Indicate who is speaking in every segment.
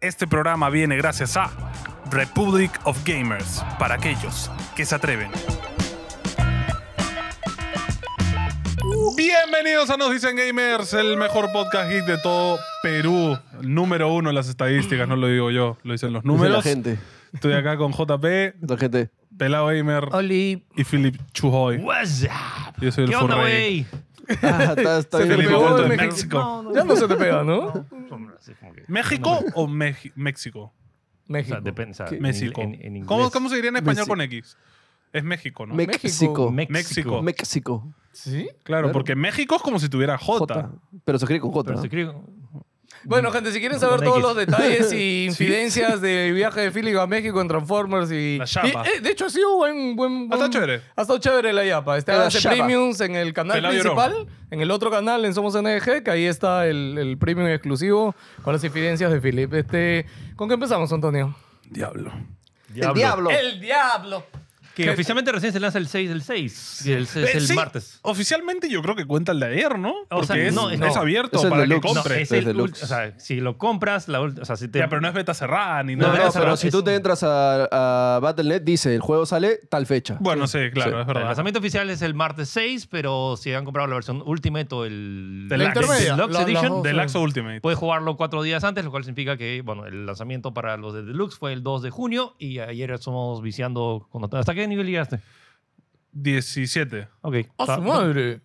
Speaker 1: Este programa viene gracias a Republic of Gamers, para aquellos que se atreven. Bienvenidos a Nos Dicen Gamers, el mejor podcast geek de todo Perú. Número uno en las estadísticas, no lo digo yo, lo dicen los
Speaker 2: Dice la
Speaker 1: números.
Speaker 2: gente.
Speaker 1: Estoy acá con JP,
Speaker 2: La gente.
Speaker 1: Pelado Gamer
Speaker 3: Oli.
Speaker 1: y Philip Chujoy.
Speaker 3: What's up?
Speaker 1: Yo soy el
Speaker 3: ¿Qué onda,
Speaker 1: Furrey.
Speaker 3: güey?
Speaker 2: Ah, está, está bien.
Speaker 1: Felipe
Speaker 2: Pero,
Speaker 1: Puerto de
Speaker 2: me-
Speaker 1: México.
Speaker 4: Ya no se te pega, ¿no?
Speaker 1: ¿México o Meji- México?
Speaker 3: O sea,
Speaker 4: México.
Speaker 3: depende. o sea, en
Speaker 1: México.
Speaker 3: ingl- En, en inglés.
Speaker 1: ¿Cómo, cómo se diría en español
Speaker 2: Mexi-
Speaker 1: con X? Es México, ¿no?
Speaker 2: México. México.
Speaker 1: México.
Speaker 3: México.
Speaker 2: México.
Speaker 4: ¿Sí?
Speaker 1: claro, porque México es como si tuviera J.
Speaker 2: J. Pero se escribe con J.
Speaker 3: Pero se
Speaker 2: ¿no?
Speaker 3: escribe-
Speaker 4: Bueno, gente, si quieren
Speaker 3: Con
Speaker 4: saber todos
Speaker 3: X.
Speaker 4: los detalles y infidencias del viaje de Philip a México en Transformers y...
Speaker 1: La chapa.
Speaker 4: y, eh, de hecho, ha sido buen... buen,
Speaker 1: Ah,
Speaker 4: buen
Speaker 1: está chévere.
Speaker 4: Ha estado chévere la yapa. Está en
Speaker 2: La
Speaker 4: hace
Speaker 2: chapa.
Speaker 4: premiums en el canal
Speaker 1: Pelado
Speaker 4: principal, en el otro canal, en Somos NG, que ahí está el, el premium exclusivo con las infidencias de Philip. Este, ¿Con qué empezamos, Antonio?
Speaker 1: Diablo.
Speaker 2: El diablo.
Speaker 4: ¡El diablo!
Speaker 3: Que oficialmente recién se lanza el 6 del 6. El, es el
Speaker 1: Eh, Sí,
Speaker 3: martes.
Speaker 1: Oficialmente yo creo que cuenta el de ayer, ¿no?
Speaker 3: O
Speaker 1: Porque
Speaker 3: sea,
Speaker 1: es,
Speaker 3: no, es-
Speaker 1: es
Speaker 3: no.
Speaker 1: abierto
Speaker 2: Es el
Speaker 1: para que
Speaker 2: deluxe.
Speaker 3: No, este-
Speaker 1: compre.
Speaker 3: es el
Speaker 2: Desde
Speaker 3: ul-
Speaker 2: Lux.
Speaker 3: O sea, si lo compras, la ul- o sea, si te.
Speaker 1: Ya, pero no es beta cerrada ni
Speaker 3: No,
Speaker 2: No,
Speaker 1: nada.
Speaker 2: no,
Speaker 3: no,
Speaker 2: pero
Speaker 3: es
Speaker 2: si tú
Speaker 3: un-
Speaker 2: te entras a, a Battle.net, dice el juego sale tal fecha.
Speaker 1: Bueno, sí, claro,
Speaker 2: Sí.
Speaker 1: es
Speaker 3: El
Speaker 1: verdad.
Speaker 3: lanzamiento oficial es el martes 6, pero si han comprado la versión Ultimate o el
Speaker 1: La intermedia,
Speaker 3: Deluxe
Speaker 4: la- la
Speaker 3: Edition, Pues,
Speaker 4: dos.
Speaker 1: Del Axo Ultimate.
Speaker 3: Puedes jugarlo cuatro días antes, lo cual significa que, bueno, el lanzamiento para los de Deluxe fue el 2 de junio y ayer estamos viciando con... ¿Hasta qué nivel llegaste?
Speaker 1: 17.
Speaker 3: Ok.
Speaker 4: ¡A
Speaker 3: Está-
Speaker 4: Ah, su madre!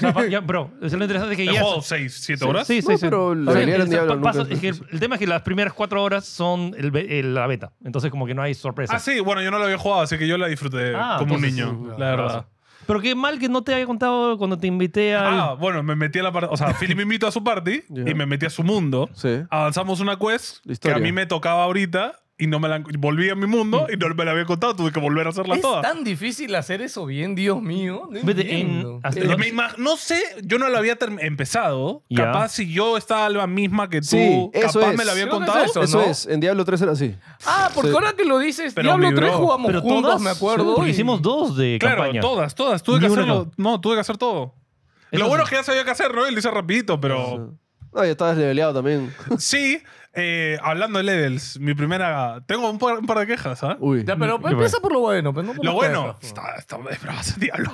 Speaker 3: Ya, pa- ya, bro, es lo interesante que
Speaker 1: ¿El
Speaker 3: ya...
Speaker 1: juego 6, 7 horas?
Speaker 3: Sí, sí,
Speaker 2: No,
Speaker 3: sí.
Speaker 2: pero la
Speaker 3: Sí,
Speaker 2: realidad
Speaker 3: es-
Speaker 2: del diablo
Speaker 3: pa- pasa-
Speaker 2: nunca-
Speaker 3: es que el, el tema es que las primeras cuatro horas son el be- el- la beta, entonces como que no hay sorpresa.
Speaker 1: Ah, sí, bueno, yo no lo había jugado, así que yo la disfruté
Speaker 3: Ah,
Speaker 1: como un
Speaker 3: entonces,
Speaker 1: niño,
Speaker 3: uh,
Speaker 1: la verdad.
Speaker 3: Pero qué mal que no te haya contado cuando te invité al...
Speaker 1: Ah, bueno, me metí a la parte. O sea, Philip me invitó a su party
Speaker 2: Ya.
Speaker 1: y me metí a su mundo.
Speaker 2: Sí.
Speaker 1: Avanzamos una quest
Speaker 2: La
Speaker 1: que
Speaker 2: historia. Mm.
Speaker 1: a mí me tocaba ahorita y no me la han- volví a mi mundo y no me la había contado. Tuve que volver a hacerla
Speaker 4: Es
Speaker 1: toda.
Speaker 4: tan difícil hacer eso bien, Dios mío. No
Speaker 3: Vete, en-
Speaker 4: entiendo.
Speaker 3: hasta-
Speaker 1: Eh, me imag- no sé, yo no la había term- empezado.
Speaker 3: Ya.
Speaker 1: Capaz si yo estaba la misma que tú,
Speaker 2: Sí, eso
Speaker 1: capaz
Speaker 2: es.
Speaker 1: me la había
Speaker 4: Creo que
Speaker 1: contado.
Speaker 4: es eso.
Speaker 2: Eso
Speaker 4: ¿no?
Speaker 2: es. En Diablo 3 era así.
Speaker 4: Ah, porque
Speaker 2: Sí.
Speaker 4: ahora que lo dices,
Speaker 1: Pero
Speaker 4: Diablo
Speaker 1: mi
Speaker 4: 3
Speaker 1: bro,
Speaker 4: jugamos
Speaker 3: pero
Speaker 4: juntos,
Speaker 3: todas,
Speaker 4: me acuerdo.
Speaker 3: porque
Speaker 4: y-
Speaker 3: hicimos dos de
Speaker 1: Claro,
Speaker 3: campaña.
Speaker 1: todas, todas. Tuve que
Speaker 3: Ni una
Speaker 1: hacerlo. No, tuve que hacer todo.
Speaker 3: Eso
Speaker 1: Lo bueno
Speaker 3: sí.
Speaker 1: es que ya sabía qué hacer, ¿no? Y lo hice rapidito, pero...
Speaker 2: No, ya estabas leveleado también.
Speaker 1: Sí, eh, hablando de levels, mi primera... Tengo un par, un par de quejas, ¿ah?
Speaker 2: Uy.
Speaker 4: Ya, pero empieza por lo bueno. Pero no por
Speaker 1: Lo
Speaker 4: las
Speaker 1: bueno,
Speaker 4: cosas.
Speaker 1: está, está es bravo ese diablo.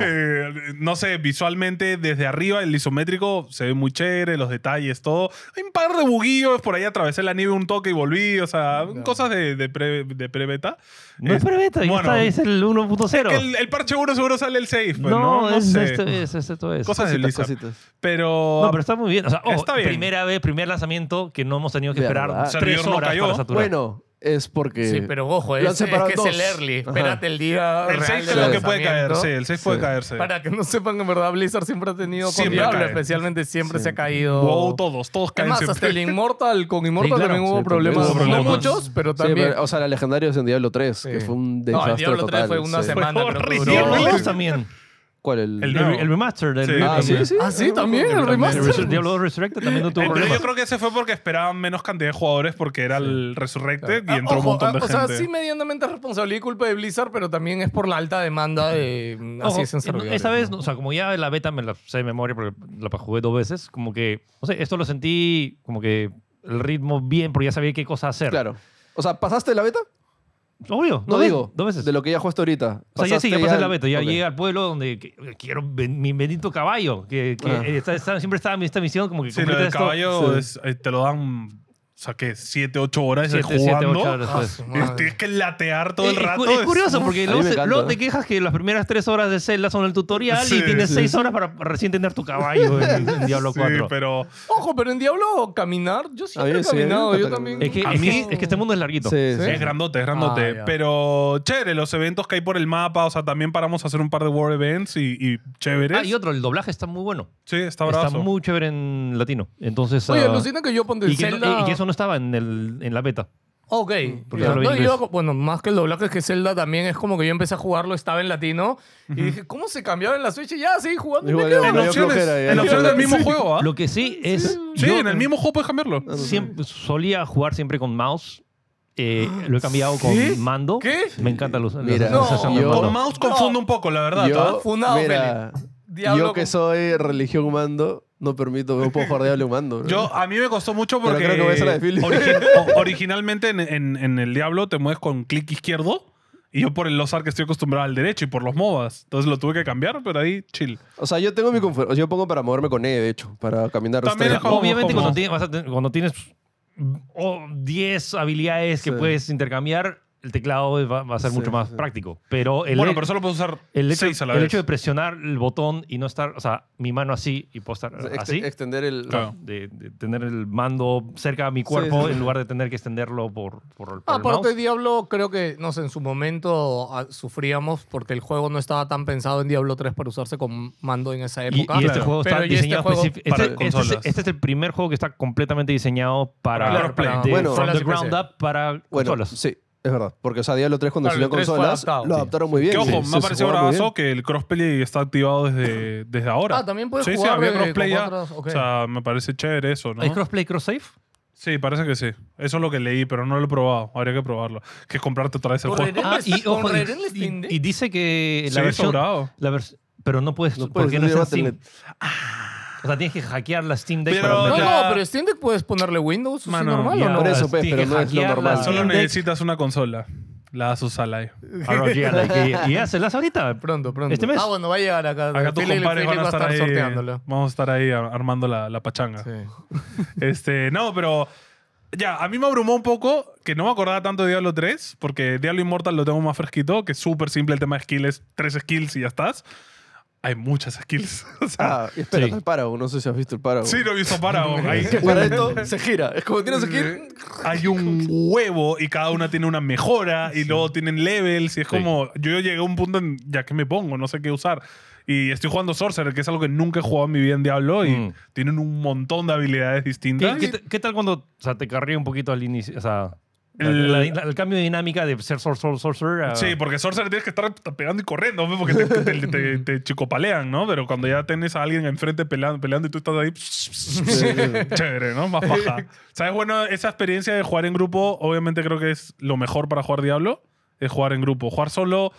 Speaker 1: Eh, no sé, visualmente desde arriba el isométrico se ve muy chévere, los detalles, todo. Hay un par de buguillos, por ahí atravesé la nieve un toque y volví, o sea, cosas de, de pre- de pre-beta.
Speaker 3: No es pre-beta, ya
Speaker 1: bueno,
Speaker 3: está, es el 1.0.
Speaker 1: El, el parche 1 seguro sale el 6, pues,
Speaker 3: no,
Speaker 1: ¿no? No
Speaker 3: es,
Speaker 1: sé.
Speaker 4: este-
Speaker 3: esto es, es esto es.
Speaker 1: Cosas de
Speaker 2: Cositas,
Speaker 1: Blizzard.
Speaker 2: cositas.
Speaker 1: Pero...
Speaker 3: No, pero está muy bien. O sea, ojo,
Speaker 1: Está bien.
Speaker 3: primera vez, primer lanzamiento que no hemos tenido que esperar
Speaker 2: Verdad.
Speaker 3: tres
Speaker 1: Servidor no
Speaker 3: horas
Speaker 1: cayó.
Speaker 3: para saturar.
Speaker 2: Bueno, es porque.
Speaker 4: Sí, pero ojo,
Speaker 2: Lo han
Speaker 4: es, es
Speaker 2: separado
Speaker 4: que
Speaker 2: dos.
Speaker 4: es el early.
Speaker 2: Ajá.
Speaker 4: Espérate el día
Speaker 1: el
Speaker 4: real
Speaker 1: 6
Speaker 4: del
Speaker 1: creo que puede
Speaker 4: lanzamiento.
Speaker 1: caerse, el 6 puede
Speaker 2: Sí.
Speaker 1: caerse.
Speaker 4: Para que no sepan, en verdad, Blizzard siempre ha tenido con
Speaker 1: Siempre
Speaker 4: Diablo,
Speaker 1: cae.
Speaker 4: especialmente siempre se ha caído.
Speaker 1: Wow, todos, todos
Speaker 4: Es
Speaker 1: caen
Speaker 4: más,
Speaker 1: siempre.
Speaker 4: hasta el Immortal, con Immortal
Speaker 3: claro.
Speaker 4: también hubo
Speaker 2: Sí,
Speaker 4: problemas.
Speaker 1: hubo problemas.
Speaker 4: No muchos, pero
Speaker 2: Sí,
Speaker 4: también.
Speaker 2: pero, oh, o sea, la legendaria es en Diablo 3, que
Speaker 4: Sí.
Speaker 2: fue un
Speaker 4: no,
Speaker 2: desastre
Speaker 4: el Diablo 3
Speaker 2: total,
Speaker 4: fue una
Speaker 2: sí.
Speaker 4: semana, pero que
Speaker 1: horrible.
Speaker 3: Y el
Speaker 4: duró.
Speaker 3: remix también.
Speaker 2: ¿Cuál? El,
Speaker 1: El
Speaker 3: El,
Speaker 1: nuevo.
Speaker 3: el remaster del
Speaker 1: Sí.
Speaker 2: Ah, sí,
Speaker 3: también.
Speaker 2: sí.
Speaker 4: Ah, sí, también, el
Speaker 3: El
Speaker 4: remaster.
Speaker 3: Resur- Diablo 2 Resurrected también no
Speaker 1: Eh,
Speaker 3: tuvo
Speaker 1: pero
Speaker 3: problemas.
Speaker 1: yo creo que ese fue porque esperaban menos cantidad de jugadores porque era el Resurrected y
Speaker 4: Ah,
Speaker 1: entró un
Speaker 4: ojo,
Speaker 1: montón de
Speaker 4: ah,
Speaker 1: gente.
Speaker 4: O sea, sí medianamente es responsabilidad y culpa de Blizzard, pero también es por la alta demanda de... mm,
Speaker 1: Ah,
Speaker 3: Ojo,
Speaker 4: así es en servidores,
Speaker 3: esa vez,
Speaker 4: ¿no?
Speaker 3: o sea, como ya la beta me la sé de memoria porque la jugué dos veces, como que, no sé, esto lo sentí como que el ritmo bien porque ya sabía qué cosa hacer.
Speaker 2: Claro. O sea, ¿pasaste la beta?
Speaker 3: Obvio.
Speaker 2: No
Speaker 3: dos veces-
Speaker 2: digo.
Speaker 3: Dos veces.
Speaker 2: De lo que ya jugaste ahorita.
Speaker 3: O sea, ya sí, ya pasé la beta. Ya
Speaker 2: Ok.
Speaker 3: llegué al pueblo donde que- quiero ben- mi bendito caballo. Que, que
Speaker 2: Ah.
Speaker 3: está- está- siempre estaba en esta misión como que
Speaker 1: Sí, lo
Speaker 3: completa
Speaker 1: del
Speaker 3: esto.
Speaker 1: caballo
Speaker 2: sí.
Speaker 1: es- eh, te lo dan, o sea, ¿qué? 7, 8 horas
Speaker 3: Siete,
Speaker 1: jugando.
Speaker 3: siete, ocho horas
Speaker 4: Ah,
Speaker 3: después.
Speaker 4: su
Speaker 1: Y
Speaker 4: madre.
Speaker 1: Tienes que latear todo el
Speaker 3: Es- es
Speaker 1: rato.
Speaker 3: cu- Es, curioso porque
Speaker 2: A
Speaker 3: luego,
Speaker 2: mí me
Speaker 3: se-
Speaker 2: encanta.
Speaker 3: luego te quejas que las primeras tres horas de Zelda son el tutorial
Speaker 1: Sí,
Speaker 3: y tienes
Speaker 1: sí.
Speaker 3: seis horas para recién tener tu caballo en, en Diablo
Speaker 1: Sí,
Speaker 3: 4.
Speaker 1: pero
Speaker 4: Ojo, pero en Diablo caminar, yo siempre
Speaker 2: A
Speaker 4: he
Speaker 2: mí Ah, sí, a
Speaker 4: caminado,
Speaker 2: mí me
Speaker 4: yo
Speaker 2: encanta
Speaker 4: también...
Speaker 3: Es que,
Speaker 1: A
Speaker 3: es, que-
Speaker 1: mí-
Speaker 3: es que este mundo es larguito.
Speaker 2: Sí, sí.
Speaker 1: es grandote, es grandote.
Speaker 4: Ah, ya.
Speaker 1: Pero chévere, los eventos que hay por el mapa. O sea, también paramos a hacer un par de World Events y, y chéveres.
Speaker 3: Ah, y otro, el doblaje está muy bueno.
Speaker 1: sí, está
Speaker 3: Está
Speaker 1: bravazo.
Speaker 3: muy chévere en latino. Entonces.
Speaker 4: Oye,
Speaker 3: ah,
Speaker 4: alucina que yo ponte
Speaker 3: y
Speaker 4: el
Speaker 3: que, no-
Speaker 4: Zelda... Ah,
Speaker 3: y- y que eso no estaba en, el, en la beta.
Speaker 4: Ok.
Speaker 3: Porque
Speaker 4: Ya.
Speaker 3: hablo
Speaker 4: No,
Speaker 3: inglés.
Speaker 4: yo, bueno, más que el doblaje es que Zelda también es como que yo empecé a jugarlo, estaba en latino, y dije, ¿cómo se cambiaba en la Switch? Y ya, sí, jugando. y me
Speaker 2: Igual
Speaker 4: quedo.
Speaker 2: ya
Speaker 1: En
Speaker 2: me dio
Speaker 1: opciones,
Speaker 2: flojera, ya.
Speaker 1: en opciones del mismo
Speaker 2: Sí.
Speaker 1: juego, ¿ah?
Speaker 3: Lo que sí es.
Speaker 1: Sí,
Speaker 3: yo-
Speaker 1: en el mismo juego puedes cambiarlo.
Speaker 3: Siempre, solía jugar siempre con mouse. Eh,
Speaker 1: Ah,
Speaker 3: lo he cambiado
Speaker 4: ¿Qué?
Speaker 3: con mando.
Speaker 4: ¿Qué?
Speaker 3: Me encantan los, las
Speaker 2: Mira,
Speaker 3: sensaciones de
Speaker 2: yo-
Speaker 1: Con
Speaker 3: mando.
Speaker 1: mouse confundo un poco, la verdad. ¿ah?
Speaker 2: Yo,
Speaker 4: Funado,
Speaker 2: mira,
Speaker 4: Felipe. Diablo
Speaker 2: yo que
Speaker 4: con-
Speaker 2: soy religión humando, No permito, no puedo jugar Diablo en mando.
Speaker 1: Yo, a mí me costó mucho porque
Speaker 2: creo que voy a hacer la de Philly.
Speaker 1: origi- o- originalmente en, en- en el Diablo te mueves con clic izquierdo y yo por el Lozar que estoy acostumbrado al derecho y por los MOBAs. Entonces lo tuve que cambiar, pero ahí chill.
Speaker 2: O sea, yo tengo mi confort. Yo pongo para moverme con E, de hecho, para caminar.
Speaker 1: También
Speaker 2: hasta
Speaker 1: es
Speaker 2: allá.
Speaker 1: como-
Speaker 3: Obviamente
Speaker 1: como-
Speaker 3: cuando tienes, vas a tener- cuando tienes oh, 10 habilidades que
Speaker 2: Sí.
Speaker 3: puedes intercambiar, el teclado va, va a ser
Speaker 2: Sí,
Speaker 3: mucho más
Speaker 2: sí.
Speaker 3: práctico. Pero el,
Speaker 1: bueno,
Speaker 3: he-
Speaker 1: pero solo puedo usar
Speaker 3: el hecho,
Speaker 1: seis a la
Speaker 3: el
Speaker 1: vez.
Speaker 3: hecho de presionar el botón y no estar, o sea, mi mano así y puedo estar
Speaker 2: O sea, ext-
Speaker 3: así,
Speaker 2: Extender el.
Speaker 1: Claro.
Speaker 3: de, de tener el mando cerca a mi cuerpo
Speaker 2: sí, Ah, sí.
Speaker 3: en lugar de tener que extenderlo por, por, el- por el
Speaker 4: Aparte,
Speaker 3: mouse.
Speaker 4: Diablo, creo que, no sé, en su momento ah, sufríamos porque el juego no estaba tan pensado en Diablo 3 para usarse con mando en esa
Speaker 3: Y, y
Speaker 4: época.
Speaker 3: este
Speaker 1: Claro.
Speaker 3: juego está
Speaker 4: Pero ya este
Speaker 3: diseñado
Speaker 4: juego
Speaker 3: específic-
Speaker 1: para
Speaker 3: este- este es-
Speaker 1: consolas.
Speaker 3: este es el primer juego que está completamente diseñado para,
Speaker 1: Claro, para- Ah,
Speaker 3: de-
Speaker 2: bueno,
Speaker 3: from
Speaker 4: consolas
Speaker 3: the
Speaker 4: y PC.
Speaker 3: ground up para
Speaker 2: Bueno,
Speaker 3: consolas.
Speaker 2: sí, es verdad. Porque, o sea, Diablo 3 cuando
Speaker 4: Claro,
Speaker 2: salió
Speaker 4: el
Speaker 2: en
Speaker 4: 3 fue
Speaker 2: consolas,
Speaker 4: adaptado,
Speaker 2: lo
Speaker 4: sí.
Speaker 2: adaptaron muy bien.
Speaker 1: Que
Speaker 2: sí,
Speaker 1: ojo,
Speaker 2: sí,
Speaker 1: me ha
Speaker 2: se
Speaker 1: parecido
Speaker 2: jugaba muy bien.
Speaker 1: bravazo que el crossplay está activado desde, desde ahora.
Speaker 4: Ah, también puedes
Speaker 1: sí,
Speaker 4: jugar,
Speaker 1: Sí, había
Speaker 4: eh,
Speaker 1: crossplay
Speaker 4: con
Speaker 1: ya.
Speaker 4: otras, ok.
Speaker 1: O sea, me parece chévere eso, ¿no?
Speaker 3: ¿Hay crossplay, cross save?
Speaker 1: Sí, parece que sí. Eso es lo que leí, pero no lo he probado. Habría que probarlo. Que es comprarte otra vez el
Speaker 4: Corre-
Speaker 1: juego.
Speaker 3: Ah, y,
Speaker 4: Con
Speaker 3: ojo, y-
Speaker 4: Red
Speaker 3: y-
Speaker 4: Listing, ¿eh?
Speaker 3: y dice que
Speaker 1: Sí,
Speaker 3: la versión,
Speaker 1: sobrado.
Speaker 3: la vers- pero no puedes,
Speaker 2: No puedes,
Speaker 3: porque no
Speaker 2: no
Speaker 3: está en
Speaker 2: lleva
Speaker 3: Steam. O sea, tienes que hackear la Steam Deck
Speaker 1: Pero-
Speaker 3: para
Speaker 4: No,
Speaker 1: ya-
Speaker 3: meter-
Speaker 4: no, pero Steam Deck puedes ponerle Windows, ¿sí
Speaker 1: Mano,
Speaker 4: normal
Speaker 1: ya.
Speaker 4: o no?
Speaker 2: Por eso, pues,
Speaker 3: Tienes
Speaker 2: pero
Speaker 3: que
Speaker 2: no es lo
Speaker 3: hackear la
Speaker 2: normal.
Speaker 1: Solo
Speaker 3: Steam Deck.
Speaker 1: necesitas una consola. La Asus Ally.
Speaker 3: Ahora llega la- y, y hacelas ahorita.
Speaker 4: Pronto, pronto.
Speaker 3: Este mes.
Speaker 4: Ah, bueno, va a llegar acá.
Speaker 1: Acá tus
Speaker 4: Philip-
Speaker 1: compadres
Speaker 4: Philip
Speaker 1: van a estar ahí.
Speaker 4: sorteándolo.
Speaker 1: Vamos a estar ahí ar- armando la, la pachanga.
Speaker 4: Sí.
Speaker 1: Este, no, pero ya, a mí me abrumó un poco que no me acordaba tanto de Diablo 3, porque Diablo Immortal lo tengo más fresquito, que es súper simple el tema de skills, tres skills y ya estás. Hay muchas skills. O sea,
Speaker 2: Ah, y espérate,
Speaker 3: Sí.
Speaker 2: el Paragon. No sé si has visto el Paragon.
Speaker 1: sí, no he visto Paragon. Hay,
Speaker 2: Para esto se gira. Es como tienes aquí.
Speaker 1: hay un huevo y cada una tiene una mejora y luego tienen levels y es
Speaker 3: Sí.
Speaker 1: como yo llegué a un punto en ya que me pongo no sé qué usar y estoy jugando Sorcerer que es algo que nunca he jugado en mi vida en Diablo y
Speaker 3: Mm.
Speaker 1: tienen un montón de habilidades distintas
Speaker 3: ¿Qué, qué, qué tal cuando o sea, te cargué un poquito al inicio? O sea, la-
Speaker 1: El-
Speaker 3: la- la- el cambio de dinámica de ser sor- sor- sorcerer a-
Speaker 2: Ah.
Speaker 1: Sí, porque Sorcerer tienes que estar pegando y corriendo, ¿ves? porque te, te- te- te chicopalean, ¿no? Pero cuando ya tienes a alguien enfrente peleando, peleando y tú estás ahí, chévere, ¿no? Más paja. ¿Sabes? Bueno, esa experiencia de jugar en grupo, obviamente creo que es lo mejor para jugar Diablo, es jugar en grupo. Jugar solo,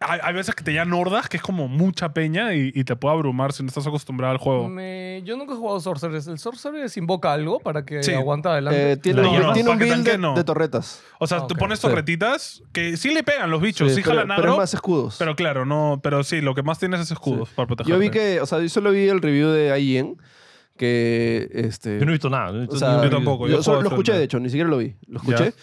Speaker 1: hay, hay veces que te llegan hordas, que es como mucha peña y, y te puede abrumar si no estás acostumbrado al juego.
Speaker 4: Me- Yo nunca he jugado Sorcerers. ¿El Sorcerers invoca algo para que
Speaker 1: Sí.
Speaker 4: aguanta adelante?
Speaker 2: Eh, tiene,
Speaker 3: La
Speaker 2: un-
Speaker 3: llama
Speaker 2: tiene
Speaker 1: para
Speaker 2: un
Speaker 1: que
Speaker 2: build
Speaker 1: tanque,
Speaker 2: de,
Speaker 1: no.
Speaker 2: de torretas. Eh,
Speaker 1: O sea,
Speaker 4: Ah,
Speaker 1: tú
Speaker 4: ok.
Speaker 1: pones torretitas que sí le pegan los bichos, sí,
Speaker 2: Sí, pero,
Speaker 1: jalan
Speaker 2: pero es
Speaker 1: agro,
Speaker 2: más escudos.
Speaker 1: Pero claro, no, pero sí, lo que más tienes es escudos para proteger.
Speaker 2: yo vi que, o sea, yo solo vi el review de IEN que este.
Speaker 3: Yo no he visto nada. no he visto
Speaker 2: o sea,
Speaker 3: ni
Speaker 1: yo
Speaker 3: un-
Speaker 1: tampoco, yo
Speaker 2: yo solo
Speaker 1: juego
Speaker 2: lo
Speaker 1: solo.
Speaker 2: escuché, de hecho, ni siquiera lo vi. Lo escuché.
Speaker 1: Ya.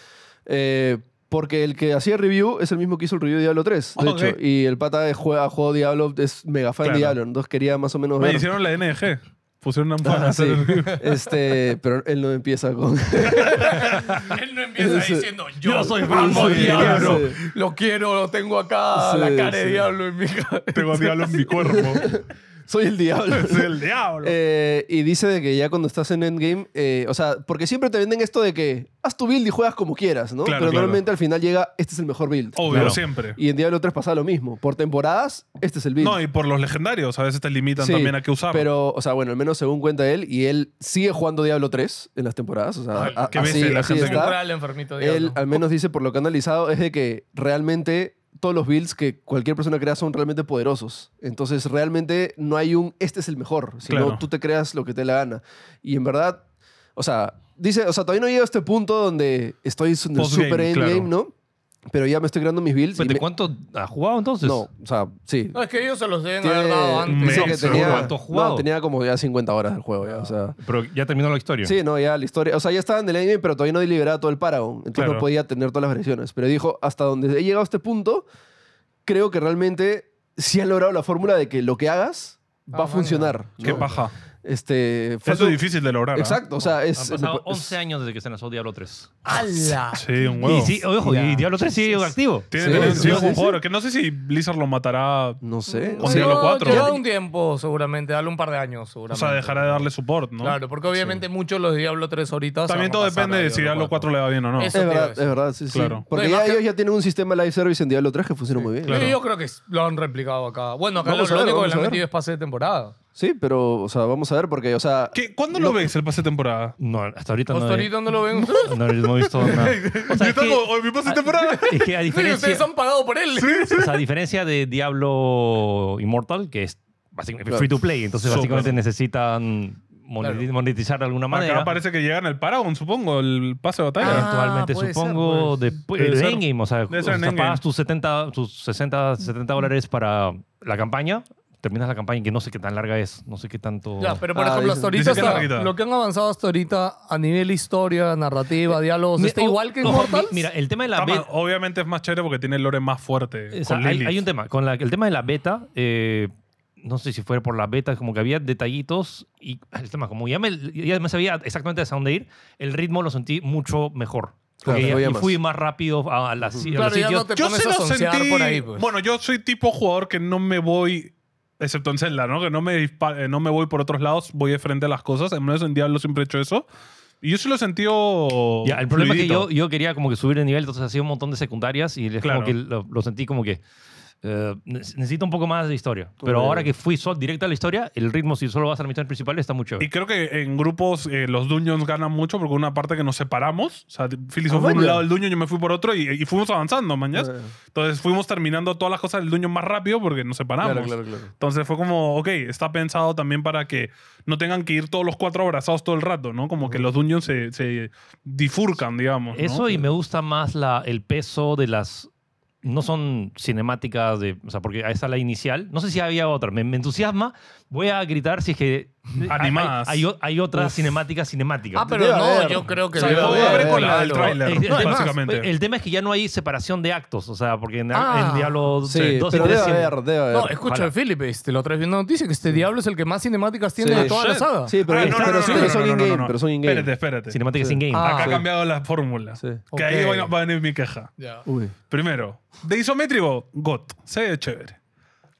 Speaker 2: Eh, porque el que hacía review es el mismo que hizo el review de Diablo 3, de
Speaker 1: Ok.
Speaker 2: hecho. Y el pata de juega, juego Diablo, es mega fan
Speaker 1: Claro.
Speaker 2: de Diablo, entonces quería más o menos
Speaker 1: Me
Speaker 2: ver.
Speaker 1: hicieron la NG. Pusieron una
Speaker 2: Ah,
Speaker 1: para
Speaker 2: sí.
Speaker 1: hacer el-
Speaker 2: este, pero él no empieza con.
Speaker 4: Él no empieza
Speaker 2: Sí.
Speaker 4: diciendo, yo,
Speaker 3: soy
Speaker 4: Rambo
Speaker 2: Sí,
Speaker 4: Diablo.
Speaker 2: sí.
Speaker 4: Lo quiero, lo tengo acá,
Speaker 2: Sí,
Speaker 4: la cara de
Speaker 2: sí.
Speaker 4: Diablo en mi cabeza.
Speaker 1: Tengo diablo en mi cuerpo.
Speaker 2: Soy el Diablo.
Speaker 1: Es el diablo.
Speaker 2: Eh, y dice de que ya cuando estás en Endgame, eh, o sea, porque siempre te venden esto de que haz tu build y juegas como quieras, ¿no?
Speaker 1: Claro,
Speaker 2: Pero
Speaker 1: claro.
Speaker 2: normalmente al final llega, este es el mejor build.
Speaker 1: Obvio,
Speaker 3: claro.
Speaker 1: siempre.
Speaker 2: Y en Diablo 3 pasa lo mismo. Por temporadas, este es el build.
Speaker 1: No, y por los legendarios, a veces te limitan
Speaker 2: Sí,
Speaker 1: también a qué usar.
Speaker 2: Pero, o sea, bueno, al menos según cuenta él, y él sigue jugando Diablo 3 en las temporadas, o sea,
Speaker 1: Ay,
Speaker 2: a-
Speaker 1: qué
Speaker 2: así,
Speaker 1: bestia la
Speaker 2: así
Speaker 1: gente que-
Speaker 2: está.
Speaker 4: Temporal enfermito de
Speaker 2: Él
Speaker 4: Diablo.
Speaker 2: al menos dice, por lo que ha analizado, es de que realmente todos los builds que cualquier persona crea son realmente poderosos. Entonces, realmente no hay un este es el mejor, sino
Speaker 1: Claro.
Speaker 2: tú te creas lo que te dé la gana. Y en verdad, o sea, dice, o sea, todavía no he llegado a este punto donde estoy en el
Speaker 1: Postgame,
Speaker 2: super endgame,
Speaker 1: claro.
Speaker 2: ¿no? Pero ya me estoy creando mis builds. y
Speaker 3: Espérate,
Speaker 2: me-
Speaker 3: pues, ¿Cuánto ha jugado entonces?
Speaker 2: No, o sea, sí.
Speaker 4: No, es que ellos se los deben haber
Speaker 2: Tiene-
Speaker 4: dado antes.
Speaker 2: dice
Speaker 1: Me-
Speaker 2: que
Speaker 1: seguro,
Speaker 2: tenía,
Speaker 3: ¿cuánto has jugado?
Speaker 2: no, tenía como ya 50 horas del juego, ya, o sea.
Speaker 3: Pero ya terminó la historia.
Speaker 2: Sí, no, ya la historia. O sea, ya estaba en el anime, pero todavía no liberaba todo el Paragon. Entonces
Speaker 1: Claro.
Speaker 2: no podía tener todas las versiones. Pero dijo, hasta donde he llegado a este punto, creo que realmente sí han logrado la fórmula de que lo que hagas
Speaker 4: Ah,
Speaker 2: va a
Speaker 4: manga.
Speaker 2: funcionar.
Speaker 1: qué
Speaker 2: ¿no?
Speaker 1: paja.
Speaker 2: Este,
Speaker 1: Eso
Speaker 2: falta-
Speaker 1: es difícil de lograr. ¿ah?
Speaker 2: Exacto, o sea,
Speaker 3: Han
Speaker 2: es... pues,
Speaker 3: pasado
Speaker 2: es-
Speaker 3: 11 años desde que se lanzó Diablo 3.
Speaker 4: ¡Hala!
Speaker 1: Sí, un huevo.
Speaker 3: Y sí, ojo, y
Speaker 4: Ya.
Speaker 3: Diablo 3 sigue activo.
Speaker 1: Tiene
Speaker 2: Sí,
Speaker 1: tiene-
Speaker 2: sí,
Speaker 1: tiene
Speaker 2: sí,
Speaker 1: un
Speaker 2: sí.
Speaker 1: jugador, Que no sé si Blizzard lo matará.
Speaker 2: No sé.
Speaker 1: O
Speaker 2: no
Speaker 1: sea,
Speaker 2: sé.
Speaker 1: Diablo cuatro.
Speaker 4: Lleva un tiempo, seguramente. Dale un par de años,
Speaker 1: O
Speaker 4: seguramente.
Speaker 1: sea, dejará de darle support, ¿no?
Speaker 4: Claro, porque obviamente muchos de los Diablo 3 ahorita. se
Speaker 1: También
Speaker 4: van a
Speaker 1: todo
Speaker 4: pasar
Speaker 1: depende
Speaker 4: a
Speaker 1: de si Diablo 4 le va bien o no.
Speaker 4: Eso
Speaker 2: es
Speaker 4: te iba a
Speaker 2: verdad, es
Speaker 4: decir.
Speaker 2: verdad, sí, sí.
Speaker 1: Claro.
Speaker 2: Porque
Speaker 4: No,
Speaker 2: ya
Speaker 4: imagínate-
Speaker 2: ellos ya tienen un sistema live service en Diablo 3 que funciona muy bien.
Speaker 1: Claro.
Speaker 4: Sí, yo creo que s- lo han replicado acá. Bueno, acá lo,
Speaker 2: Vamos a
Speaker 4: lo
Speaker 2: ver,
Speaker 4: único que
Speaker 2: vamos
Speaker 4: le han
Speaker 2: a ver.
Speaker 4: metido es pase de temporada.
Speaker 2: Sí, pero, o sea, vamos a ver porque, o sea...
Speaker 1: ¿Qué- ¿Cuándo lo ves el pase de temporada?
Speaker 3: No, hasta ahorita no.
Speaker 4: Hasta
Speaker 3: he-
Speaker 4: ahorita no lo ven. Sí,
Speaker 3: No, no he visto nada. O sea,
Speaker 1: Yo
Speaker 3: es que-
Speaker 1: tengo hoy mi pase de temporada.
Speaker 3: Es que a diferencia,
Speaker 4: ustedes han pagado por él.
Speaker 3: o sea, a diferencia de Diablo Immortal, que es básicamente, free to play, entonces
Speaker 1: Súper.
Speaker 3: básicamente necesitan moneti-
Speaker 4: Claro.
Speaker 3: monetizar de alguna manera.
Speaker 1: Acá parece que llegan al Paragon, supongo, el pase de batalla.
Speaker 4: Ah,
Speaker 3: Eventualmente,
Speaker 4: puede ser,
Speaker 3: supongo,
Speaker 4: pues.
Speaker 3: después
Speaker 1: Debe
Speaker 3: de
Speaker 1: ser-
Speaker 3: Endgame. O sea,
Speaker 1: debe
Speaker 3: o
Speaker 1: ser en
Speaker 3: sea,
Speaker 1: Endgame.
Speaker 3: pagas tus, 70, tus 60, 70 dólares para la campaña, terminas la campaña que no sé qué tan larga es, no sé qué tanto...
Speaker 4: Ya, pero por
Speaker 2: Ah,
Speaker 4: ejemplo,
Speaker 2: dice-
Speaker 4: hasta ahorita
Speaker 1: dice que
Speaker 4: hasta-
Speaker 1: larguita.
Speaker 4: lo que han avanzado hasta ahorita a nivel historia,
Speaker 1: Eh,
Speaker 4: narrativa, diálogos,
Speaker 3: Mi-
Speaker 4: está
Speaker 3: o-
Speaker 4: igual que en
Speaker 3: ojo,
Speaker 4: Mortals.
Speaker 3: mi- Mira, el tema de la
Speaker 1: Está más-
Speaker 3: beta...
Speaker 1: obviamente es más chévere porque tiene el lore más fuerte.
Speaker 3: O sea,
Speaker 1: con
Speaker 3: hay,
Speaker 1: Lilith.
Speaker 3: hay un tema. Eh, Con la- el tema de la beta, eh, no sé si fue por la beta, como que había detallitos y ah, el tema, como ya me, ya me sabía exactamente hacia dónde ir, el ritmo lo sentí mucho mejor.
Speaker 2: Claro,
Speaker 3: Porque
Speaker 2: te
Speaker 3: ya-
Speaker 2: movía
Speaker 3: y
Speaker 2: más.
Speaker 3: fui más rápido a, a las a los
Speaker 4: Claro, ya
Speaker 3: sitios.
Speaker 4: no te
Speaker 1: Yo
Speaker 4: pones
Speaker 1: se
Speaker 4: a
Speaker 1: lo
Speaker 4: soncear
Speaker 1: sentí.
Speaker 4: por ahí. Pues.
Speaker 1: Bueno, yo soy tipo jugador que no me voy. Excepto en Zelda, ¿no? Que no me, dispa- eh, no me voy por otros lados, voy de frente a las cosas. En menos en Diablo siempre he hecho eso. Y yo se lo he sentido.
Speaker 3: Ya, el problema es
Speaker 1: fluidito.
Speaker 3: que yo, yo quería como que subir de nivel, entonces hacía un montón de secundarias y es
Speaker 1: Claro.
Speaker 3: como que lo, lo sentí como que eh, ne- necesito un poco más de historia. Pero
Speaker 2: Claro.
Speaker 3: ahora que fui sol- directo a la historia, el ritmo, si solo vas a la misión principal, está mucho
Speaker 1: Y creo que en grupos eh, los Dungeons ganan mucho porque una parte que nos separamos. O sea, Phyllis
Speaker 3: Ah,
Speaker 1: fue por un
Speaker 2: maña.
Speaker 1: lado del Dungeon, yo me fui por otro y, y fuimos avanzando, mañas.
Speaker 2: Ah.
Speaker 1: Entonces fuimos terminando todas las cosas del Dungeon más rápido porque nos separamos.
Speaker 2: Claro, claro, claro.
Speaker 1: Entonces fue como, ok, está pensado también para que no tengan que ir todos los cuatro abrazados todo el rato, ¿no? Como que los Dungeons se, se difurcan, digamos. ¿no?
Speaker 3: Eso y me gusta más la, el peso de las... No son cinemáticas de... O sea, porque ahí está la inicial. No sé si había otra. Me, me entusiasma. Voy a gritar si es que...
Speaker 1: Animadas.
Speaker 3: Hay, hay, o- hay otra cinemática cinemática.
Speaker 4: Ah, pero
Speaker 2: Debe
Speaker 4: no,
Speaker 2: haber.
Speaker 4: yo creo que
Speaker 1: O sea,
Speaker 4: debe
Speaker 1: todo
Speaker 4: haber
Speaker 1: abre con la del
Speaker 4: algo.
Speaker 1: tráiler.
Speaker 3: El, el
Speaker 1: No,
Speaker 3: tema,
Speaker 1: básicamente.
Speaker 3: el tema es que ya no hay separación de actos. O sea, porque en,
Speaker 4: Ah.
Speaker 3: en Diablo
Speaker 2: Sí,
Speaker 3: 2 y
Speaker 2: pero debe
Speaker 3: 3 siempre-
Speaker 2: haber, debe haber.
Speaker 4: No, escucha,
Speaker 3: Ojalá.
Speaker 4: Felipe, este, la otra vez vi una noticia que este diablo es el que más cinemáticas tiene
Speaker 2: Sí.
Speaker 4: de toda la
Speaker 1: Shit.
Speaker 4: saga.
Speaker 2: Sí, pero,
Speaker 1: Ah, no, no,
Speaker 2: pero
Speaker 1: no,
Speaker 2: sí,
Speaker 1: no,
Speaker 2: pero
Speaker 1: no,
Speaker 2: son
Speaker 1: no, no,
Speaker 2: in-game,
Speaker 1: no.
Speaker 2: pero son in-game.
Speaker 1: Espérate, espérate.
Speaker 3: cinemáticas
Speaker 2: Sí.
Speaker 3: sin game.
Speaker 4: Ah.
Speaker 1: Acá ha
Speaker 2: sí.
Speaker 1: cambiado la fórmula.
Speaker 2: Sí.
Speaker 1: Que ahí
Speaker 4: Ok.
Speaker 1: va, va a venir mi queja.
Speaker 4: Ya.
Speaker 2: Uy.
Speaker 1: Primero, de isométrico, God, se ve chévere.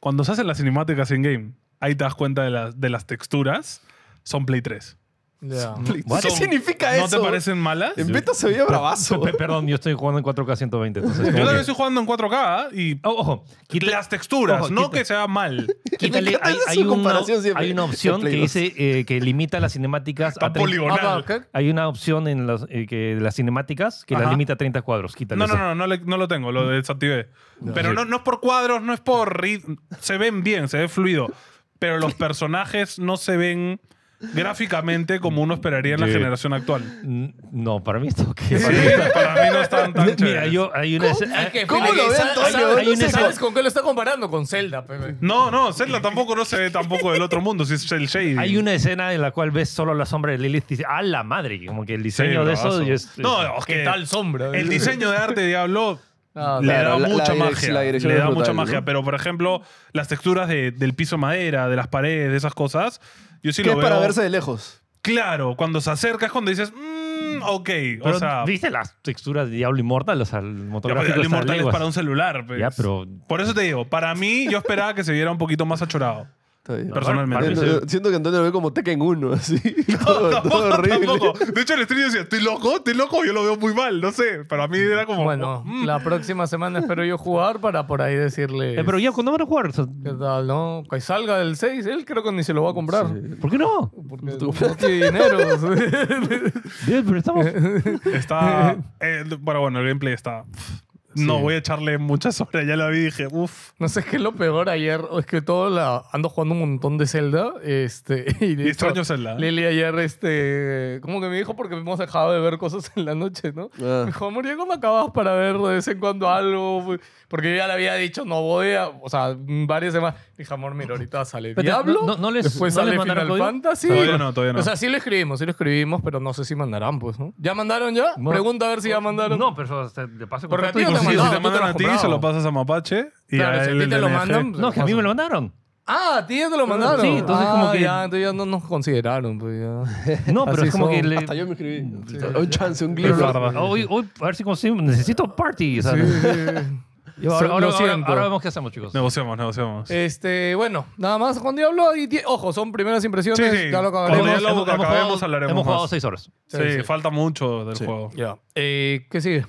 Speaker 1: Cuando se hacen las cinemáticas en game, ahí te das cuenta de, las- de las texturas, son Play 3.
Speaker 4: Ya.
Speaker 2: ¿Qué
Speaker 1: Son-
Speaker 2: significa
Speaker 1: ¿No
Speaker 2: eso?
Speaker 1: te parecen malas?
Speaker 2: En beta se veía bravazo.
Speaker 3: Pe- Perdón, yo estoy jugando en 4K 120. Entonces,
Speaker 1: Yo
Speaker 3: como
Speaker 1: también
Speaker 3: que-
Speaker 1: estoy jugando en 4K y
Speaker 3: Oh, ojo, quita-
Speaker 1: las texturas,
Speaker 3: ojo,
Speaker 1: no
Speaker 3: quita-
Speaker 1: que sea mal.
Speaker 3: quítale-
Speaker 2: encanta
Speaker 3: hay,
Speaker 2: su
Speaker 3: hay una,
Speaker 2: comparación siempre.
Speaker 3: hay una opción
Speaker 2: De Play
Speaker 3: que
Speaker 2: dos.
Speaker 3: dice eh, que limita las cinemáticas
Speaker 1: Está
Speaker 3: a 30
Speaker 1: poligonal.
Speaker 4: Ah, ok.
Speaker 3: Hay una opción en las, eh, que, de las cinemáticas que
Speaker 1: Ajá.
Speaker 3: las limita a 30 cuadros. Quítale
Speaker 1: No, no,
Speaker 3: eso.
Speaker 1: no, no, le- no lo tengo, lo desactivé. Pero no, no es por cuadros, no es por... rit- Se ven bien, se ve fluido. Pero los personajes no se ven gráficamente como uno esperaría en la
Speaker 3: Sí.
Speaker 1: generación actual.
Speaker 3: N- No, para mí está ok.
Speaker 1: Sí, Ah, para mí no están tan
Speaker 3: Mira,
Speaker 1: chéveres.
Speaker 3: yo hay una...
Speaker 4: Ah, Es que
Speaker 2: ¿Cómo
Speaker 4: Felipe,
Speaker 2: lo ve
Speaker 4: ¿sabes-
Speaker 2: Antonio?
Speaker 4: ¿sabes-
Speaker 3: Hay un
Speaker 4: ¿Sabes
Speaker 3: esco-
Speaker 4: con qué lo está comparando? Con Zelda, Pepe.
Speaker 1: No, no, Zelda tampoco no se ve tampoco del otro mundo, si es el shading.
Speaker 3: Hay una escena en la cual ves solo la sombra de Lilith y dices, ¡ah, la madre! Como que el
Speaker 1: Sí,
Speaker 3: diseño de eso...
Speaker 1: bravazo.
Speaker 3: y es-
Speaker 1: No, es que
Speaker 4: sombra?
Speaker 1: el diseño de arte de Diablo
Speaker 4: Ah,
Speaker 1: le
Speaker 2: claro,
Speaker 1: da
Speaker 2: la- la
Speaker 1: mucha
Speaker 2: direc-
Speaker 1: magia.
Speaker 2: la
Speaker 1: le
Speaker 2: dirección
Speaker 1: da
Speaker 2: es
Speaker 1: mucha
Speaker 2: brutal,
Speaker 1: magia.
Speaker 2: ¿no?
Speaker 1: Pero, por ejemplo, las texturas de- del piso madera, de las paredes, de esas cosas, yo sí
Speaker 2: que
Speaker 1: lo
Speaker 2: es
Speaker 1: veo.
Speaker 2: para verse de lejos.
Speaker 1: Claro, cuando se acerca es cuando dices, mmm, ok.
Speaker 3: Pero,
Speaker 1: o sea,
Speaker 3: ¿viste las texturas de Diablo Immortal? O sea, el
Speaker 1: ya, pero
Speaker 3: motográfico
Speaker 1: Diablo
Speaker 3: está
Speaker 1: Inmortal es
Speaker 3: leguas.
Speaker 1: para un celular. pues.
Speaker 3: Ya, pero...
Speaker 1: Por eso te digo, para mí yo esperaba que se viera un poquito más achorado.
Speaker 2: Está bien.
Speaker 1: Personalmente.
Speaker 2: Yo-
Speaker 3: Para mí
Speaker 2: yo-
Speaker 3: sí.
Speaker 2: siento que Antonio lo ve como Tekken 1, así. todo, todo horrible.
Speaker 1: Tampoco. De hecho, el stream decía, estoy loco, estoy loco, yo lo veo muy mal, no sé. Para mí era como.
Speaker 4: Bueno,
Speaker 1: mm.
Speaker 4: la próxima semana espero yo jugar para por ahí decirle.
Speaker 3: Eh, pero ya, ¿cuándo van a jugar? O sea,
Speaker 4: ¿Qué tal, no? Que salga del 6, él creo que ni se lo va a comprar.
Speaker 3: ¿Por qué no?
Speaker 4: Porque no tiene dinero.
Speaker 3: Dude, pero estamos...
Speaker 1: Está. eh, pero bueno, el gameplay está. No voy a echarle muchas horas, ya la vi y dije, uff.
Speaker 4: no sé qué es lo peor ayer. Es que todo la, ando jugando un montón de Zelda. Este, y de
Speaker 1: Y
Speaker 4: hecho,
Speaker 1: extraño Zelda.
Speaker 4: Lili ayer, este, como que me dijo porque hemos dejado de ver cosas en la noche, ¿no?
Speaker 2: Ah.
Speaker 4: Me dijo, amor, ¿ya cómo acabas para ver de vez en cuando algo? Porque yo ya le había dicho, no voy a, o sea, varias semanas. Me Dijo, amor, mira, ahorita sale
Speaker 3: Pero,
Speaker 4: Diablo,
Speaker 3: ¿no- no les-
Speaker 4: después
Speaker 3: no les
Speaker 4: sale
Speaker 3: mandaron
Speaker 4: Final
Speaker 3: código?
Speaker 4: Fantasy.
Speaker 1: Todavía no, todavía no.
Speaker 4: O sea, sí lo escribimos, sí lo escribimos, pero no sé si mandarán, pues, ¿no? ¿Ya mandaron ya?
Speaker 3: No.
Speaker 4: Pregunta a ver si ya mandaron.
Speaker 3: No, pero eso, de paso...
Speaker 4: Por
Speaker 3: contacto
Speaker 4: ratito
Speaker 3: y-
Speaker 1: Pues
Speaker 4: te
Speaker 1: sí,
Speaker 4: mandado,
Speaker 1: si te
Speaker 4: tú te lo
Speaker 1: mandan
Speaker 4: has
Speaker 1: a ti,
Speaker 4: comprado.
Speaker 1: se lo pasas a Mapache y
Speaker 4: Claro,
Speaker 1: a
Speaker 4: si a
Speaker 1: él
Speaker 4: ti te
Speaker 1: el
Speaker 4: lo
Speaker 1: DNG.
Speaker 4: mandan, pues,
Speaker 3: No, que a mí me lo mandaron.
Speaker 4: Ah, a ti ya te lo mandaron.
Speaker 3: Sí, entonces
Speaker 4: Ah,
Speaker 3: como que-
Speaker 4: Ya, entonces ya no nos consideraron, pues ya.
Speaker 3: No, pero
Speaker 4: Así
Speaker 3: es como
Speaker 4: son.
Speaker 3: que... le-
Speaker 2: Hasta yo me escribí. Un chance, un
Speaker 1: Qué
Speaker 2: glitch.
Speaker 1: farda.
Speaker 3: Hoy, hoy, a ver si consigo... Necesito party. o sea, yo
Speaker 4: Lo
Speaker 3: ahora, ahora- ahora-
Speaker 4: siento.
Speaker 3: ahora vemos qué hacemos, chicos.
Speaker 1: Negociamos, negociamos.
Speaker 4: Este, bueno, nada más Juan Diablo. Y tie- ojo, son primeras impresiones.
Speaker 1: Sí, sí.
Speaker 4: Ya lo
Speaker 1: Cuando
Speaker 4: acabaremos.
Speaker 1: ya lo acabemos, hablaremos
Speaker 3: hemos jugado
Speaker 1: más.
Speaker 3: seis horas.
Speaker 1: sí,
Speaker 4: sí, sí.
Speaker 1: falta mucho del
Speaker 2: Sí.
Speaker 1: juego.
Speaker 4: Ya. Eh, ¿Qué sigue?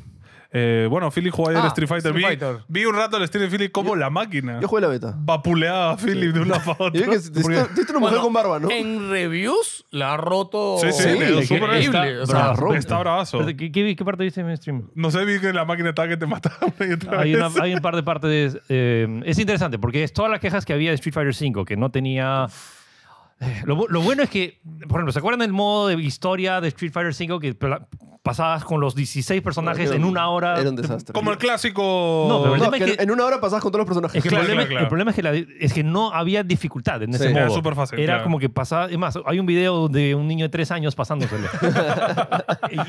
Speaker 1: Eh, bueno, Philly jugó ayer
Speaker 4: Ah,
Speaker 1: Street Fighter.
Speaker 4: Street
Speaker 1: vi,
Speaker 4: Fighter.
Speaker 1: vi un rato el Street Philly como la máquina.
Speaker 2: Yo jugué la beta.
Speaker 1: Vapuleaba a Philly de una para
Speaker 2: Y
Speaker 1: otra.
Speaker 2: vi que te- te-
Speaker 1: Porque-
Speaker 2: te- te una mujer
Speaker 4: Bueno,
Speaker 2: con barba, ¿no?
Speaker 4: En reviews la ha roto.
Speaker 1: Sí, sí,
Speaker 2: Sí,
Speaker 1: le dio
Speaker 2: es
Speaker 3: que
Speaker 1: súper-
Speaker 4: está-
Speaker 1: o sea,
Speaker 2: la rompe.
Speaker 1: está bravazo.
Speaker 3: Espérate, ¿Qué, qué, qué parte viste en mi stream?
Speaker 1: No sé, vi que la máquina estaba que te mataba. y otra
Speaker 3: Hay, una-
Speaker 1: vez.
Speaker 3: hay un par de partes. eh, es interesante porque es todas las quejas que había de Street Fighter V, que no tenía. Eh, Lo, bu- lo bueno es que, por ejemplo, ¿se acuerdan del modo de historia de Street Fighter V que pla- pasabas con los 16 personajes
Speaker 2: Era
Speaker 3: en
Speaker 2: un-
Speaker 3: una hora?
Speaker 2: Era un desastre.
Speaker 1: Como el clásico.
Speaker 3: No, pero el
Speaker 2: No,
Speaker 3: tema es
Speaker 2: que
Speaker 3: que-
Speaker 2: en una hora pasabas con todos los personajes.
Speaker 3: Es que
Speaker 1: Claro,
Speaker 3: el, problema,
Speaker 1: claro, claro.
Speaker 3: el problema es que, la- es que no había dificultad en
Speaker 2: Sí.
Speaker 3: ese modo.
Speaker 2: Era
Speaker 1: súper fácil,
Speaker 3: Era
Speaker 1: claro.
Speaker 3: como que pasaba. Es más, hay un video de un niño de tres años pasándoselo. y,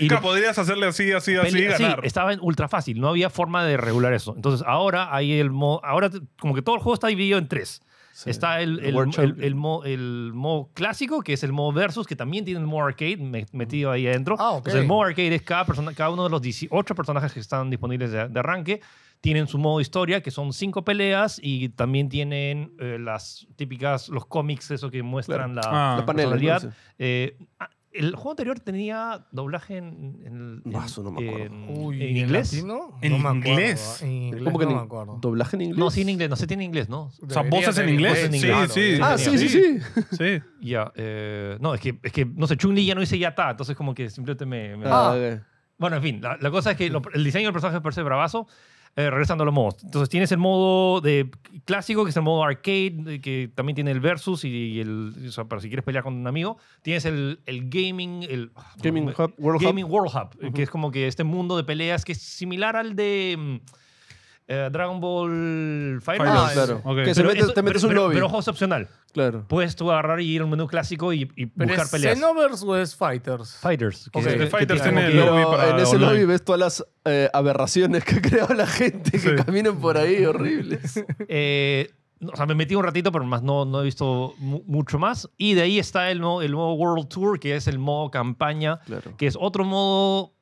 Speaker 3: y
Speaker 1: Claro,
Speaker 3: lo-
Speaker 1: podrías hacerle así, así, así y
Speaker 3: Peli- sí,
Speaker 1: ganar.
Speaker 3: estaba en ultra fácil, no había forma de regular eso. Entonces ahora hay el modo, ahora t- como que todo el juego está dividido en tres. Está el, el,
Speaker 2: World
Speaker 3: el-
Speaker 2: Champion.
Speaker 3: el mo- el modo clásico, que es el modo versus, que también tiene el modo arcade me- metido ahí adentro.
Speaker 4: Ah, ok.
Speaker 3: Entonces, el modo arcade es cada, persona, cada uno de los 18 personajes que están disponibles de, de arranque. Tienen su modo historia, que son cinco peleas, y también tienen eh, las típicas, los cómics, eso que muestran la,
Speaker 1: Ah,
Speaker 2: Los paneles, ¿no?
Speaker 3: personalidad.
Speaker 2: Sí.
Speaker 3: Eh, ah, el juego anterior tenía doblaje en, en, en-
Speaker 2: Ah, eso no me acuerdo.
Speaker 3: en-
Speaker 4: Uy,
Speaker 3: en inglés.
Speaker 4: latino?
Speaker 1: ¿En
Speaker 4: No me acuerdo, ah,
Speaker 1: inglés?
Speaker 4: En inglés
Speaker 2: ¿Cómo que
Speaker 4: no
Speaker 2: en-
Speaker 4: me acuerdo.
Speaker 2: ¿Doblaje en inglés?
Speaker 3: No, sí en inglés, no sé, tiene inglés, ¿no?
Speaker 1: O sea,
Speaker 4: Debería
Speaker 1: voces en
Speaker 4: tener
Speaker 1: inglés.
Speaker 3: en
Speaker 1: Sí,
Speaker 3: inglés.
Speaker 1: sí.
Speaker 2: Ah, sí, sí, sí.
Speaker 1: Sí.
Speaker 3: Ya, eh, no, es que, es que, no sé, Chun-Li ya no dice ya está, entonces como que simplemente me... me-
Speaker 2: Ah, ok.
Speaker 3: Bueno, en fin, la, la cosa es que lo- el diseño del personaje parece bravazo. eh, regresando a los modos. Entonces tienes el modo de clásico, que es el modo arcade, eh, que también tiene el versus y, y el... o sea, para si quieres pelear con un amigo. Tienes el, el gaming... El,
Speaker 2: Gaming
Speaker 3: me-
Speaker 2: Hub, World Hub.
Speaker 3: Gaming World Hub, eh, que es como que este mundo de peleas que es similar al de mm, eh, Dragon Ball Fighter.
Speaker 1: Fighters,
Speaker 2: Ah, claro.
Speaker 1: ok.
Speaker 2: Que se
Speaker 3: Pero
Speaker 2: mete-
Speaker 3: eso-
Speaker 2: te metes
Speaker 3: pero-
Speaker 2: un
Speaker 3: pero-
Speaker 2: lobby.
Speaker 3: Pero ojo, es opcional.
Speaker 2: Claro.
Speaker 3: Puedes tú agarrar y ir al menú clásico y, y
Speaker 4: ¿Pero
Speaker 3: buscar
Speaker 4: es
Speaker 3: peleas.
Speaker 4: Xenoverse o es Fighters?
Speaker 3: Fighters. que-
Speaker 4: Ok,
Speaker 3: que
Speaker 4: el
Speaker 1: Fighters
Speaker 3: como
Speaker 1: tiene
Speaker 3: que-
Speaker 1: el lobby
Speaker 2: Pero
Speaker 1: para
Speaker 2: en ese
Speaker 1: online.
Speaker 2: lobby ves todas las eh, aberraciones que ha creado la gente que
Speaker 1: Sí.
Speaker 2: caminan por ahí, horribles.
Speaker 3: eh, no, o sea, me metí un ratito, pero más no, no he visto mu- mucho más. Y de ahí está el nuevo, el nuevo World Tour, que es el modo campaña,
Speaker 2: Claro.
Speaker 3: que es otro modo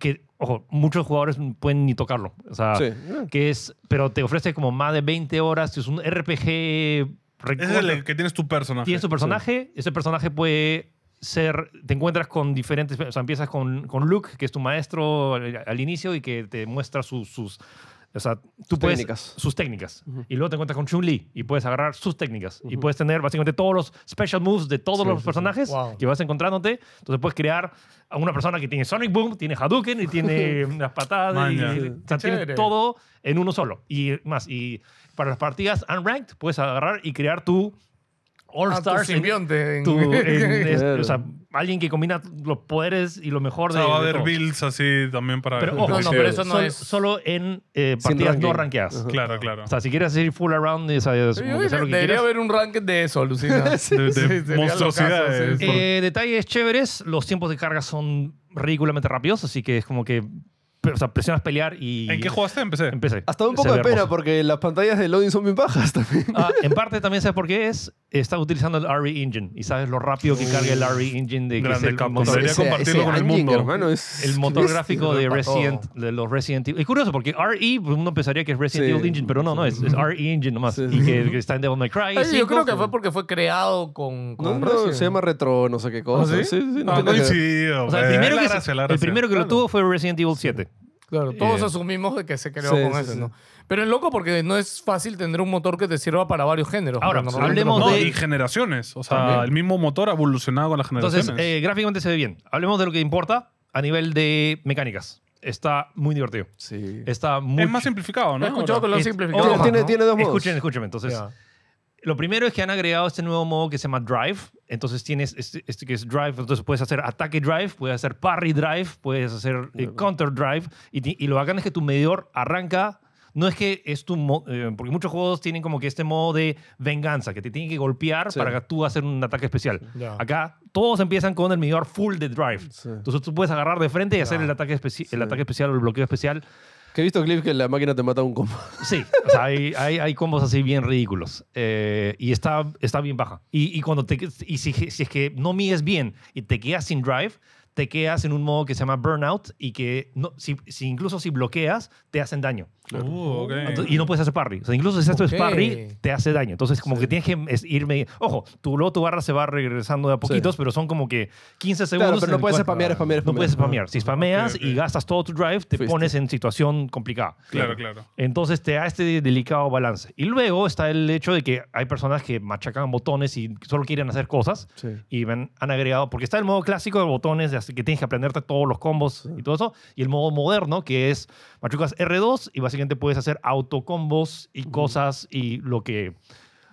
Speaker 3: que, ojo, muchos jugadores pueden ni tocarlo. O sea,
Speaker 2: Ah. Sí.
Speaker 3: que es, pero te ofrece como más de 20 horas. Es un RPG.
Speaker 1: Ese
Speaker 3: recontra-
Speaker 1: es el que tienes tu personaje.
Speaker 3: Tienes tu personaje, ese personaje puede ser, te encuentras con diferentes, o sea, empiezas con, con Luke, que es tu maestro al, al inicio y que te muestra sus, sus o sea, tú puedes,
Speaker 2: técnicas.
Speaker 3: sus técnicas. Y luego te encuentras con Chun-Li y puedes agarrar sus técnicas. Y puedes tener básicamente todos los special moves de todos los personajes
Speaker 4: Wow.
Speaker 3: que vas encontrándote. Entonces puedes crear a una persona que tiene Sonic Boom, tiene Hadouken y tiene las patadas. y,
Speaker 1: Maña.
Speaker 3: y- o sea, tiene
Speaker 4: Chévere.
Speaker 3: todo en uno solo. Y más, y para las partidas unranked puedes agarrar y crear tu All
Speaker 4: Ah, tu
Speaker 3: Stars. en-
Speaker 4: simbionte en-
Speaker 3: tu- en- es-
Speaker 2: Claro.
Speaker 3: o sea, alguien que combina los poderes y lo mejor
Speaker 1: O
Speaker 3: de.
Speaker 1: sea, va a
Speaker 3: de
Speaker 1: haber
Speaker 3: todo.
Speaker 1: builds así también para.
Speaker 3: Pero ojo,
Speaker 4: No, no, pero eso no
Speaker 3: solo,
Speaker 4: es-
Speaker 3: solo en eh, partidas no
Speaker 2: ranking.
Speaker 3: rankeadas.
Speaker 1: Claro, claro.
Speaker 3: O sea, si quieres ir full around, o sea, es como
Speaker 4: Yo
Speaker 3: que hacer
Speaker 4: diría-
Speaker 3: lo que
Speaker 4: debería
Speaker 3: quieras.
Speaker 4: haber un ranking de eso, Lucina.
Speaker 1: De, de
Speaker 4: Sí, sería lo caso,
Speaker 1: monstruosidades.
Speaker 4: sí, sí.
Speaker 1: Por-
Speaker 3: Eh, detalles chéveres, los tiempos de carga son ridículamente rápidos, así que es como que pe- o sea, presionas pelear y...
Speaker 1: ¿En qué jugaste? Empecé.
Speaker 3: Empecé.
Speaker 2: Hasta un
Speaker 3: Se
Speaker 2: poco
Speaker 3: ve
Speaker 2: de pena
Speaker 3: hermoso.
Speaker 2: porque las pantallas de loading son bien bajas también.
Speaker 3: Ah, en parte también sabes por qué es, está utilizando el RE Engine y sabes lo rápido que carga el RE Engine de que es
Speaker 1: Grande
Speaker 3: el
Speaker 1: Capcom.
Speaker 3: motor,
Speaker 1: Debería
Speaker 2: Ese-
Speaker 1: compartirlo
Speaker 2: ese
Speaker 1: con el
Speaker 2: engine,
Speaker 1: mundo.
Speaker 2: hermano, es-
Speaker 3: el motor
Speaker 2: bestia.
Speaker 3: gráfico de
Speaker 4: para todo.
Speaker 3: Resident de los Resident Evil. Es curioso porque RE pues, uno pensaría que es Resident
Speaker 2: Sí.
Speaker 3: Evil Engine, pero no, no, es, es RE Engine nomás
Speaker 2: Sí,
Speaker 3: y
Speaker 2: sí.
Speaker 3: que, que está en Devil May Cry.
Speaker 4: Ay, Pues, yo
Speaker 3: cinco.
Speaker 4: creo que fue porque fue creado con.
Speaker 2: No,
Speaker 4: con
Speaker 2: no,
Speaker 4: Resident.
Speaker 2: se llama retro, no sé qué cosa.
Speaker 4: ¿Ah, sí?
Speaker 2: Sí, sí, no
Speaker 1: Ah,
Speaker 2: tiene nada que ver.
Speaker 1: coincidido.
Speaker 3: O sea, el
Speaker 1: eh,
Speaker 3: primero
Speaker 1: la
Speaker 3: que, se-
Speaker 1: gracia, la
Speaker 3: el
Speaker 1: gracia.
Speaker 3: primero que lo tuvo fue Resident Evil 7.
Speaker 4: Claro, todos
Speaker 3: Eh,
Speaker 4: asumimos que se creó
Speaker 2: sí,
Speaker 4: con
Speaker 2: sí,
Speaker 4: eso,
Speaker 2: sí.
Speaker 4: ¿no? Pero es loco porque no es fácil tener un motor que te sirva para varios géneros.
Speaker 3: Ahora,
Speaker 4: porque normalmente
Speaker 3: hablemos
Speaker 4: los
Speaker 1: No,
Speaker 3: de-
Speaker 1: y generaciones. O sea,
Speaker 4: También.
Speaker 1: el mismo motor ha evolucionado con las generaciones.
Speaker 3: Entonces, eh, gráficamente se ve bien. Hablemos de lo que importa a nivel de mecánicas. Está muy divertido.
Speaker 2: Sí.
Speaker 3: Está muy...
Speaker 1: es más simplificado, ¿no?
Speaker 4: He escuchado que
Speaker 1: Ahora.
Speaker 4: lo han
Speaker 3: es-
Speaker 4: simplificado.
Speaker 3: Tiene-
Speaker 4: más,
Speaker 2: tiene-
Speaker 4: ¿no?
Speaker 2: tiene dos modos.
Speaker 3: Escuchen, escuchen. Entonces,
Speaker 4: Ya.
Speaker 3: lo primero es que han agregado este nuevo modo que se llama Drive. Entonces tienes este, este que es Drive. Entonces puedes hacer ataque Drive, puedes hacer parry Drive, puedes hacer eh, counter Drive. Y, ti- y lo bacán es que tu medidor arranca. No es que es tu mo- eh, porque muchos juegos tienen como que este modo de venganza, que te tienen que golpear
Speaker 2: Sí.
Speaker 3: para que tú hacer un ataque especial.
Speaker 4: Ya.
Speaker 3: Acá todos empiezan con el medidor full de drive.
Speaker 2: Sí.
Speaker 3: Entonces tú puedes agarrar de frente y hacer el ataque, especi- el ataque especial o el bloqueo especial.
Speaker 2: Que he visto clips que la máquina te mata un combo.
Speaker 3: Sí, o sea, hay, hay, hay combos así bien ridículos. Eh, y está, está bien baja. Y, y cuando te, y si, si es que no mides bien y te quedas sin drive, te quedas en un modo que se llama burnout y que no, si, si incluso si bloqueas, te hacen daño.
Speaker 1: Uh, ok.
Speaker 3: Entonces- y no puedes hacer parry. O sea, incluso si haces
Speaker 4: Ok.
Speaker 3: parry, te hace daño. Entonces, como que tienes que es- irme. Ojo, tu, luego tu barra se va regresando de a poquitos, pero son como que 15 segundos.
Speaker 2: pero
Speaker 3: en
Speaker 2: no
Speaker 3: el
Speaker 2: puedes
Speaker 3: cual-
Speaker 2: spamear, spamear,
Speaker 3: No
Speaker 2: spamear. Ah,
Speaker 3: puedes spamear. Si spameas
Speaker 1: ok.
Speaker 3: y gastas todo tu drive, te
Speaker 2: Fuiste.
Speaker 3: pones en situación complicada.
Speaker 1: Claro, claro.
Speaker 3: Entonces te da este delicado balance. Y luego está el hecho de que hay personas que machacan botones y solo quieren hacer cosas.
Speaker 2: Sí.
Speaker 3: Y ven- han agregado, porque está el modo clásico de botones, así que tienes que aprenderte todos los combos y todo eso. Y el modo moderno, que es machucas R2 y básicamente puedes hacer autocombos y cosas y lo que.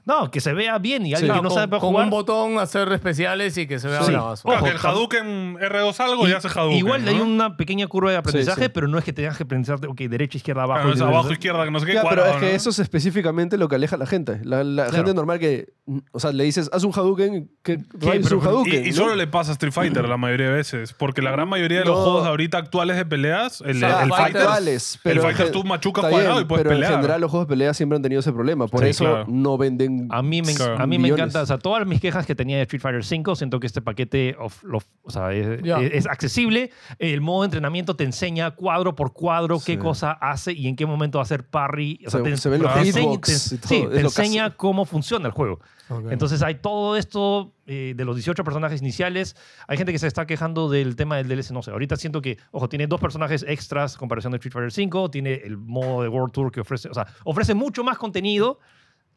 Speaker 3: No, que se vea bien y alguien que no
Speaker 4: con,
Speaker 3: sabe para
Speaker 4: con
Speaker 3: jugar.
Speaker 4: un botón hacer especiales y que se vea
Speaker 3: Sí.
Speaker 4: bravazo.
Speaker 1: Claro,
Speaker 3: Ojo,
Speaker 1: que el
Speaker 3: tam-
Speaker 1: Hadouken R2 algo y,
Speaker 3: Y-
Speaker 1: hace Hadouken.
Speaker 3: igual
Speaker 1: ¿no?
Speaker 3: hay una pequeña curva de aprendizaje,
Speaker 2: sí.
Speaker 3: pero no es que tengas que pensarte, ok, derecha, izquierda, abajo.
Speaker 1: Claro,
Speaker 3: y-
Speaker 1: es abajo, izquierda, que no sé qué.
Speaker 2: Ya, pero
Speaker 1: cuadrado,
Speaker 2: es que
Speaker 1: ¿no?
Speaker 2: eso es específicamente lo que aleja a la gente. La, la
Speaker 3: Claro.
Speaker 2: gente normal que, mm, o sea, le dices, haz un Hadouken, que rayos es
Speaker 3: pero-
Speaker 2: un Hadouken.
Speaker 1: Y, y
Speaker 2: ¿no?
Speaker 1: solo le pasa a Street Fighter la mayoría de veces, porque la gran mayoría de los
Speaker 2: No.
Speaker 1: juegos ahorita actuales de peleas, el,
Speaker 4: sea,
Speaker 1: el
Speaker 4: Fighters-
Speaker 1: Fighter,
Speaker 2: actuales, Ah, pero
Speaker 1: el
Speaker 2: en
Speaker 1: Fighters
Speaker 2: gen-
Speaker 1: tú machucas
Speaker 2: está
Speaker 1: cuadrado
Speaker 2: bien,
Speaker 1: y puedes
Speaker 2: pero
Speaker 1: pelear.
Speaker 2: en general los juegos de pelea siempre han tenido ese problema. Por
Speaker 1: Sí,
Speaker 2: eso
Speaker 1: claro.
Speaker 2: no venden.
Speaker 3: A mí, me,
Speaker 1: Claro.
Speaker 3: a mí me
Speaker 2: Millones.
Speaker 3: encanta, o sea, todas mis quejas que tenía de Street Fighter 5, siento que este paquete of- lo- o sea, es,
Speaker 4: Ya.
Speaker 3: es- es accesible, el modo de entrenamiento te enseña cuadro por cuadro qué
Speaker 2: Sí.
Speaker 3: cosa hace y en qué momento hacer parry, o sea,
Speaker 2: Se-
Speaker 3: te,
Speaker 2: se ven los
Speaker 3: te enseña-
Speaker 2: hitbox
Speaker 3: te-
Speaker 2: y todo,
Speaker 3: sí,
Speaker 2: es
Speaker 3: te
Speaker 2: lo
Speaker 3: enseña
Speaker 2: caso.
Speaker 3: cómo funciona el juego.
Speaker 4: Ok.
Speaker 3: Entonces hay todo esto eh, de los 18 personajes iniciales, hay gente que se está quejando del tema del DLC, no sé, ahorita siento que, ojo, tiene dos personajes extras en comparación de Street Fighter 5, tiene el modo de World Tour que ofrece, o sea, ofrece mucho más contenido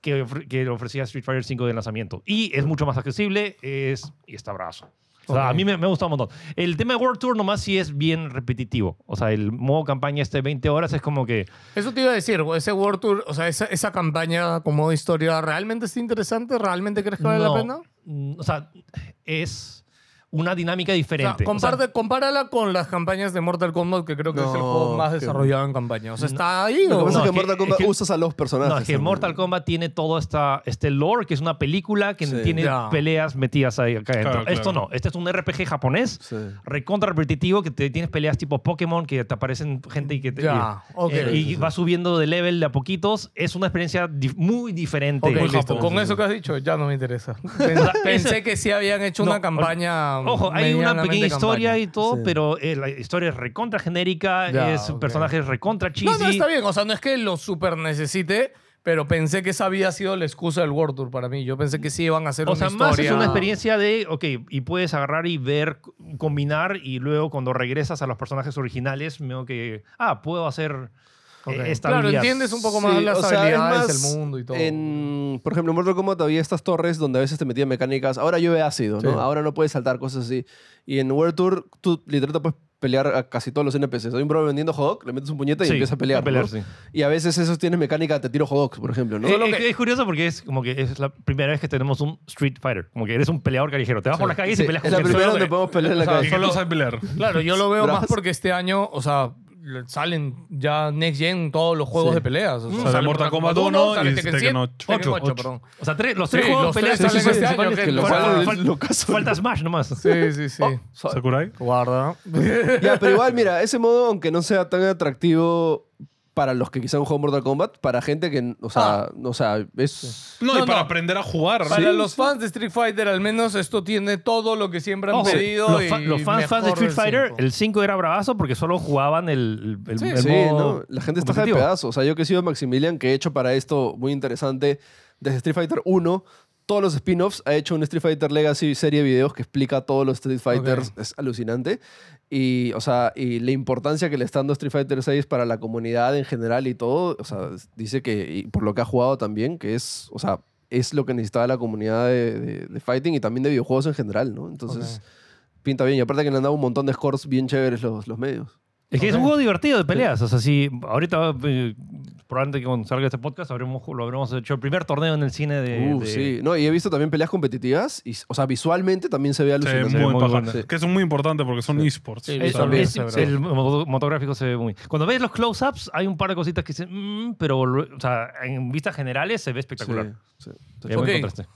Speaker 3: que, ofre- que ofrecía Street Fighter 5 de lanzamiento. Y es mucho más accesible es, y está brazo. O sea,
Speaker 4: Ok.
Speaker 3: a mí me, me ha gustado un montón. El tema de World Tour nomás sí es bien repetitivo. O sea, el modo campaña este de 20 horas es como que...
Speaker 4: Eso te iba a decir, güey, ese World Tour, o sea, esa, esa campaña como de historia, ¿realmente es interesante? ¿Realmente crees que vale
Speaker 3: no,
Speaker 4: la pena? O
Speaker 3: mm, O sea, es una dinámica
Speaker 4: sea,
Speaker 3: diferente. O sea,
Speaker 4: comparte- compárala con las campañas de Mortal Kombat, que creo que es el
Speaker 2: No,
Speaker 4: juego más
Speaker 2: que-
Speaker 4: desarrollado en campaña. O sea, está ahí.
Speaker 2: Lo
Speaker 4: ¿o
Speaker 2: que pasa
Speaker 3: No,
Speaker 2: es que en
Speaker 3: es que-
Speaker 2: Mortal Kombat
Speaker 3: es que-
Speaker 2: usas a los personajes.
Speaker 3: No, es que
Speaker 2: también.
Speaker 3: Mortal Kombat tiene todo esta, este lore, que es una película que
Speaker 2: Sí.
Speaker 3: tiene
Speaker 4: Ya.
Speaker 3: peleas metidas ahí acá adentro.
Speaker 1: Claro,
Speaker 3: Esto
Speaker 1: claro.
Speaker 3: no, este es un RPG japonés,
Speaker 2: Sí.
Speaker 3: recontra repetitivo, que te, tienes peleas tipo Pokémon, que te aparecen gente y que te...
Speaker 4: Ya, ok.
Speaker 3: eh,
Speaker 4: Sí,
Speaker 3: y va subiendo de level de a poquitos. Es una experiencia di- muy diferente.
Speaker 4: Ok,
Speaker 1: Muy
Speaker 4: listo.
Speaker 1: Japón,
Speaker 4: Con
Speaker 1: sí,
Speaker 4: eso que has dicho, ya no me interesa. Pens- Pensé que sí habían hecho
Speaker 3: No,
Speaker 4: una campaña.
Speaker 3: Ojo, hay una
Speaker 4: medianamente
Speaker 3: pequeña historia
Speaker 4: campaña.
Speaker 3: y todo,
Speaker 2: Sí.
Speaker 3: pero eh, la historia es recontra genérica,
Speaker 4: Ya,
Speaker 3: es
Speaker 4: ok.
Speaker 3: personajes recontra cheesy.
Speaker 4: No, no, está bien. O sea, no es que lo super necesite, pero pensé que esa había sido la excusa del World Tour para mí. Yo pensé que sí iban a hacer
Speaker 3: O
Speaker 4: una
Speaker 3: sea,
Speaker 4: historia.
Speaker 3: más es una experiencia de, ok, y puedes agarrar y ver, c- combinar, y luego cuando regresas a los personajes originales, veo que, ah, puedo hacer
Speaker 4: Ok.
Speaker 3: eh, esta
Speaker 4: Claro,
Speaker 3: habilidad.
Speaker 4: entiendes un poco más
Speaker 2: Sí,
Speaker 4: las
Speaker 2: o sea, es
Speaker 4: habilidades
Speaker 2: más,
Speaker 4: del mundo y todo.
Speaker 2: En, por ejemplo, en Mortal Kombat había estas torres donde a veces te metían mecánicas. Ahora llueve ácido, ¿no?
Speaker 4: Sí.
Speaker 2: Ahora no puedes saltar, cosas así. Y en World Tour, tú literal te puedes pelear a casi todos los NPCs. Hay un bro vendiendo hot dog, le metes un puñete y
Speaker 3: Sí,
Speaker 2: empieza a pelear.
Speaker 3: a pelear,
Speaker 2: ¿no?
Speaker 3: sí.
Speaker 2: Y a veces esos tienes mecánica, te tiro hot dogs, por ejemplo, ¿no?
Speaker 3: Eh, eh, es curioso porque es como que es la primera vez que tenemos un Street Fighter. Como que eres un peleador callejero. Te vas por las calles
Speaker 2: Sí,
Speaker 3: y peleas
Speaker 2: es la
Speaker 3: gente.
Speaker 2: primera
Speaker 3: Solo
Speaker 2: donde
Speaker 3: que-
Speaker 2: podemos pelear en la
Speaker 4: o sea,
Speaker 1: Y
Speaker 2: calle.
Speaker 1: que
Speaker 4: solo-
Speaker 1: no sabe pelear.
Speaker 4: Claro, yo lo veo
Speaker 2: Bravas.
Speaker 4: más porque este año, o sea, le- salen ya Next Gen todos los juegos
Speaker 2: Sí.
Speaker 4: de peleas.
Speaker 3: Mm.
Speaker 4: O sea,
Speaker 1: Sale Mortal Kombat 1
Speaker 4: sale
Speaker 1: y
Speaker 4: Tekken
Speaker 1: Tekken
Speaker 4: 7,
Speaker 1: 8.
Speaker 4: Tekken 8,
Speaker 3: este Ocho,
Speaker 4: perdón.
Speaker 3: O sea, tres- los tres
Speaker 4: Sí,
Speaker 3: juegos
Speaker 4: los
Speaker 3: de peleas
Speaker 4: tres
Speaker 3: salen
Speaker 4: salen
Speaker 3: este
Speaker 4: este
Speaker 3: año.
Speaker 4: año, que
Speaker 2: lo
Speaker 3: Falta-
Speaker 2: cual es
Speaker 3: fal-
Speaker 2: lo caso.
Speaker 3: Falta Smash nomás.
Speaker 4: Sí, sí, sí.
Speaker 1: ¿Sakurai?
Speaker 4: Guarda.
Speaker 2: Ya, pero igual, mira, ese modo, aunque no sea tan atractivo para los que quizá han jugado Mortal Kombat, para gente que, o sea, o sea es...
Speaker 1: No, y
Speaker 4: No,
Speaker 1: para
Speaker 4: no.
Speaker 1: aprender a jugar. ¿no?
Speaker 4: Para los fans de Street Fighter, al menos esto tiene todo lo que siempre han
Speaker 3: Ojo,
Speaker 4: pedido.
Speaker 3: los,
Speaker 4: y
Speaker 3: fa- los fans, fans de
Speaker 4: mejor
Speaker 3: Street
Speaker 4: del
Speaker 3: Fighter,
Speaker 4: cinco.
Speaker 3: el 5 era bravazo porque solo jugaban el, el, el-
Speaker 4: Sí,
Speaker 3: el
Speaker 2: Sí,
Speaker 3: modo
Speaker 2: ¿no? La gente está de
Speaker 3: competitivo.
Speaker 2: pedazo. O sea, yo que he sido Maximilian, que he hecho para esto muy interesante, desde Street Fighter 1, todos los spin-offs, ha hecho un Street Fighter Legacy serie de videos que explica todos los Street Fighters. Es alucinante. Y, o sea, y la importancia que le está dando Street Fighter 6 para la comunidad en general y todo, o sea, dice que, y por lo que ha jugado también, que es, o sea, es lo que necesitaba la comunidad de, de- de fighting y también de videojuegos en general, ¿no? Entonces, pinta bien. Y aparte que le han dado un montón de scores bien chéveres los, los medios.
Speaker 3: Es que es un
Speaker 4: Ok.
Speaker 3: juego divertido de peleas. O sea, si ahorita, eh, probablemente que cuando salga este podcast, habremos, lo habremos hecho el primer torneo en el cine
Speaker 1: Eh,
Speaker 3: de.
Speaker 2: Uh,
Speaker 3: de-
Speaker 2: sí. No, y he visto también peleas competitivas. Y, o sea, visualmente también se ve
Speaker 1: Se ve
Speaker 2: alucinante.
Speaker 1: muy
Speaker 3: muy
Speaker 1: paja.
Speaker 3: buena.
Speaker 1: Que eso es muy importante porque son esports.
Speaker 4: Sí,
Speaker 3: Es-
Speaker 4: También,
Speaker 3: es-
Speaker 4: sí,
Speaker 3: es-
Speaker 4: bro.
Speaker 3: el moto- motográfico se ve muy. Cuando ves los close-ups, hay un par de cositas que dicen, "Mm", pero lo- o sea, en vistas generales se ve espectacular.
Speaker 2: Sí, sí.
Speaker 3: Hay buen
Speaker 4: Ok.
Speaker 3: contraste.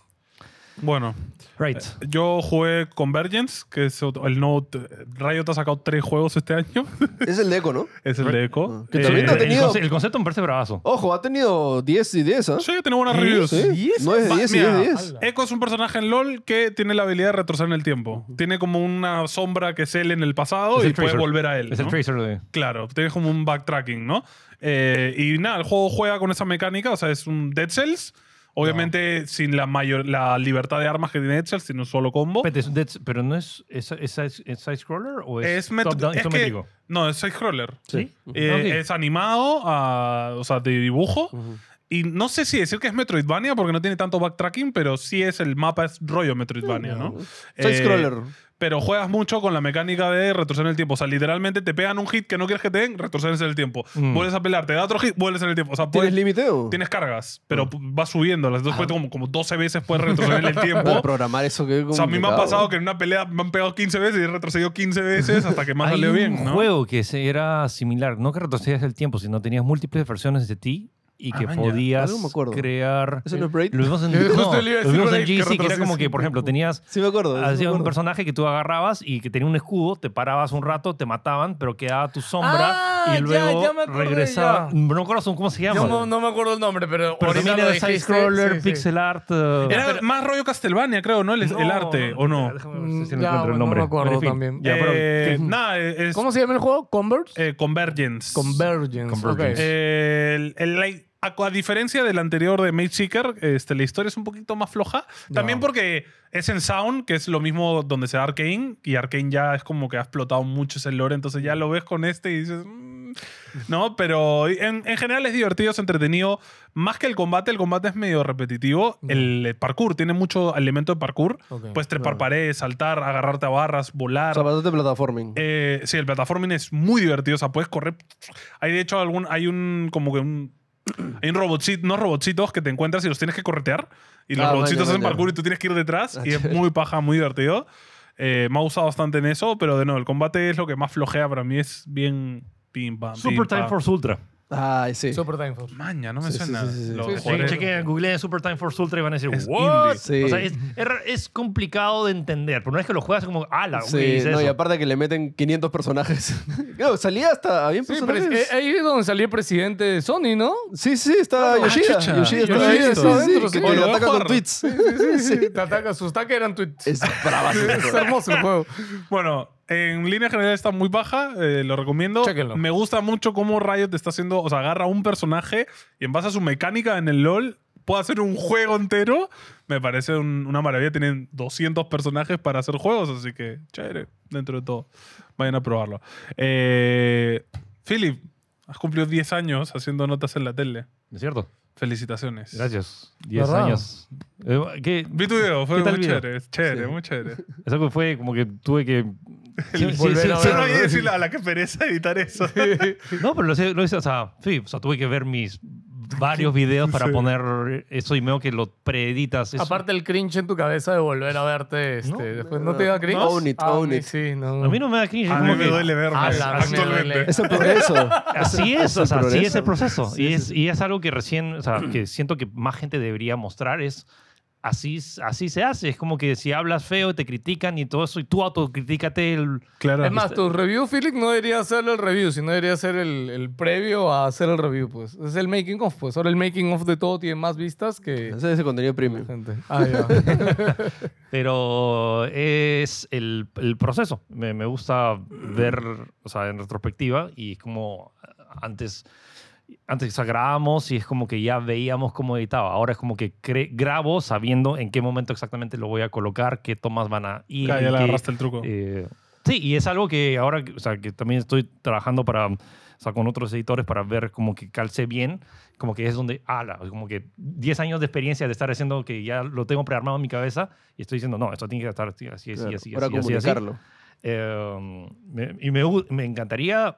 Speaker 1: Bueno,
Speaker 3: Right.
Speaker 1: yo jugué Convergence, que es otro- el nuevo. t- Riot ha sacado tres juegos este año.
Speaker 2: Es el Deco, ¿no?
Speaker 1: es el de Echo.
Speaker 2: Que también
Speaker 1: Eh,
Speaker 2: ha tenido-
Speaker 3: el, conce- el concepto me parece bravazo.
Speaker 2: Ojo, ha tenido 10 y 10, ¿ah?
Speaker 1: Sí, tiene buenas reviews.
Speaker 2: Sí. No es de
Speaker 1: Va-
Speaker 2: 10 y
Speaker 1: mira,
Speaker 2: 10 de 10.
Speaker 1: Echo es un personaje en LOL que tiene la habilidad de retroceder en el tiempo. Tiene como una sombra que es él en el pasado
Speaker 3: Es
Speaker 1: y
Speaker 3: el
Speaker 1: puede
Speaker 3: Tracer.
Speaker 1: volver a él.
Speaker 3: Es
Speaker 1: ¿no?
Speaker 3: el Tracer de...
Speaker 1: Claro, tienes como un backtracking, ¿no? Eh, y nada, el juego juega con esa mecánica, o sea, es un Dead Cells. Obviamente sin la mayor la libertad de armas que tiene Dead Cells, sino un solo combo.
Speaker 3: Espérate, es Dead- pero no es, es, es, es- es side-scroller o es,
Speaker 1: Es, met-
Speaker 3: top-down
Speaker 1: es que,
Speaker 3: isométrico.
Speaker 1: no, es scroller.
Speaker 3: ¿Sí?
Speaker 1: Eh,
Speaker 3: Ok.
Speaker 1: Es animado, ah, o sea, de dibujo. Y no sé si decir que es Metroidvania, porque no tiene tanto backtracking, pero sí es el mapa, es rollo Metroidvania, ¿no?
Speaker 2: Soy
Speaker 1: Eh,
Speaker 2: scroller.
Speaker 1: Pero juegas mucho con la mecánica de retroceder en el tiempo. O sea, literalmente te pegan un hit que no quieres que te den, retrocedes en el tiempo.
Speaker 3: Mm.
Speaker 1: Vuelves a pelear, te da otro hit, vuelves en el tiempo. O sea,
Speaker 2: ¿Tienes
Speaker 1: puedes-
Speaker 2: límite Mm. Ah. o?
Speaker 1: pues, tienes cargas, pero p- vas subiendo. Las dos como, como 12 veces puedes retroceder en el tiempo.
Speaker 2: Para programar eso que
Speaker 1: O sea, a mí me ha pasado que en una pelea me han pegado 15 veces y he retrocedido 15 veces hasta que más
Speaker 3: Hay
Speaker 1: salió
Speaker 3: un
Speaker 1: bien, ¿no?
Speaker 3: juego que se- era similar, no que retrocedías el tiempo, sino tenías múltiples versiones de ti y que
Speaker 1: Ah, maña.
Speaker 3: podías
Speaker 2: Algo me acuerdo.
Speaker 3: crear...
Speaker 2: ¿Eso no es Braid?
Speaker 3: Lo vimos en,
Speaker 4: Yo justo
Speaker 3: no,
Speaker 4: le iba a
Speaker 3: lo
Speaker 4: decir
Speaker 3: vimos en
Speaker 4: Braid, que
Speaker 3: GC, que era
Speaker 4: retrocedes
Speaker 3: como que, por ejemplo, tenías...
Speaker 2: Sí me acuerdo. sí me
Speaker 3: Hacía Ah, un
Speaker 2: acuerdo.
Speaker 3: personaje que tú agarrabas y que tenía un escudo, te parabas un rato, te mataban, pero quedaba tu sombra
Speaker 4: Ah,
Speaker 3: y
Speaker 4: ya,
Speaker 3: luego
Speaker 4: ya me acordé,
Speaker 3: regresaba.
Speaker 4: ya.
Speaker 3: No me acuerdo cómo se llama.
Speaker 4: Yo no, no me acuerdo el nombre, pero,
Speaker 3: pero
Speaker 4: ahorita
Speaker 3: también
Speaker 4: lo
Speaker 3: era
Speaker 4: dijiste,
Speaker 3: side-scroller,
Speaker 4: sí, sí.
Speaker 3: pixel art. uh,
Speaker 1: Era más rollo Castlevania, creo, ¿no? El, el
Speaker 3: no,
Speaker 1: arte, ¿o no?
Speaker 3: Déjame ver si
Speaker 4: Mm,
Speaker 3: no
Speaker 4: ya,
Speaker 3: encuentro
Speaker 4: bueno,
Speaker 3: el nombre.
Speaker 4: no me acuerdo
Speaker 3: Pero, en fin,
Speaker 4: también.
Speaker 3: ya, pero-
Speaker 1: Eh,
Speaker 4: ¿qué?
Speaker 1: nada, es
Speaker 4: ¿Cómo se llama el juego? ¿Converse?
Speaker 1: eh, Convergence.
Speaker 4: Convergence.
Speaker 3: Convergence.
Speaker 4: ok.
Speaker 1: Eh, el- el- la- a, a diferencia del anterior de Mage Seeker, este, la historia es un poquito más floja. También
Speaker 4: Ya.
Speaker 1: porque es en Sound, que es lo mismo donde se da Arkane, y Arkane ya es como que ha explotado mucho ese lore, entonces ya lo ves con este y dices. "Mm", No, pero en, en general es divertido, es entretenido. Más que el combate, el combate es medio repetitivo. El parkour tiene mucho elemento de parkour.
Speaker 4: Ok.
Speaker 1: Puedes trepar paredes, saltar, agarrarte a barras, volar.
Speaker 2: O sea, bastante plataforming.
Speaker 1: Eh, sí, el platforming es muy divertido. O sea, puedes correr. Hay de hecho algún. Hay un. como que un. Hay un robotcito, unos robotcitos que te encuentras y los tienes que corretear. Y los
Speaker 2: Ah,
Speaker 1: robotcitos
Speaker 2: vaya,
Speaker 1: hacen
Speaker 2: vaya.
Speaker 1: parkour y tú tienes que ir detrás.
Speaker 2: Ah,
Speaker 1: y es
Speaker 2: chévere.
Speaker 1: muy paja, muy divertido. Eh, me ha usado bastante en eso, pero de nuevo, el combate es lo que más flojea para mí. Es bien pim pam. pim,
Speaker 3: Super Time
Speaker 1: pam.
Speaker 3: Force Ultra.
Speaker 2: Ay, sí.
Speaker 4: Super Time Force.
Speaker 1: Maña, no me
Speaker 2: Sí, sí,
Speaker 1: suena.
Speaker 2: sí, sí, sí.
Speaker 1: Lo
Speaker 4: Sí, sí,
Speaker 1: jugaré.
Speaker 4: Joder. sí,
Speaker 3: Chequen, googleen Super Time Force Ultra y van a decir,
Speaker 1: Es
Speaker 3: ¿What?
Speaker 2: indie.
Speaker 3: O sea,
Speaker 2: Sí.
Speaker 3: es, es, es complicado de entender. Pero no es que lo juegas como, ala,
Speaker 2: Sí,
Speaker 3: ¿qué dice
Speaker 2: no, y
Speaker 3: eso?
Speaker 2: aparte que le meten 500 personajes. claro, salía hasta. Había
Speaker 4: Sí, pero
Speaker 2: personajes.
Speaker 4: es- eh, ahí es donde salió el presidente de Sony, ¿no?
Speaker 2: sí, sí, está
Speaker 1: eh. Ah,
Speaker 2: Yoshida.
Speaker 1: chucha.
Speaker 2: Yoshida está
Speaker 4: Yoshida
Speaker 2: ahí.
Speaker 4: está
Speaker 2: sí,
Speaker 4: adentro,
Speaker 2: sí,
Speaker 4: sí.
Speaker 2: que
Speaker 1: Oye,
Speaker 2: lo
Speaker 1: voy a
Speaker 2: ataca con
Speaker 1: jugar.
Speaker 2: tweets.
Speaker 4: sí. Te ataca, sus ataques eran tweets.
Speaker 2: Es bravazo.
Speaker 4: Es hermoso el juego.
Speaker 1: Bueno, en línea general está muy baja, eh, lo recomiendo.
Speaker 4: Chéquenlo.
Speaker 1: Me gusta mucho cómo Riot está haciendo, o sea, agarra un personaje y en base a su mecánica en el LoL puede hacer un juego entero. Me parece un- una maravilla. Tienen 200 personajes para hacer juegos, así que chévere, dentro de todo. Vayan a probarlo. Eh, Philip, has cumplido 10 años haciendo notas en la tele.
Speaker 3: ¿Es cierto?
Speaker 1: Felicitaciones.
Speaker 3: Gracias. 10
Speaker 4: ¿Verdad?
Speaker 3: años. Eh, ¿qué?
Speaker 1: Vi tu video, fue
Speaker 3: ¿Qué tal
Speaker 1: muy
Speaker 3: video?
Speaker 1: chévere, chévere, muy chévere.
Speaker 3: Es algo que fue como que tuve que... Sí, sí,
Speaker 4: volver
Speaker 3: sí,
Speaker 4: a
Speaker 3: sí,
Speaker 1: Solo
Speaker 4: ver.
Speaker 1: hay que decirle a la que pereza editar eso.
Speaker 3: No, pero lo hice, lo hice, o sea, sí, o sea, tuve que ver mis varios videos para
Speaker 1: Sí.
Speaker 3: poner eso y veo que lo preeditas. Es-
Speaker 4: Aparte el cringe en tu cabeza de volver a verte. Este,
Speaker 3: No,
Speaker 4: después, ¿no te da cringe?
Speaker 2: Own it,
Speaker 4: A
Speaker 2: own
Speaker 4: mí
Speaker 2: it.
Speaker 4: Sí, no.
Speaker 3: a mí no me da cringe. es
Speaker 1: A mí
Speaker 3: como
Speaker 1: me
Speaker 3: que-
Speaker 1: duele verme
Speaker 4: a la- me
Speaker 1: actualmente.
Speaker 4: duele.
Speaker 2: Es el progreso.
Speaker 3: Así es, o sea,
Speaker 2: el
Speaker 3: así es
Speaker 2: progreso.
Speaker 3: el proceso. y, es, y es algo que recién, o sea, que siento que más gente debería mostrar es así, así se hace. Es como que si hablas feo, te critican y todo eso, y tú autocritícate. El,
Speaker 1: Claro.
Speaker 4: Es más, tu review, Felix, no debería ser el review, sino debería ser el, el previo a hacer el review, pues. Es el making of, pues. Ahora el making of de todo tiene más vistas que
Speaker 2: Ese es el contenido premium.
Speaker 4: gente. Ah, ya.
Speaker 3: pero es el, el proceso. Me, me gusta ver, o sea, en retrospectiva y es como antes. Antes o sea, grabábamos y es como que ya veíamos cómo editaba. Ahora es como que cre- grabo sabiendo en qué momento exactamente lo voy a colocar, qué tomas van a ir.
Speaker 1: Ya, ya le
Speaker 3: qué-
Speaker 1: agarraste el truco.
Speaker 3: Eh, sí, y es algo que ahora, o sea, que también estoy trabajando para, o sea, con otros editores para ver como que calce bien, como que es donde, ala, como que 10 años de experiencia de estar haciendo que ya lo tengo prearmado en mi cabeza y estoy diciendo, no, esto tiene que estar así, así,
Speaker 2: Claro,
Speaker 3: así, así,
Speaker 2: Para
Speaker 3: así, así, así.
Speaker 2: comunicarlo.
Speaker 3: Eh, me- y me, gu- me encantaría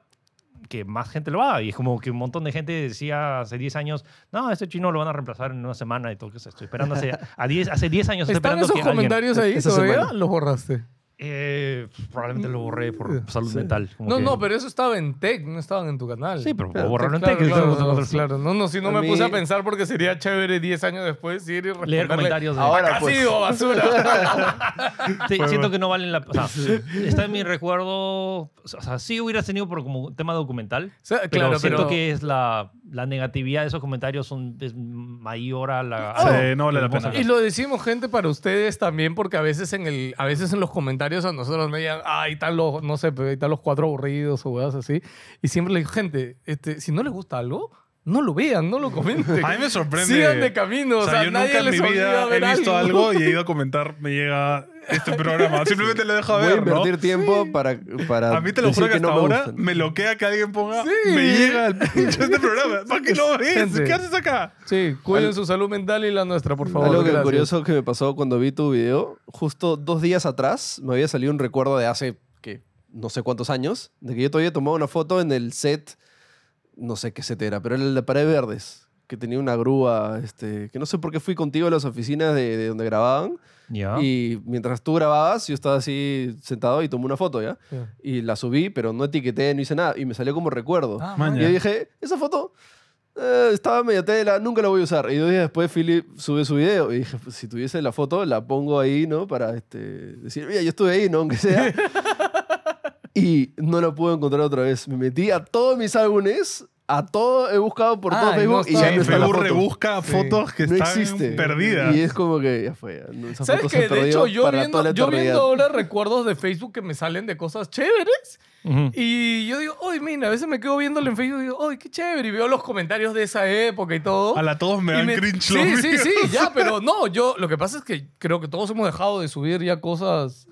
Speaker 3: que más gente lo haga. Y es como que un montón de gente decía hace 10 años, no, este chino lo van a reemplazar en una semana y todo. que Estoy esperando hace, a 10, hace 10 años. estoy
Speaker 4: ¿Están
Speaker 3: esperando
Speaker 4: esos
Speaker 3: que alguien-
Speaker 4: comentarios ahí
Speaker 2: Esa
Speaker 4: todavía?
Speaker 2: semana.
Speaker 4: Los borraste.
Speaker 3: Eh, probablemente lo borré por salud mental. como
Speaker 4: No,
Speaker 3: que-
Speaker 4: no, pero eso estaba en Tech, no estaban en tu canal.
Speaker 3: Sí, pero
Speaker 4: Claro,
Speaker 3: borrarlo en
Speaker 4: claro,
Speaker 3: Tech,
Speaker 4: Claro,
Speaker 3: eso es
Speaker 4: no,
Speaker 3: otra-
Speaker 4: claro. No, no, si no
Speaker 2: A
Speaker 4: me
Speaker 2: mí-
Speaker 4: puse a pensar porque sería chévere 10 años después ir y responderle,
Speaker 3: Leer comentarios de-
Speaker 2: Ahora,
Speaker 4: "Acá
Speaker 2: pues".
Speaker 4: sí, o basura.
Speaker 3: Sí, siento que no valen la... O sea, está en mi recuerdo... O sea, sí hubieras tenido por como tema documental,
Speaker 4: O sea,
Speaker 3: pero
Speaker 4: claro,
Speaker 3: siento
Speaker 4: pero-
Speaker 3: que es la, la negatividad de esos comentarios son, es mayor a la... a
Speaker 1: Sí,
Speaker 3: la-
Speaker 1: no vale la pena.
Speaker 4: y lo decimos, gente, para ustedes también, porque a veces en el, a veces en los comentarios a nosotros me digan, ah, ahí están los, no sé, pero ahí están los cuatro aburridos o weas así. Y siempre le digo, gente, este, si no les gusta algo, no lo vean, no lo comenten.
Speaker 1: A mí me sorprende.
Speaker 4: Sigan de camino, o sea,
Speaker 1: yo
Speaker 4: nadie
Speaker 1: nunca en
Speaker 4: les
Speaker 1: mi
Speaker 4: obliga
Speaker 1: vida
Speaker 4: a ver
Speaker 1: he visto
Speaker 4: algo.
Speaker 1: algo. y he ido a comentar, me llega este programa. Simplemente lo dejo
Speaker 2: Voy a
Speaker 1: ver, ¿no?
Speaker 2: invertir tiempo para, para.
Speaker 1: A mí te lo
Speaker 2: decir
Speaker 1: juro que, hasta
Speaker 2: no me
Speaker 1: ahora
Speaker 2: gustan.
Speaker 1: me loquea que alguien ponga.
Speaker 4: Sí.
Speaker 1: Me llega el pinche este programa. ¿Para qué lo ves?
Speaker 4: Gente.
Speaker 1: ¿Qué haces acá?
Speaker 4: Sí, cuiden su salud mental y la nuestra, por favor.
Speaker 2: Algo que
Speaker 4: gracias.
Speaker 2: curioso que me pasó cuando vi tu video, justo dos días atrás me había salido un recuerdo de hace que no sé cuántos años, de que yo te había tomado una foto en el set, no sé qué set era, pero era el de Pared Verdes, que tenía una grúa, este, que no sé por qué fui contigo a las oficinas de, de donde grababan,
Speaker 3: Ya.
Speaker 2: y mientras tú grababas yo estaba así sentado y tomé una foto, ¿ya?
Speaker 4: Ya.
Speaker 2: Y la subí, pero no etiqueté, no hice nada, y me salió como recuerdo.
Speaker 4: Ah,
Speaker 1: Maña.
Speaker 2: Y yo dije, esa foto eh, estaba media tela, nunca la voy a usar. Y dos días después Philip sube su video y dije, pues, si tuviese la foto, la pongo ahí, ¿no? Para este, decir, mira, yo estuve ahí, ¿no? Aunque sea. y no la pude encontrar otra vez. Me metí a todos mis álbumes, a todo, he buscado por todo
Speaker 4: Ah, y no
Speaker 2: Facebook y
Speaker 4: estaba.
Speaker 2: ya
Speaker 4: Sí,
Speaker 2: no está la
Speaker 1: Facebook
Speaker 2: foto.
Speaker 1: rebusca
Speaker 4: Sí.
Speaker 1: fotos que
Speaker 2: no
Speaker 1: están
Speaker 2: existe.
Speaker 1: perdidas.
Speaker 2: Y es como que ya fue. ya, no, esa
Speaker 4: ¿Sabes
Speaker 2: foto
Speaker 4: qué?
Speaker 2: se
Speaker 4: De hecho,
Speaker 2: perdió
Speaker 4: yo
Speaker 2: para
Speaker 4: viendo,
Speaker 2: toda la
Speaker 4: yo viendo
Speaker 2: eternidad.
Speaker 4: ahora recuerdos de Facebook que me salen de cosas chéveres.
Speaker 3: Ujú.
Speaker 4: Y yo digo, uy, mira, a veces me quedo viéndolo en Facebook y digo, uy, qué chévere. Y veo los comentarios de esa época y todo.
Speaker 1: A la todos me
Speaker 4: Y
Speaker 1: dan
Speaker 4: me-
Speaker 1: cringe los
Speaker 4: Sí, sí,
Speaker 1: videos.
Speaker 4: sí, ya, pero no, yo lo que pasa es que creo que todos hemos dejado de subir ya cosas.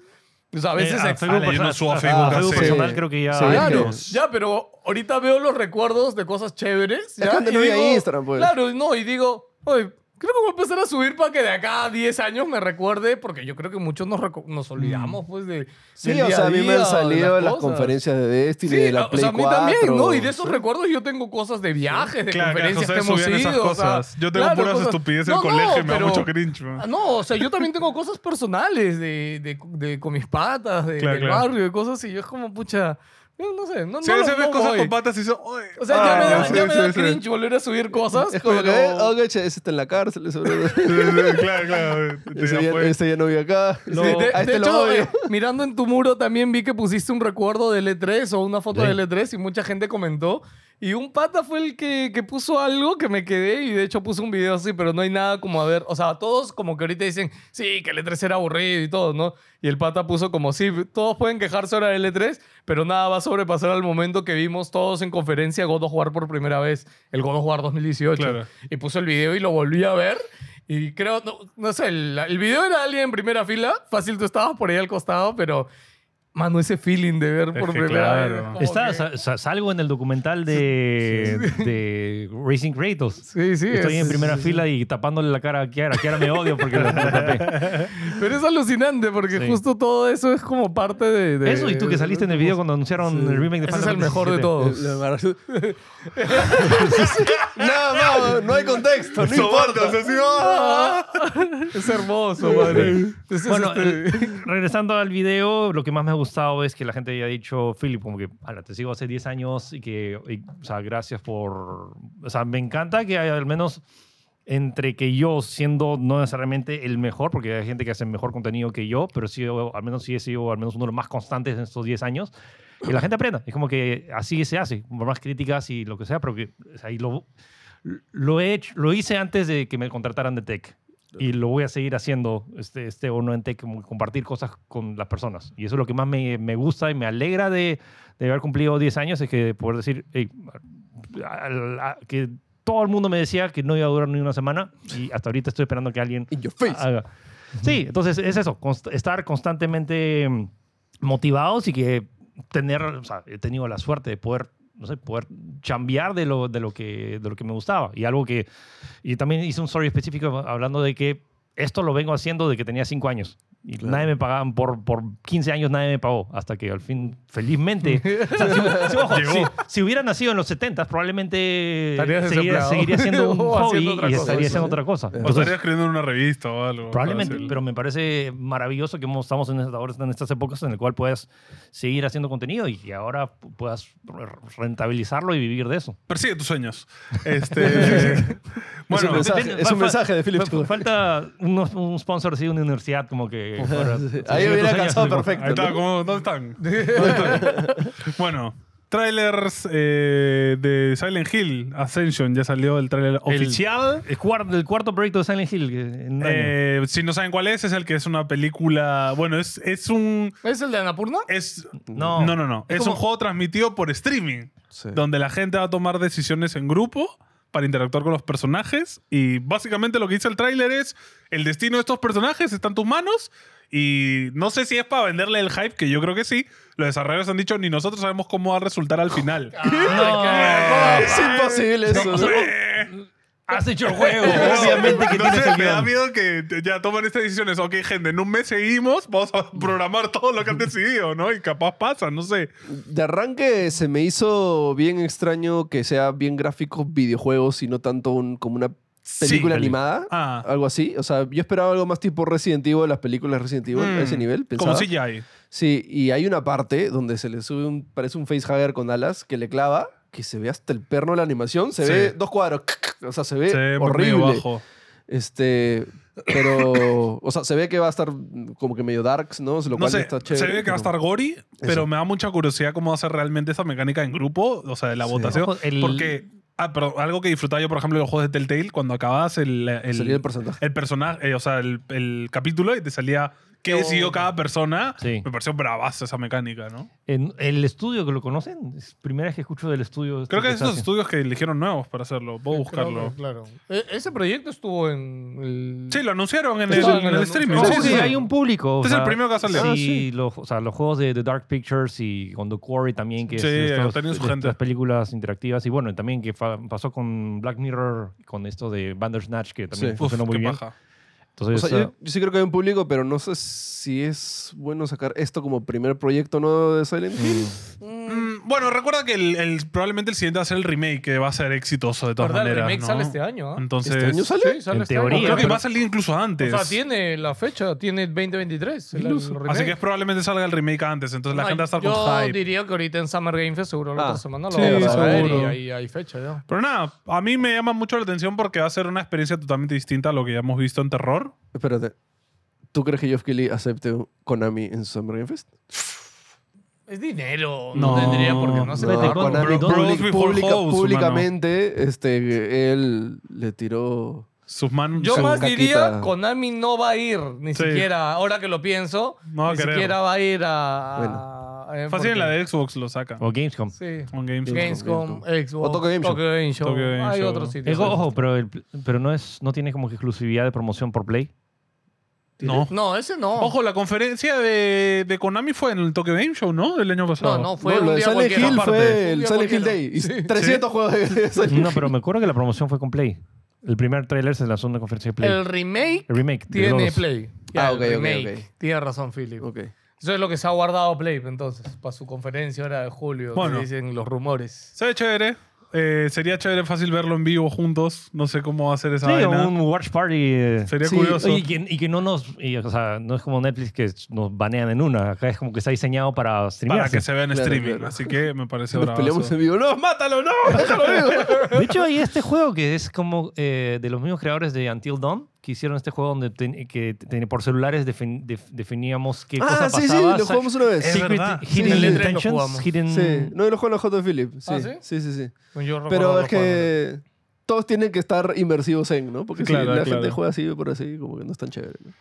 Speaker 4: O sea, a veces
Speaker 3: Eh, a
Speaker 4: ex-
Speaker 3: Facebook
Speaker 1: Ale, yo no
Speaker 3: personal-
Speaker 1: subo a
Speaker 3: a
Speaker 1: Facebook
Speaker 2: hace-
Speaker 3: personal creo que ya...
Speaker 2: Sí,
Speaker 4: Claro,
Speaker 2: Años.
Speaker 4: ya, pero ahorita veo los recuerdos de cosas chéveres.
Speaker 2: Es
Speaker 4: ¿ya?
Speaker 2: cuando
Speaker 4: Y
Speaker 2: no había
Speaker 4: digo-
Speaker 2: Instagram, pues.
Speaker 4: Claro, no, y digo, oye, creo que voy a empezar a subir para que de acá a 10 años me recuerde, porque yo creo que muchos nos, reco- nos olvidamos, pues, de.
Speaker 2: Mm. Sí,
Speaker 4: del
Speaker 2: o
Speaker 4: día
Speaker 2: sea, a mí me
Speaker 4: día, de
Speaker 2: han salido las,
Speaker 4: cosas.
Speaker 2: conferencias de Destiny,
Speaker 4: Sí,
Speaker 2: de la
Speaker 4: o
Speaker 2: Play
Speaker 4: sea, a mí también,
Speaker 2: 4.
Speaker 4: ¿no? Y de esos recuerdos yo tengo cosas de viajes, de
Speaker 1: Claro,
Speaker 4: conferencias
Speaker 1: José
Speaker 4: que hemos
Speaker 1: subían
Speaker 4: ido.
Speaker 1: esas
Speaker 4: o sea,
Speaker 1: cosas. Yo tengo
Speaker 4: claro,
Speaker 1: puras
Speaker 4: cosas-
Speaker 1: estupideces del
Speaker 4: No, no,
Speaker 1: colegio y me da
Speaker 4: pero-
Speaker 1: mucho cringe. man.
Speaker 4: Ah, No, o sea, yo también tengo cosas personales de, de- de- con mis patas, de,
Speaker 1: Claro,
Speaker 4: del
Speaker 1: claro.
Speaker 4: barrio, de cosas, y yo es como, pucha, yo no sé, no,
Speaker 1: Si
Speaker 4: no
Speaker 1: a
Speaker 4: lo-
Speaker 1: veces ves
Speaker 4: no
Speaker 1: cosas
Speaker 4: voy.
Speaker 1: con patas y son. "Ay".
Speaker 4: O sea, ya
Speaker 1: Ah,
Speaker 4: me da,
Speaker 1: sí,
Speaker 4: ya me
Speaker 1: sí,
Speaker 4: da
Speaker 1: sí.
Speaker 4: cringe volver a subir cosas,
Speaker 2: Es como
Speaker 4: pero...
Speaker 2: que, oh, gacha, ese está en la cárcel. Ese,
Speaker 1: Sí, sí, Claro, claro. pues.
Speaker 2: ese,
Speaker 1: Ya
Speaker 2: ya,
Speaker 1: fue.
Speaker 2: ese ya no vive acá.
Speaker 4: Sí,
Speaker 2: No,
Speaker 4: de,
Speaker 2: a
Speaker 4: de
Speaker 2: este lo
Speaker 4: hecho,
Speaker 2: odio.
Speaker 4: eh, mirando en tu muro también vi que pusiste un recuerdo de L3 o una foto
Speaker 3: Sí.
Speaker 4: de L3 y mucha gente comentó. Y un pata fue el que, que puso algo que me quedé y de hecho puso un video así, pero no hay nada como a ver. O sea, todos como que ahorita dicen, sí, que L3 era aburrido y todo, ¿no? Y el pata puso como, sí, todos pueden quejarse ahora de L3, pero nada va a sobrepasar al momento que vimos todos en conferencia God of War por primera vez, el God of War 2018.
Speaker 1: Claro.
Speaker 4: Y puso el video y lo volví a ver. Y creo, no, no sé, el, el video era alguien en primera fila. Fácil, tú estabas por ahí al costado, pero, mano, ese feeling de ver
Speaker 1: Es
Speaker 4: por
Speaker 1: que
Speaker 4: primera
Speaker 1: claro.
Speaker 4: vez. como
Speaker 3: Está,
Speaker 4: que-
Speaker 3: sa- sa- salgo en el documental de, de Racing Kratos.
Speaker 4: Sí, sí.
Speaker 3: Estoy
Speaker 4: es-
Speaker 3: en primera
Speaker 4: sí, sí.
Speaker 3: fila y tapándole la cara a Kiara. Kiara me odio porque la, la tapé.
Speaker 4: Pero es alucinante porque
Speaker 3: Sí.
Speaker 4: justo todo eso es como parte de. de-
Speaker 3: Eso y tú que saliste en el video cuando anunciaron el remake de
Speaker 4: Ese
Speaker 3: Final
Speaker 4: es el mejor de
Speaker 3: XVII.
Speaker 4: todos.
Speaker 2: no, no, no hay contexto, no importa.
Speaker 1: Soportas, así, "Ah".
Speaker 4: Es hermoso, madre. Entonces,
Speaker 3: Bueno,
Speaker 4: este-
Speaker 3: el- regresando al video, lo que más me ha gustado es que la gente haya dicho, Philip, como que, "Ala, te sigo hace 10 años y que, y, o sea, gracias por... O sea, me encanta que haya al menos entre que yo, siendo no necesariamente el mejor, porque hay gente que hace mejor contenido que yo, pero sí, o al menos sí he sido al menos uno de los más constantes en estos 10 años, que la gente aprenda. Es como que así se hace, por más críticas y lo que sea, pero que o sea, y lo, lo, he hecho- lo hice antes de que me contrataran de tech. Y lo voy a seguir haciendo, este, este o no en tech, como compartir cosas con las personas. Y eso es lo que más me, me gusta y me alegra de, de haber cumplido 10 años, es que poder decir, "Ey, al- a- que todo el mundo me decía que no iba a durar ni una semana y hasta ahorita estoy esperando que alguien
Speaker 2: In your face.
Speaker 3: haga. Sí, entonces es eso, const- estar constantemente mm, motivados y que tener, o sea, he tenido la suerte de poder, no sé, poder chambear de lo, de lo, que, de lo que me gustaba. Y algo que, y también hice un story específico hablando de que esto lo vengo haciendo desde que tenía cinco años. Y nadie me pagaban por, por 15 años, nadie me pagó. Hasta que al fin, felizmente. o sea, si, si- ojo,
Speaker 1: Llegó.
Speaker 3: si- si hubiera nacido en los 70, probablemente
Speaker 4: Estarías
Speaker 3: seguiría,
Speaker 4: desempleado.
Speaker 3: seguiría siendo un
Speaker 4: O
Speaker 3: hobby
Speaker 4: haciendo otra
Speaker 3: y
Speaker 4: cosa.
Speaker 3: estaría
Speaker 4: Sí,
Speaker 3: haciendo
Speaker 2: sí.
Speaker 3: otra cosa.
Speaker 1: O
Speaker 3: Entonces,
Speaker 1: estaría escribiendo en una revista o algo.
Speaker 3: Probablemente,
Speaker 1: fácil.
Speaker 3: pero me parece maravilloso que hemos- estamos en, esta- ahora en estas épocas en las cuales puedas seguir haciendo contenido y que ahora pu- puedas re- rentabilizarlo y vivir de eso.
Speaker 1: Persigue tus sueños. Este.
Speaker 2: Es un
Speaker 1: bueno,
Speaker 2: mensaje,
Speaker 3: Ten-
Speaker 2: es
Speaker 3: fa-
Speaker 2: un
Speaker 3: fa-
Speaker 2: mensaje de Philips.
Speaker 3: fa- Falta unos- un, sponsor así de una universidad como que... fuera-
Speaker 2: sí.
Speaker 3: sí,
Speaker 2: Ahí
Speaker 3: de
Speaker 2: hubiera
Speaker 3: tus
Speaker 2: calzado
Speaker 3: años,
Speaker 2: perfecto.
Speaker 1: ahí está, ¿cómo- ¿dónde están? ¿Dónde están? bueno, trailers eh, de Silent Hill Ascension. Ya salió el trailer oficial.
Speaker 3: El, cuar- el cuarto proyecto de Silent Hill. que- en un año.
Speaker 1: Eh, si no saben cuál es, es el que es una película. Bueno, es, es un.
Speaker 4: ¿Es el de Anapurna?
Speaker 1: Es,
Speaker 3: No.
Speaker 1: no, no, no. Es,
Speaker 3: Es
Speaker 1: un
Speaker 3: como-
Speaker 1: juego transmitido por streaming,
Speaker 2: Sí.
Speaker 1: donde la gente va a tomar decisiones en grupo para interactuar con los personajes. Y básicamente lo que dice el tráiler es, el destino de estos personajes está en tus manos. Y no sé si es para venderle el hype, que yo creo que sí. Los desarrolladores han dicho, ni nosotros sabemos cómo va a resultar al final.
Speaker 3: Ah, No.
Speaker 2: Es imposible eso.
Speaker 3: o sea,
Speaker 2: ¿no?
Speaker 3: Has hecho el juego. Obviamente que
Speaker 1: no
Speaker 3: tienes
Speaker 1: sé,
Speaker 3: el
Speaker 1: me da
Speaker 3: guión.
Speaker 1: miedo que ya tomen estas decisiones. Ok, gente, en un mes seguimos, vamos a programar todo lo que han decidido, ¿no? Y capaz pasa, no sé.
Speaker 2: De arranque se me hizo bien extraño que sea bien gráfico videojuegos y no tanto un, como una película
Speaker 1: peli-
Speaker 2: animada.
Speaker 1: Ah.
Speaker 2: Algo así. O sea, yo esperaba algo más tipo Resident Evil, las películas Resident Evil a ese
Speaker 1: Mm,
Speaker 2: nivel.
Speaker 1: Como
Speaker 2: Pensaba.
Speaker 1: si ya hay.
Speaker 2: Sí, y hay una parte donde se le sube un. Parece un facehugger con alas que le clava, que se ve hasta el perno de la animación. Se
Speaker 1: Sí.
Speaker 2: ve dos cuadros. O sea, se ve
Speaker 1: Se ve por medio
Speaker 2: horrible.
Speaker 1: bajo.
Speaker 2: Este. Pero. O sea, se ve que va a estar como que medio darks, ¿no? Lo
Speaker 1: No
Speaker 2: cual
Speaker 1: sé,
Speaker 2: está
Speaker 1: se
Speaker 2: chévere.
Speaker 1: ve que va a estar
Speaker 2: pero-
Speaker 1: Gori, pero me da mucha curiosidad cómo va a ser realmente esa mecánica en grupo, o sea, de la
Speaker 2: Sí.
Speaker 1: votación.
Speaker 3: Ojo, el-
Speaker 1: Porque, ah, pero algo que disfrutaba yo, por ejemplo, de los juegos de Telltale, cuando acababas el, el,
Speaker 2: Salía el porcentaje.
Speaker 1: el personaje, eh, o sea, el, el capítulo y te salía qué decidió cada persona,
Speaker 3: Sí.
Speaker 1: me pareció bravazo esa mecánica, ¿no?
Speaker 3: En- el estudio que lo conocen, es primera vez que escucho del estudio.
Speaker 1: Creo que es
Speaker 3: está
Speaker 1: esos
Speaker 3: haciendo.
Speaker 1: estudios que eligieron nuevos para hacerlo, puedo buscarlo.
Speaker 4: Claro, claro. E- ese proyecto estuvo en el...
Speaker 1: Sí, lo anunciaron en el,
Speaker 4: Estaba en
Speaker 1: en
Speaker 4: el
Speaker 1: el
Speaker 4: anuncio.
Speaker 1: streaming.
Speaker 4: Ojo
Speaker 1: Sí,
Speaker 3: Ojo
Speaker 1: sí,
Speaker 3: que
Speaker 1: sí.
Speaker 3: hay un público. o
Speaker 1: Este es el
Speaker 3: sea,
Speaker 1: primero que ha salido.
Speaker 3: Sí, los, o sea, los juegos de The Dark Pictures y con The Quarry también, que
Speaker 1: Sí,
Speaker 3: es
Speaker 1: ha tenido su gente.
Speaker 3: las películas interactivas. Y bueno, también que fa- pasó con Black Mirror, con esto de Bandersnatch, que también
Speaker 2: Sí.
Speaker 1: Uf,
Speaker 3: funcionó muy
Speaker 1: qué
Speaker 3: bien.
Speaker 1: paja.
Speaker 2: O
Speaker 3: Entonces,
Speaker 2: sea, yo,
Speaker 3: eh,
Speaker 2: yo sí creo que hay un público, pero no sé si es bueno sacar esto como primer proyecto nuevo de Silent Hill.
Speaker 1: Mm, bueno, recuerda que el, el- probablemente el siguiente va a ser el remake, que va a ser exitoso de todas
Speaker 4: ¿Verdad? El
Speaker 1: maneras.
Speaker 4: remake
Speaker 1: ¿no?
Speaker 4: sale este año, ¿ah?
Speaker 1: Entonces,
Speaker 2: ¿Este año sale?
Speaker 4: Sí, sale
Speaker 3: En
Speaker 4: este año.
Speaker 3: teoría,
Speaker 1: creo que
Speaker 3: pero-
Speaker 1: va a salir incluso
Speaker 4: O
Speaker 1: antes.
Speaker 4: sea, tiene la fecha, tiene el 2023. el- el remake.
Speaker 1: Así que es probablemente salga el remake antes, entonces la
Speaker 4: No,
Speaker 1: gente va a estar
Speaker 4: yo
Speaker 1: con hype.
Speaker 4: diría que ahorita en Summer Game Fest seguro la
Speaker 2: Ah,
Speaker 4: otra semana lo
Speaker 1: sí,
Speaker 4: vamos a ver y
Speaker 1: seguro.
Speaker 4: ahí hay fecha ya.
Speaker 1: Pero nada, a mí me llama mucho la atención porque va a ser una experiencia totalmente distinta a lo que ya hemos visto en terror.
Speaker 2: Espérate. ¿Tú crees que Geoff Keighley acepte un Konami en Summer Game Fest?
Speaker 4: Es dinero,
Speaker 1: No,
Speaker 4: no, tendría por qué no se
Speaker 3: no,
Speaker 4: tarda.
Speaker 3: con-
Speaker 2: Konami
Speaker 1: Bro- Bros
Speaker 2: public-
Speaker 1: Before
Speaker 2: publica-
Speaker 1: Hoes,
Speaker 2: públicamente, este, él le tiró.
Speaker 1: Sus manos.
Speaker 4: Yo
Speaker 2: Con
Speaker 4: más
Speaker 2: caquita.
Speaker 4: diría, Konami no va a ir, ni
Speaker 1: Sí.
Speaker 4: siquiera, ahora que lo pienso,
Speaker 1: No va a
Speaker 4: ni
Speaker 1: querer.
Speaker 4: siquiera va a ir a... a- a-
Speaker 1: Fácil en la
Speaker 4: porque-
Speaker 1: de Xbox lo sacan.
Speaker 3: o Gamescom.
Speaker 4: Sí.
Speaker 1: Con Games.
Speaker 4: Gamescom, Xbox,
Speaker 2: O Tokyo Game Show.
Speaker 4: Tokyo Game Show.
Speaker 1: Tokyo Game
Speaker 4: Hay
Speaker 1: Show.
Speaker 4: otros sitios.
Speaker 3: Es- ojo, pero, el- pero no, es, no tiene como que exclusividad de promoción por Play.
Speaker 1: No.
Speaker 4: No, ese no.
Speaker 1: Ojo, la conferencia de, de Konami fue en el Tokyo Game Show, ¿no? El año pasado.
Speaker 4: no, no, fue
Speaker 2: no,
Speaker 4: un
Speaker 2: lo de
Speaker 4: día
Speaker 2: Silent
Speaker 4: cualquiera.
Speaker 2: Hill
Speaker 4: aparte.
Speaker 2: fue
Speaker 4: Un
Speaker 2: el
Speaker 4: día
Speaker 2: Silent Hill
Speaker 4: cualquiera.
Speaker 2: Day. Y
Speaker 4: Sí.
Speaker 2: 300 juegos de Silent Hill.
Speaker 3: No, pero me acuerdo que la promoción fue con Play. El primer tráiler se lanzó en la conferencia de Play.
Speaker 4: El remake
Speaker 3: El remake. de
Speaker 4: tiene
Speaker 3: Doros.
Speaker 4: Play.
Speaker 2: Ah,
Speaker 4: el
Speaker 2: ok, ok,
Speaker 4: remake.
Speaker 2: ok.
Speaker 4: Tiene razón, Philip.
Speaker 2: Ok.
Speaker 4: Eso es lo que se ha guardado Play, entonces, para su conferencia ahora de julio,
Speaker 1: Bueno.
Speaker 4: que dicen los rumores.
Speaker 1: Se ve chévere. Eh, sería chévere fácil verlo en vivo juntos. No sé cómo va a ser esa
Speaker 3: Sí,
Speaker 1: vaina.
Speaker 3: un watch party. eh,
Speaker 1: Sería
Speaker 2: Sí,
Speaker 1: curioso.
Speaker 3: Y que, y que no nos. y, o sea, no es como Netflix que nos banean en una. Acá es como que está diseñado para
Speaker 1: para
Speaker 3: streamear.
Speaker 1: que se vea en
Speaker 2: Claro,
Speaker 1: streaming.
Speaker 2: claro.
Speaker 1: Así que me parece
Speaker 2: Nos peleamos
Speaker 1: bravazo.
Speaker 2: en vivo. ¡No, mátalo! ¡No! ¡Déjalo vivo!
Speaker 3: De hecho, hay este juego que es como eh, de los mismos creadores de Until Dawn, que hicieron este juego donde ten- que ten- por celulares defin- def- definíamos qué cosa
Speaker 2: Ah, sí, sí,
Speaker 3: pasaba.
Speaker 2: lo jugamos una vez.
Speaker 1: Es
Speaker 3: Secret
Speaker 1: verdad.
Speaker 3: Hidden
Speaker 2: Sí, sí, sí.
Speaker 4: Lo
Speaker 3: Intentions.
Speaker 4: jugamos.
Speaker 3: Hidden...
Speaker 2: Sí, no lo juego en la J. Philip. Sí,
Speaker 4: Ah,
Speaker 2: sí,
Speaker 4: ¿sí?
Speaker 2: sí, sí.
Speaker 4: Yo recuerdo
Speaker 2: Pero
Speaker 4: los
Speaker 2: es que todos tienen que estar inmersivos en, ¿no? Porque si
Speaker 1: Claro,
Speaker 2: la
Speaker 1: claro.
Speaker 2: gente juega así por así, como que no es tan chévere. ¿no?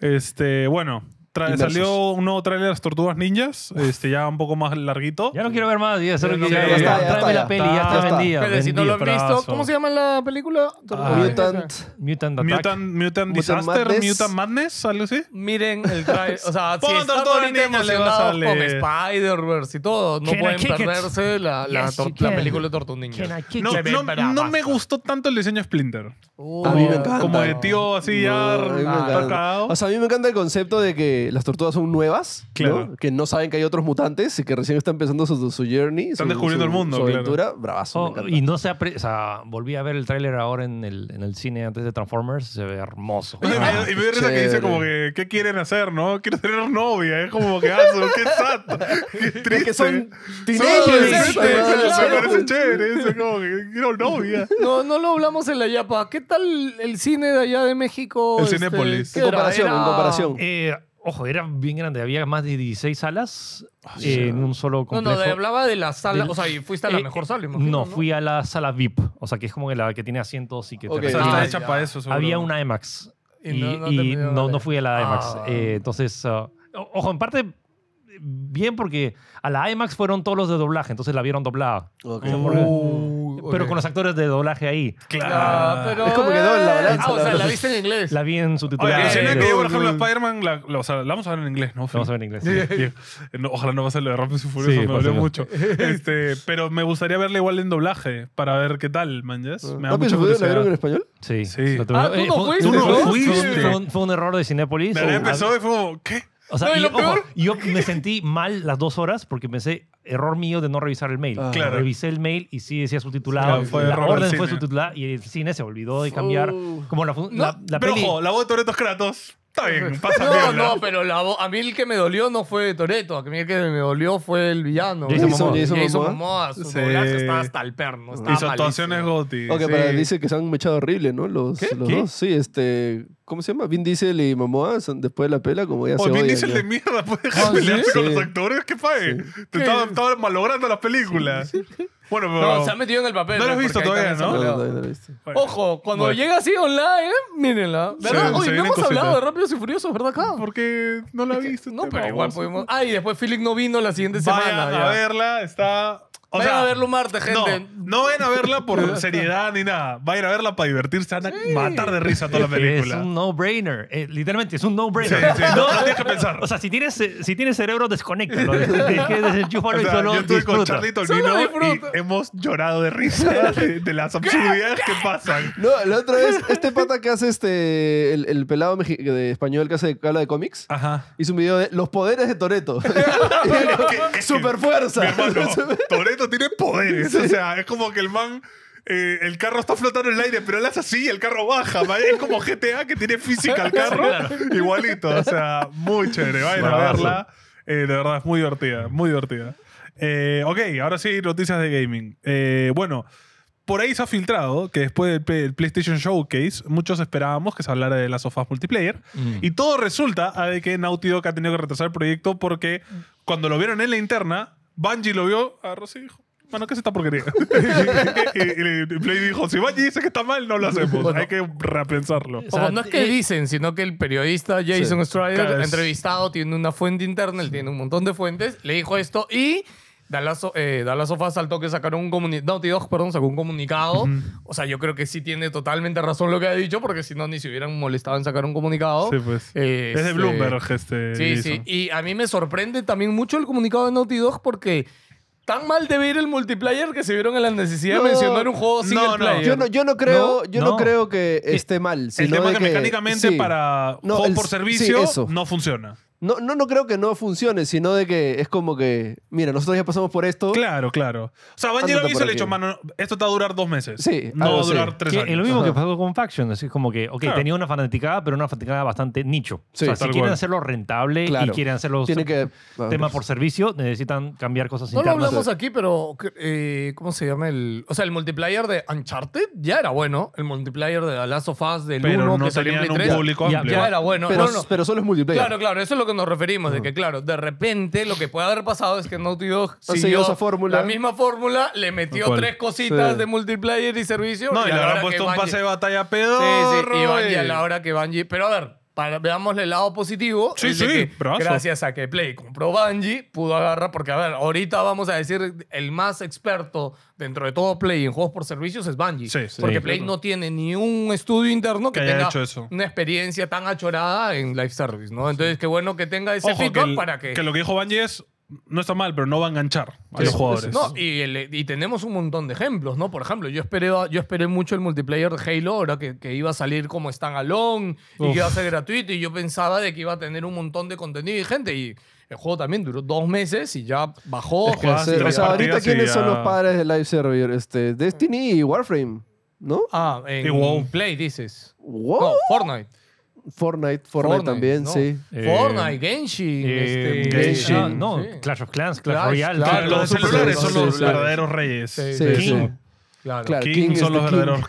Speaker 1: Este, bueno, Tra-
Speaker 2: Inversos.
Speaker 1: salió un nuevo tráiler de las Tortugas Ninjas, este ya un poco más larguito.
Speaker 3: Ya no quiero ver más, ya solo
Speaker 4: Sí,
Speaker 3: que
Speaker 4: ya
Speaker 3: ya,
Speaker 4: está,
Speaker 2: ya
Speaker 3: tráeme
Speaker 2: está,
Speaker 3: la
Speaker 2: ya
Speaker 3: peli,
Speaker 2: está.
Speaker 3: ya está
Speaker 2: Pero
Speaker 3: vendida.
Speaker 4: Pero si no lo han
Speaker 1: Vendí,
Speaker 4: visto,
Speaker 1: brazo.
Speaker 4: ¿cómo se llama la película?
Speaker 1: Ah,
Speaker 2: Mutant.
Speaker 3: Mutant Attack.
Speaker 1: Mutant, Mutant
Speaker 2: Mutant
Speaker 1: Disaster,
Speaker 2: Madness.
Speaker 1: Mutant Madness, algo así.
Speaker 4: Miren el trailer. O sea, si
Speaker 1: Pongan
Speaker 4: están
Speaker 1: todo
Speaker 4: ahorita
Speaker 1: el niño, le vas a
Speaker 4: emocionados con
Speaker 1: leer.
Speaker 4: Spider-Verse y todo, no
Speaker 3: Can I
Speaker 4: pueden
Speaker 3: kick it?
Speaker 4: perderse la, la,
Speaker 3: Yes, you
Speaker 4: tor- la
Speaker 3: can.
Speaker 4: película de Tortugas
Speaker 3: Can I
Speaker 4: Ninja.
Speaker 3: kick
Speaker 1: No,
Speaker 3: it?
Speaker 4: se ve,
Speaker 1: no,
Speaker 4: pero
Speaker 1: no me
Speaker 4: basta.
Speaker 1: gustó tanto el diseño de Splinter.
Speaker 4: Uh,
Speaker 2: A mí me encanta.
Speaker 1: Como de tío así ya
Speaker 2: No, a mí me encanta.
Speaker 1: tocado.
Speaker 2: O sea, a mí me encanta el concepto de que las tortugas son nuevas, ¿no?
Speaker 1: Claro.
Speaker 2: que no saben que hay otros mutantes y que recién están empezando su, su journey.
Speaker 1: Están
Speaker 2: su-
Speaker 1: descubriendo
Speaker 2: su-
Speaker 1: el mundo,
Speaker 2: Su
Speaker 1: claro.
Speaker 2: aventura, bravazo. me
Speaker 3: Oh,
Speaker 2: encanta.
Speaker 3: y no se apre- o sea, volví a ver el tráiler ahora en el, en el cine antes de Transformers, se ve hermoso.
Speaker 1: Oye,
Speaker 3: Ah,
Speaker 1: me- y me dio risa que dice
Speaker 2: chévere.
Speaker 1: como que, ¿qué quieren hacer, no? Quieren tener novia, es como que, ah, su- qué sad, qué triste.
Speaker 2: Es que son
Speaker 1: Son adolescentes,
Speaker 2: teenagers.
Speaker 1: me
Speaker 2: claro.
Speaker 1: parece chévere, eso es como que quiero novia.
Speaker 4: No, no lo hablamos en la Yapa. ¿Qué tal el cine de allá de México? Este,
Speaker 1: El Cinépolis.
Speaker 4: ¿qué
Speaker 2: En
Speaker 4: era?
Speaker 2: comparación,
Speaker 4: Era-
Speaker 2: en comparación.
Speaker 3: eh, ojo, era bien grande, había más de 16 salas
Speaker 2: Ah,
Speaker 3: eh, en un solo
Speaker 4: No,
Speaker 3: complejo.
Speaker 4: no, hablaba de la sala.
Speaker 3: Del-
Speaker 4: O sea, y fuiste a la
Speaker 3: Eh,
Speaker 4: mejor sala, imagino,
Speaker 3: No, fui a la sala VIP, o sea, que es como la que tiene asientos y que te
Speaker 2: Ok.
Speaker 1: O sea,
Speaker 3: reciben.
Speaker 1: está
Speaker 4: Ah,
Speaker 1: hecha
Speaker 4: ya.
Speaker 1: para eso, seguro.
Speaker 3: Había una IMAX.
Speaker 4: Y
Speaker 3: Y,
Speaker 4: no- no
Speaker 3: y
Speaker 4: te
Speaker 3: no,
Speaker 4: pidió,
Speaker 3: no
Speaker 4: vale.
Speaker 3: fui a la IMAX.
Speaker 4: Ah.
Speaker 3: Eh, entonces, ah, o- ojo, en parte bien porque a la IMAX fueron todos los de doblaje, entonces la vieron doblada.
Speaker 2: Ok.
Speaker 1: Oh,
Speaker 4: Uh,
Speaker 3: Pero
Speaker 4: ok.
Speaker 3: con los actores de doblaje ahí.
Speaker 4: Ah, pero-
Speaker 2: Es como que doble la balanza,
Speaker 4: Ah, o
Speaker 2: la
Speaker 4: sea, la
Speaker 2: verdad.
Speaker 4: viste en inglés.
Speaker 3: La vi en su
Speaker 1: Oye,
Speaker 3: titular.
Speaker 1: la escena
Speaker 3: de-
Speaker 1: que yo, por
Speaker 3: de-
Speaker 1: ejemplo, Spider-Man, la, la- o sea, la vamos a ver en inglés, ¿no? Phil?
Speaker 3: Vamos a ver en inglés.
Speaker 1: Bien. No, ojalá no pase lo de Rápidos y Furiosos,
Speaker 3: Sí,
Speaker 1: me
Speaker 3: por
Speaker 1: dolió
Speaker 3: favor.
Speaker 1: mucho. Este, pero me gustaría verla igual en doblaje para ver qué tal, man. ¿yes? Me da
Speaker 2: ¿Rápido Ah. y
Speaker 1: mucha
Speaker 2: Furioso la vieron en
Speaker 1: curiosidad.
Speaker 2: español?
Speaker 3: Sí.
Speaker 1: Sí.
Speaker 3: Lo tuvieron-
Speaker 4: Ah, tú
Speaker 3: eh,
Speaker 4: no
Speaker 3: fue-
Speaker 4: fuiste.
Speaker 1: tú no
Speaker 4: ¿no?
Speaker 1: fuiste.
Speaker 3: Fue un, fue un error de Cinépolis.
Speaker 1: De verdad
Speaker 3: A-
Speaker 1: empezó y fue como, ¿qué?
Speaker 3: O sea,
Speaker 4: No, y
Speaker 3: y,
Speaker 4: lo
Speaker 3: ojo,
Speaker 4: peor-
Speaker 3: yo me sentí mal las dos horas porque pensé, error mío de no revisar el mail.
Speaker 2: Ah.
Speaker 1: Claro.
Speaker 3: Revisé el mail y sí decía subtitulado.
Speaker 1: Claro, fue
Speaker 3: la
Speaker 1: error del
Speaker 3: orden fue
Speaker 1: cine.
Speaker 3: subtitulada y el cine se olvidó de cambiar.
Speaker 2: Uh.
Speaker 3: Como la, fun-
Speaker 4: No,
Speaker 3: la, la
Speaker 1: pero
Speaker 3: peli-
Speaker 1: ojo, la voz de Toreto es Kratos. Está bien, pasa
Speaker 4: No,
Speaker 1: bien.
Speaker 4: no, pero la vo- a mí el que me dolió no fue Toreto, a mí el que me dolió fue el villano.
Speaker 3: Jason
Speaker 4: Jason,
Speaker 2: Momoa.
Speaker 4: Jason,
Speaker 2: Jason
Speaker 4: Momoa, su
Speaker 1: Sí.
Speaker 4: doblaje estaba hasta el perno. Estaba
Speaker 1: Y su actuación es
Speaker 4: malísimo.
Speaker 1: Gotti.
Speaker 2: Ok,
Speaker 1: sí.
Speaker 2: pero dice que se han mechado horrible, ¿no? Los, los
Speaker 3: ¿Qué?
Speaker 2: dos. Sí, este. ¿Cómo se llama? Vin Diesel y Momoa son- después de la pela, como ya
Speaker 1: Oh,
Speaker 2: se
Speaker 1: Vin
Speaker 2: odian,
Speaker 1: Diesel
Speaker 2: ya.
Speaker 1: de mierda, puede dejar
Speaker 4: Ah,
Speaker 1: de pelearse
Speaker 2: ¿sí?
Speaker 1: con
Speaker 2: Sí.
Speaker 1: los actores, ¿qué fue? Te
Speaker 4: ¿Qué?
Speaker 1: estaban estaban malogrando las películas. Bueno, pero.
Speaker 4: No, se ha metido en el papel.
Speaker 1: No lo has
Speaker 4: porque
Speaker 1: visto
Speaker 4: ahí
Speaker 1: todavía,
Speaker 4: también se
Speaker 1: ¿no?
Speaker 4: ha
Speaker 2: No,
Speaker 4: peleado.
Speaker 2: no, no, no, viste.
Speaker 1: Bueno.
Speaker 4: Ojo, cuando
Speaker 1: Bueno.
Speaker 4: llega así online, ¿eh? mírenla.
Speaker 1: Se-
Speaker 4: ¿Verdad? Oye,
Speaker 1: se
Speaker 4: no
Speaker 1: vienen
Speaker 4: hemos
Speaker 1: cositas.
Speaker 4: hablado de Rápidos y Furiosos, ¿verdad? Acá.
Speaker 1: Porque no la viste.
Speaker 4: No,
Speaker 1: este
Speaker 4: pero igual
Speaker 1: baboso.
Speaker 4: pudimos. Ah, y después Philip no vino la siguiente semana.
Speaker 1: Vayan
Speaker 4: ya.
Speaker 1: a verla, está. O
Speaker 4: Vayan
Speaker 1: sea,
Speaker 4: a verlo martes, gente.
Speaker 1: No, no vayan a verla por seriedad ni nada. Vayan a verla para divertirse, van a matar de risa toda la
Speaker 3: Es
Speaker 1: película.
Speaker 3: un no-brainer. Eh, literalmente, es un no-brainer.
Speaker 1: Sí, sí, no, no tienes que pensar.
Speaker 3: O sea, si tienes, eh, si tienes cerebro, desconectalo. Es que desenchúfalo
Speaker 1: O
Speaker 3: y
Speaker 1: sea,
Speaker 3: solo
Speaker 1: yo estuve con
Speaker 3: disfruta.
Speaker 1: Charlie
Speaker 4: Solo
Speaker 1: Tolmino y
Speaker 4: disfruta.
Speaker 1: hemos llorado de risa de, de las absurdidades que pasan.
Speaker 2: No, la otra vez, este pata que hace este. El, el pelado mexi- de español que hace que habla de cómics.
Speaker 1: Ajá.
Speaker 2: Hizo un video de los poderes de Toreto. Super fuerza.
Speaker 1: Mi hermano, Toreto tiene poderes. O sea, es como que el man. eh, el carro está flotando en el aire, pero él hace así y el carro baja. ¿vale? Es como GTA que tiene física el carro. Igualito. O sea, muy chévere. Vayan a
Speaker 3: Bravazo.
Speaker 1: verla. Eh, de verdad, es muy divertida. Muy divertida. Eh, ok, ahora sí, noticias de gaming. Eh, bueno. Por ahí se ha filtrado que después del P- el PlayStation Showcase muchos esperábamos que se hablara de las sofás multiplayer y todo resulta a de que Naughty Dog ha tenido que retrasar el proyecto porque cuando lo vieron en la interna, Bungie lo vio, agarró sí dijo, mano, ¿qué es esta porquería? y, y- y Play dijo, si Bungie dice que está mal, no lo hacemos.
Speaker 4: Bueno.
Speaker 1: Hay que repensarlo.
Speaker 3: O
Speaker 4: Ojo,
Speaker 3: sea,
Speaker 4: no es que
Speaker 3: eh,
Speaker 4: dicen, sino que el periodista Jason Strider,
Speaker 1: Claro, es-
Speaker 4: entrevistado, tiene una fuente interna, él tiene un montón de fuentes, le dijo esto y Dallas, eh, Dallas of Us saltó que sacaron un comunicado, Naughty Dog, perdón, sacó un comunicado. O sea, yo creo que sí tiene totalmente razón lo que ha dicho, porque si no, ni se hubieran molestado en sacar un comunicado.
Speaker 1: Sí, pues.
Speaker 4: Eh,
Speaker 1: es de
Speaker 4: este,
Speaker 1: Bloomberg este.
Speaker 4: Sí, sí.
Speaker 1: Jason.
Speaker 4: Y a mí me sorprende también mucho el comunicado de Naughty Dog porque tan mal de ver el multiplayer que se vieron en la necesidad
Speaker 2: No.
Speaker 4: de mencionar un juego single
Speaker 1: No, no.
Speaker 4: player.
Speaker 2: Yo no, yo no creo,
Speaker 3: No,
Speaker 2: yo no,
Speaker 3: no.
Speaker 2: creo que esté mal.
Speaker 1: El
Speaker 2: sino
Speaker 1: tema
Speaker 2: de
Speaker 1: que, mecánicamente
Speaker 2: sí.
Speaker 1: para
Speaker 2: No,
Speaker 1: juego
Speaker 2: el-
Speaker 1: por
Speaker 2: sí,
Speaker 1: servicio
Speaker 2: eso.
Speaker 1: no funciona.
Speaker 2: No, no, no creo que no funcione, sino de que es como que, mira, nosotros ya pasamos por esto.
Speaker 1: Claro, claro. O sea, Bungie
Speaker 2: Ándate
Speaker 1: lo hizo y
Speaker 2: por
Speaker 1: le
Speaker 2: aquí.
Speaker 1: dicho, mano, esto te va a durar dos meses.
Speaker 2: Sí,
Speaker 1: No va
Speaker 2: algo
Speaker 1: a
Speaker 2: así.
Speaker 1: durar tres
Speaker 3: que
Speaker 1: años.
Speaker 3: es lo mismo
Speaker 2: Ajá.
Speaker 3: que pasó con Faction. Así como que, ok,
Speaker 1: Claro.
Speaker 3: tenía una fanaticada, pero una fanaticada bastante nicho.
Speaker 2: Sí,
Speaker 3: o sea, si
Speaker 1: tal
Speaker 3: quieren
Speaker 1: cual.
Speaker 3: hacerlo rentable
Speaker 2: Claro.
Speaker 3: y quieren hacerlo
Speaker 2: Tiene que- ah,
Speaker 3: tema por servicio, necesitan cambiar cosas
Speaker 4: No lo
Speaker 3: internas.
Speaker 4: hablamos aquí, pero eh, ¿cómo se llama el...? O sea, el multiplayer de Uncharted ya era bueno. El multiplayer de The Last of Us del
Speaker 1: Pero
Speaker 4: 1
Speaker 1: no
Speaker 4: que salió en
Speaker 1: tenían
Speaker 4: Play
Speaker 1: un
Speaker 4: 3,
Speaker 1: público
Speaker 4: ya,
Speaker 1: amplio.
Speaker 4: ya era bueno.
Speaker 2: Pero,
Speaker 4: No, no.
Speaker 2: pero Mm. solo es multiplayer.
Speaker 4: Claro, claro, eso es lo que nos referimos, de que claro, de repente lo que puede haber pasado es que Naughty Dog
Speaker 2: seguido
Speaker 4: siguió
Speaker 2: esa fórmula.
Speaker 4: la misma fórmula, le metió
Speaker 1: cual.
Speaker 4: tres cositas
Speaker 2: Sí.
Speaker 4: de multiplayer y servicio.
Speaker 1: No, y le
Speaker 4: a la
Speaker 1: habrán
Speaker 4: hora que
Speaker 1: puesto un
Speaker 4: Bungie-
Speaker 1: pase de batalla
Speaker 4: Sí,
Speaker 1: pedo.
Speaker 4: sí, y Bungie a la hora que Bungie... Pero a ver, para, veamos el lado positivo.
Speaker 1: Sí,
Speaker 4: es de
Speaker 1: sí,
Speaker 4: que
Speaker 1: bravazo.
Speaker 4: Gracias a que Play compró Bungie, pudo agarrar, porque a ver, ahorita vamos a decir, el más experto dentro de todo Play en juegos por servicios es Bungie.
Speaker 1: Sí, sí.
Speaker 4: porque
Speaker 1: Sí,
Speaker 4: Play
Speaker 1: claro.
Speaker 4: no tiene ni un estudio interno que,
Speaker 1: Que haya
Speaker 4: tenga
Speaker 1: hecho eso.
Speaker 4: una experiencia tan achorada en live service, ¿no? Entonces, qué bueno que tenga ese
Speaker 1: Ojo, que,
Speaker 4: feedback
Speaker 1: el-
Speaker 4: para que...
Speaker 1: que lo que dijo Bungie es no está mal, pero no va a enganchar a los
Speaker 4: Sí.
Speaker 1: jugadores.
Speaker 4: No, y, el- y tenemos un montón de ejemplos, ¿no? Por ejemplo, yo esperé, yo esperé mucho el multiplayer de Halo, ahora que, que iba a salir como standalone y que iba a ser gratuito, y yo pensaba de que iba a tener un montón de contenido y gente, y el juego también duró dos meses y ya bajó.
Speaker 2: Es que
Speaker 1: juegas
Speaker 2: se- o
Speaker 1: tres
Speaker 2: sea, ahorita
Speaker 1: partidas y
Speaker 2: quiénes
Speaker 1: ya-
Speaker 2: son los padres del live server, este, Destiny y Warframe, ¿no?
Speaker 4: Ah, en
Speaker 1: Y WoW.
Speaker 4: Play dices.
Speaker 2: Wow.
Speaker 4: No, Fortnite.
Speaker 2: Fortnite, Oh. Fortnite, también,
Speaker 4: ¿no?
Speaker 2: sí.
Speaker 4: Fortnite, Genshin.
Speaker 3: Eh,
Speaker 4: este,
Speaker 1: Genshin.
Speaker 3: ah, no,
Speaker 4: sí.
Speaker 3: Clash of Clans, Clash,
Speaker 4: Clash,
Speaker 3: Royale.
Speaker 4: claro,
Speaker 1: Claro, los
Speaker 4: los
Speaker 1: celulares
Speaker 4: super-
Speaker 1: son los
Speaker 4: sí, sí.
Speaker 1: verdaderos reyes.
Speaker 4: Sí,
Speaker 2: Sí,
Speaker 1: de
Speaker 2: sí.
Speaker 1: eso.
Speaker 4: Claro.
Speaker 2: Claro,
Speaker 1: King, son
Speaker 2: King is
Speaker 1: los
Speaker 2: the king.
Speaker 1: verdaderos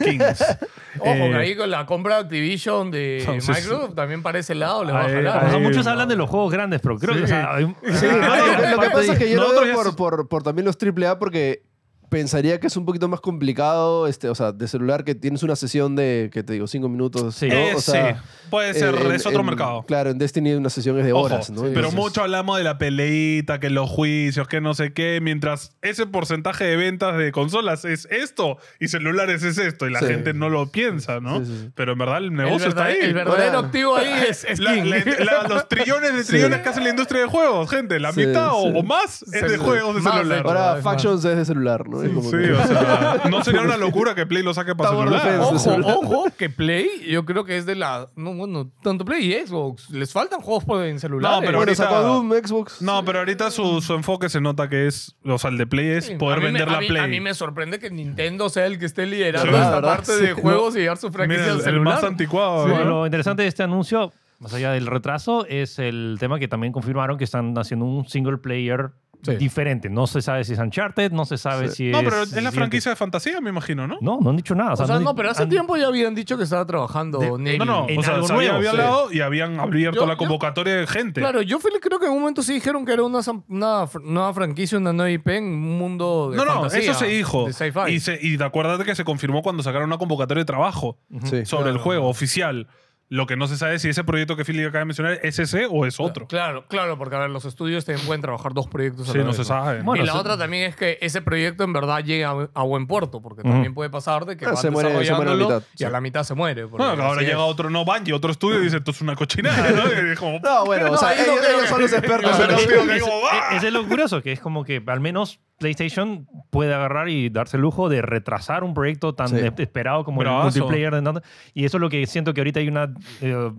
Speaker 1: kings.
Speaker 4: Ojo, que
Speaker 1: Eh,
Speaker 4: ahí con la compra de Activision de
Speaker 1: No, sí, sí.
Speaker 4: Microsoft también para ese lado le va a
Speaker 1: Ahí-
Speaker 4: jalar.
Speaker 3: O sea,
Speaker 1: ahí-
Speaker 3: Ah, muchos hablan de los juegos grandes, pero creo que. o sea, hay-
Speaker 2: Sí,
Speaker 3: hay-
Speaker 2: no,
Speaker 3: hay-
Speaker 2: lo- lo que
Speaker 3: parte
Speaker 2: pasa es
Speaker 3: de-
Speaker 2: que yo lo
Speaker 1: Nosotros
Speaker 2: veo
Speaker 1: ya
Speaker 2: por,
Speaker 1: es-
Speaker 2: por- por también los AAA porque pensaría que es un poquito más complicado, este, o sea, de celular que tienes una sesión de, que te digo, cinco minutos.
Speaker 3: Sí.
Speaker 2: ¿no?
Speaker 1: eh,
Speaker 2: O sea, eh,
Speaker 1: sí, puede ser,
Speaker 2: en-
Speaker 1: es otro
Speaker 2: en-
Speaker 1: mercado.
Speaker 2: Claro, en Destiny una sesión es de
Speaker 1: Ojo,
Speaker 2: horas, ¿no?
Speaker 1: pero
Speaker 2: Entonces-
Speaker 1: mucho hablamos de la peleita, que los juicios, que no sé qué, mientras ese porcentaje de ventas de consolas es esto y celulares es esto y la
Speaker 2: Sí.
Speaker 1: gente no lo piensa, ¿no?
Speaker 2: Sí, sí, sí.
Speaker 1: Pero en verdad el
Speaker 4: El,
Speaker 1: negocio está
Speaker 4: verdad-
Speaker 1: ahí.
Speaker 4: el verdadero
Speaker 2: Ahora-
Speaker 4: activo ahí es, es
Speaker 1: La-
Speaker 4: King.
Speaker 1: la- la- los trillones de trillones que hace la industria de juegos, gente, la
Speaker 2: Sí,
Speaker 1: mitad o-
Speaker 2: sí.
Speaker 1: O, más es de
Speaker 4: Sí.
Speaker 1: juegos de
Speaker 4: Más de
Speaker 1: celular.
Speaker 2: Ahora,
Speaker 4: Claro, es
Speaker 2: Factions es de celular, ¿no? Es
Speaker 1: Sí,
Speaker 2: como que-
Speaker 1: o sea, no sería una locura que Play lo saque para
Speaker 2: Tower
Speaker 1: celular.
Speaker 2: Defense.
Speaker 4: Ojo, ojo, que Play, yo creo que es de la. No, bueno, tanto Play y Xbox. Les faltan juegos por, en celular.
Speaker 1: No, pero
Speaker 2: bueno,
Speaker 1: ahorita-
Speaker 2: sacó Doom, Xbox.
Speaker 1: No, pero ahorita su, su enfoque se nota que es, o sea, el de Play es poder vender la Play.
Speaker 4: A mí me sorprende que Nintendo sea el que esté liderando
Speaker 1: Sí, la
Speaker 4: esta
Speaker 2: verdad,
Speaker 4: parte de
Speaker 2: sí.
Speaker 4: juegos y llevar su
Speaker 1: Mira,
Speaker 4: franquicia
Speaker 1: el-
Speaker 4: al
Speaker 1: el
Speaker 4: celular.
Speaker 1: más anticuado.
Speaker 3: Bueno,
Speaker 1: ¿no?
Speaker 3: lo interesante de este anuncio, más allá del retraso, es el tema que también confirmaron que están haciendo un single player
Speaker 4: Sí.
Speaker 3: diferente. No se sabe si es Uncharted, no se sabe si
Speaker 1: No,
Speaker 3: es.
Speaker 1: pero es la
Speaker 3: siguiente.
Speaker 1: franquicia de fantasía, me imagino, ¿no?
Speaker 3: No, no han dicho nada.
Speaker 4: o sea,
Speaker 3: han-
Speaker 4: no, pero hace
Speaker 3: han-
Speaker 4: tiempo ya habían dicho que estaba trabajando. Neil.
Speaker 1: No, no,
Speaker 3: en
Speaker 1: o sea,
Speaker 3: algo
Speaker 1: se había
Speaker 3: nuevo, sí.
Speaker 1: hablado y habían abierto
Speaker 4: Yo-
Speaker 1: la
Speaker 4: yo-
Speaker 1: convocatoria de gente.
Speaker 4: Claro, yo fui- creo que en un momento sí dijeron que era una, sam- una fr- nueva franquicia, una nueva IP en un mundo de
Speaker 1: no, no,
Speaker 4: fantasía,
Speaker 1: eso se dijo.
Speaker 4: de sci-fi.
Speaker 1: Y, se, y acuérdate que se confirmó cuando sacaron una convocatoria de trabajo
Speaker 2: Sí.
Speaker 1: sobre el juego oficial. Lo que no se sabe es si ese proyecto que Philly acaba de mencionar es ese o es otro.
Speaker 4: Claro, claro, porque a ver, los estudios también pueden trabajar dos proyectos a
Speaker 1: Sí,
Speaker 4: la
Speaker 1: no
Speaker 4: vez,
Speaker 1: se sabe.
Speaker 3: Bueno,
Speaker 4: y la
Speaker 3: se-
Speaker 4: otra también es que ese proyecto en verdad llegue a, a buen puerto, porque también puede pasar de que
Speaker 2: Ah,
Speaker 4: van
Speaker 2: se muere- se muere a la
Speaker 4: desarrollándolo
Speaker 2: mitad,
Speaker 4: y a
Speaker 2: sí.
Speaker 4: la mitad se muere. porque
Speaker 1: Bueno, ahora
Speaker 4: así
Speaker 1: llega
Speaker 4: es.
Speaker 1: otro no Bungie, otro estudio y dice, esto es una cochinada, ¿no? Y como,
Speaker 2: No, bueno, o
Speaker 4: No,
Speaker 2: sea,
Speaker 4: ahí no
Speaker 2: ellos,
Speaker 4: creo
Speaker 2: ellos
Speaker 4: que-
Speaker 2: son los expertos.
Speaker 1: Claro,
Speaker 2: en
Speaker 1: no,
Speaker 2: el-
Speaker 1: tío, que
Speaker 3: Es,
Speaker 1: como, ¡ah!
Speaker 3: Eh, es- es lo curioso, que es como que al menos PlayStation puede agarrar y darse el lujo de retrasar un proyecto tan
Speaker 2: Sí.
Speaker 3: e- esperado como
Speaker 1: Bravazo.
Speaker 3: el multiplayer. de Nintendo. Y eso es lo que siento que ahorita hay una... eh,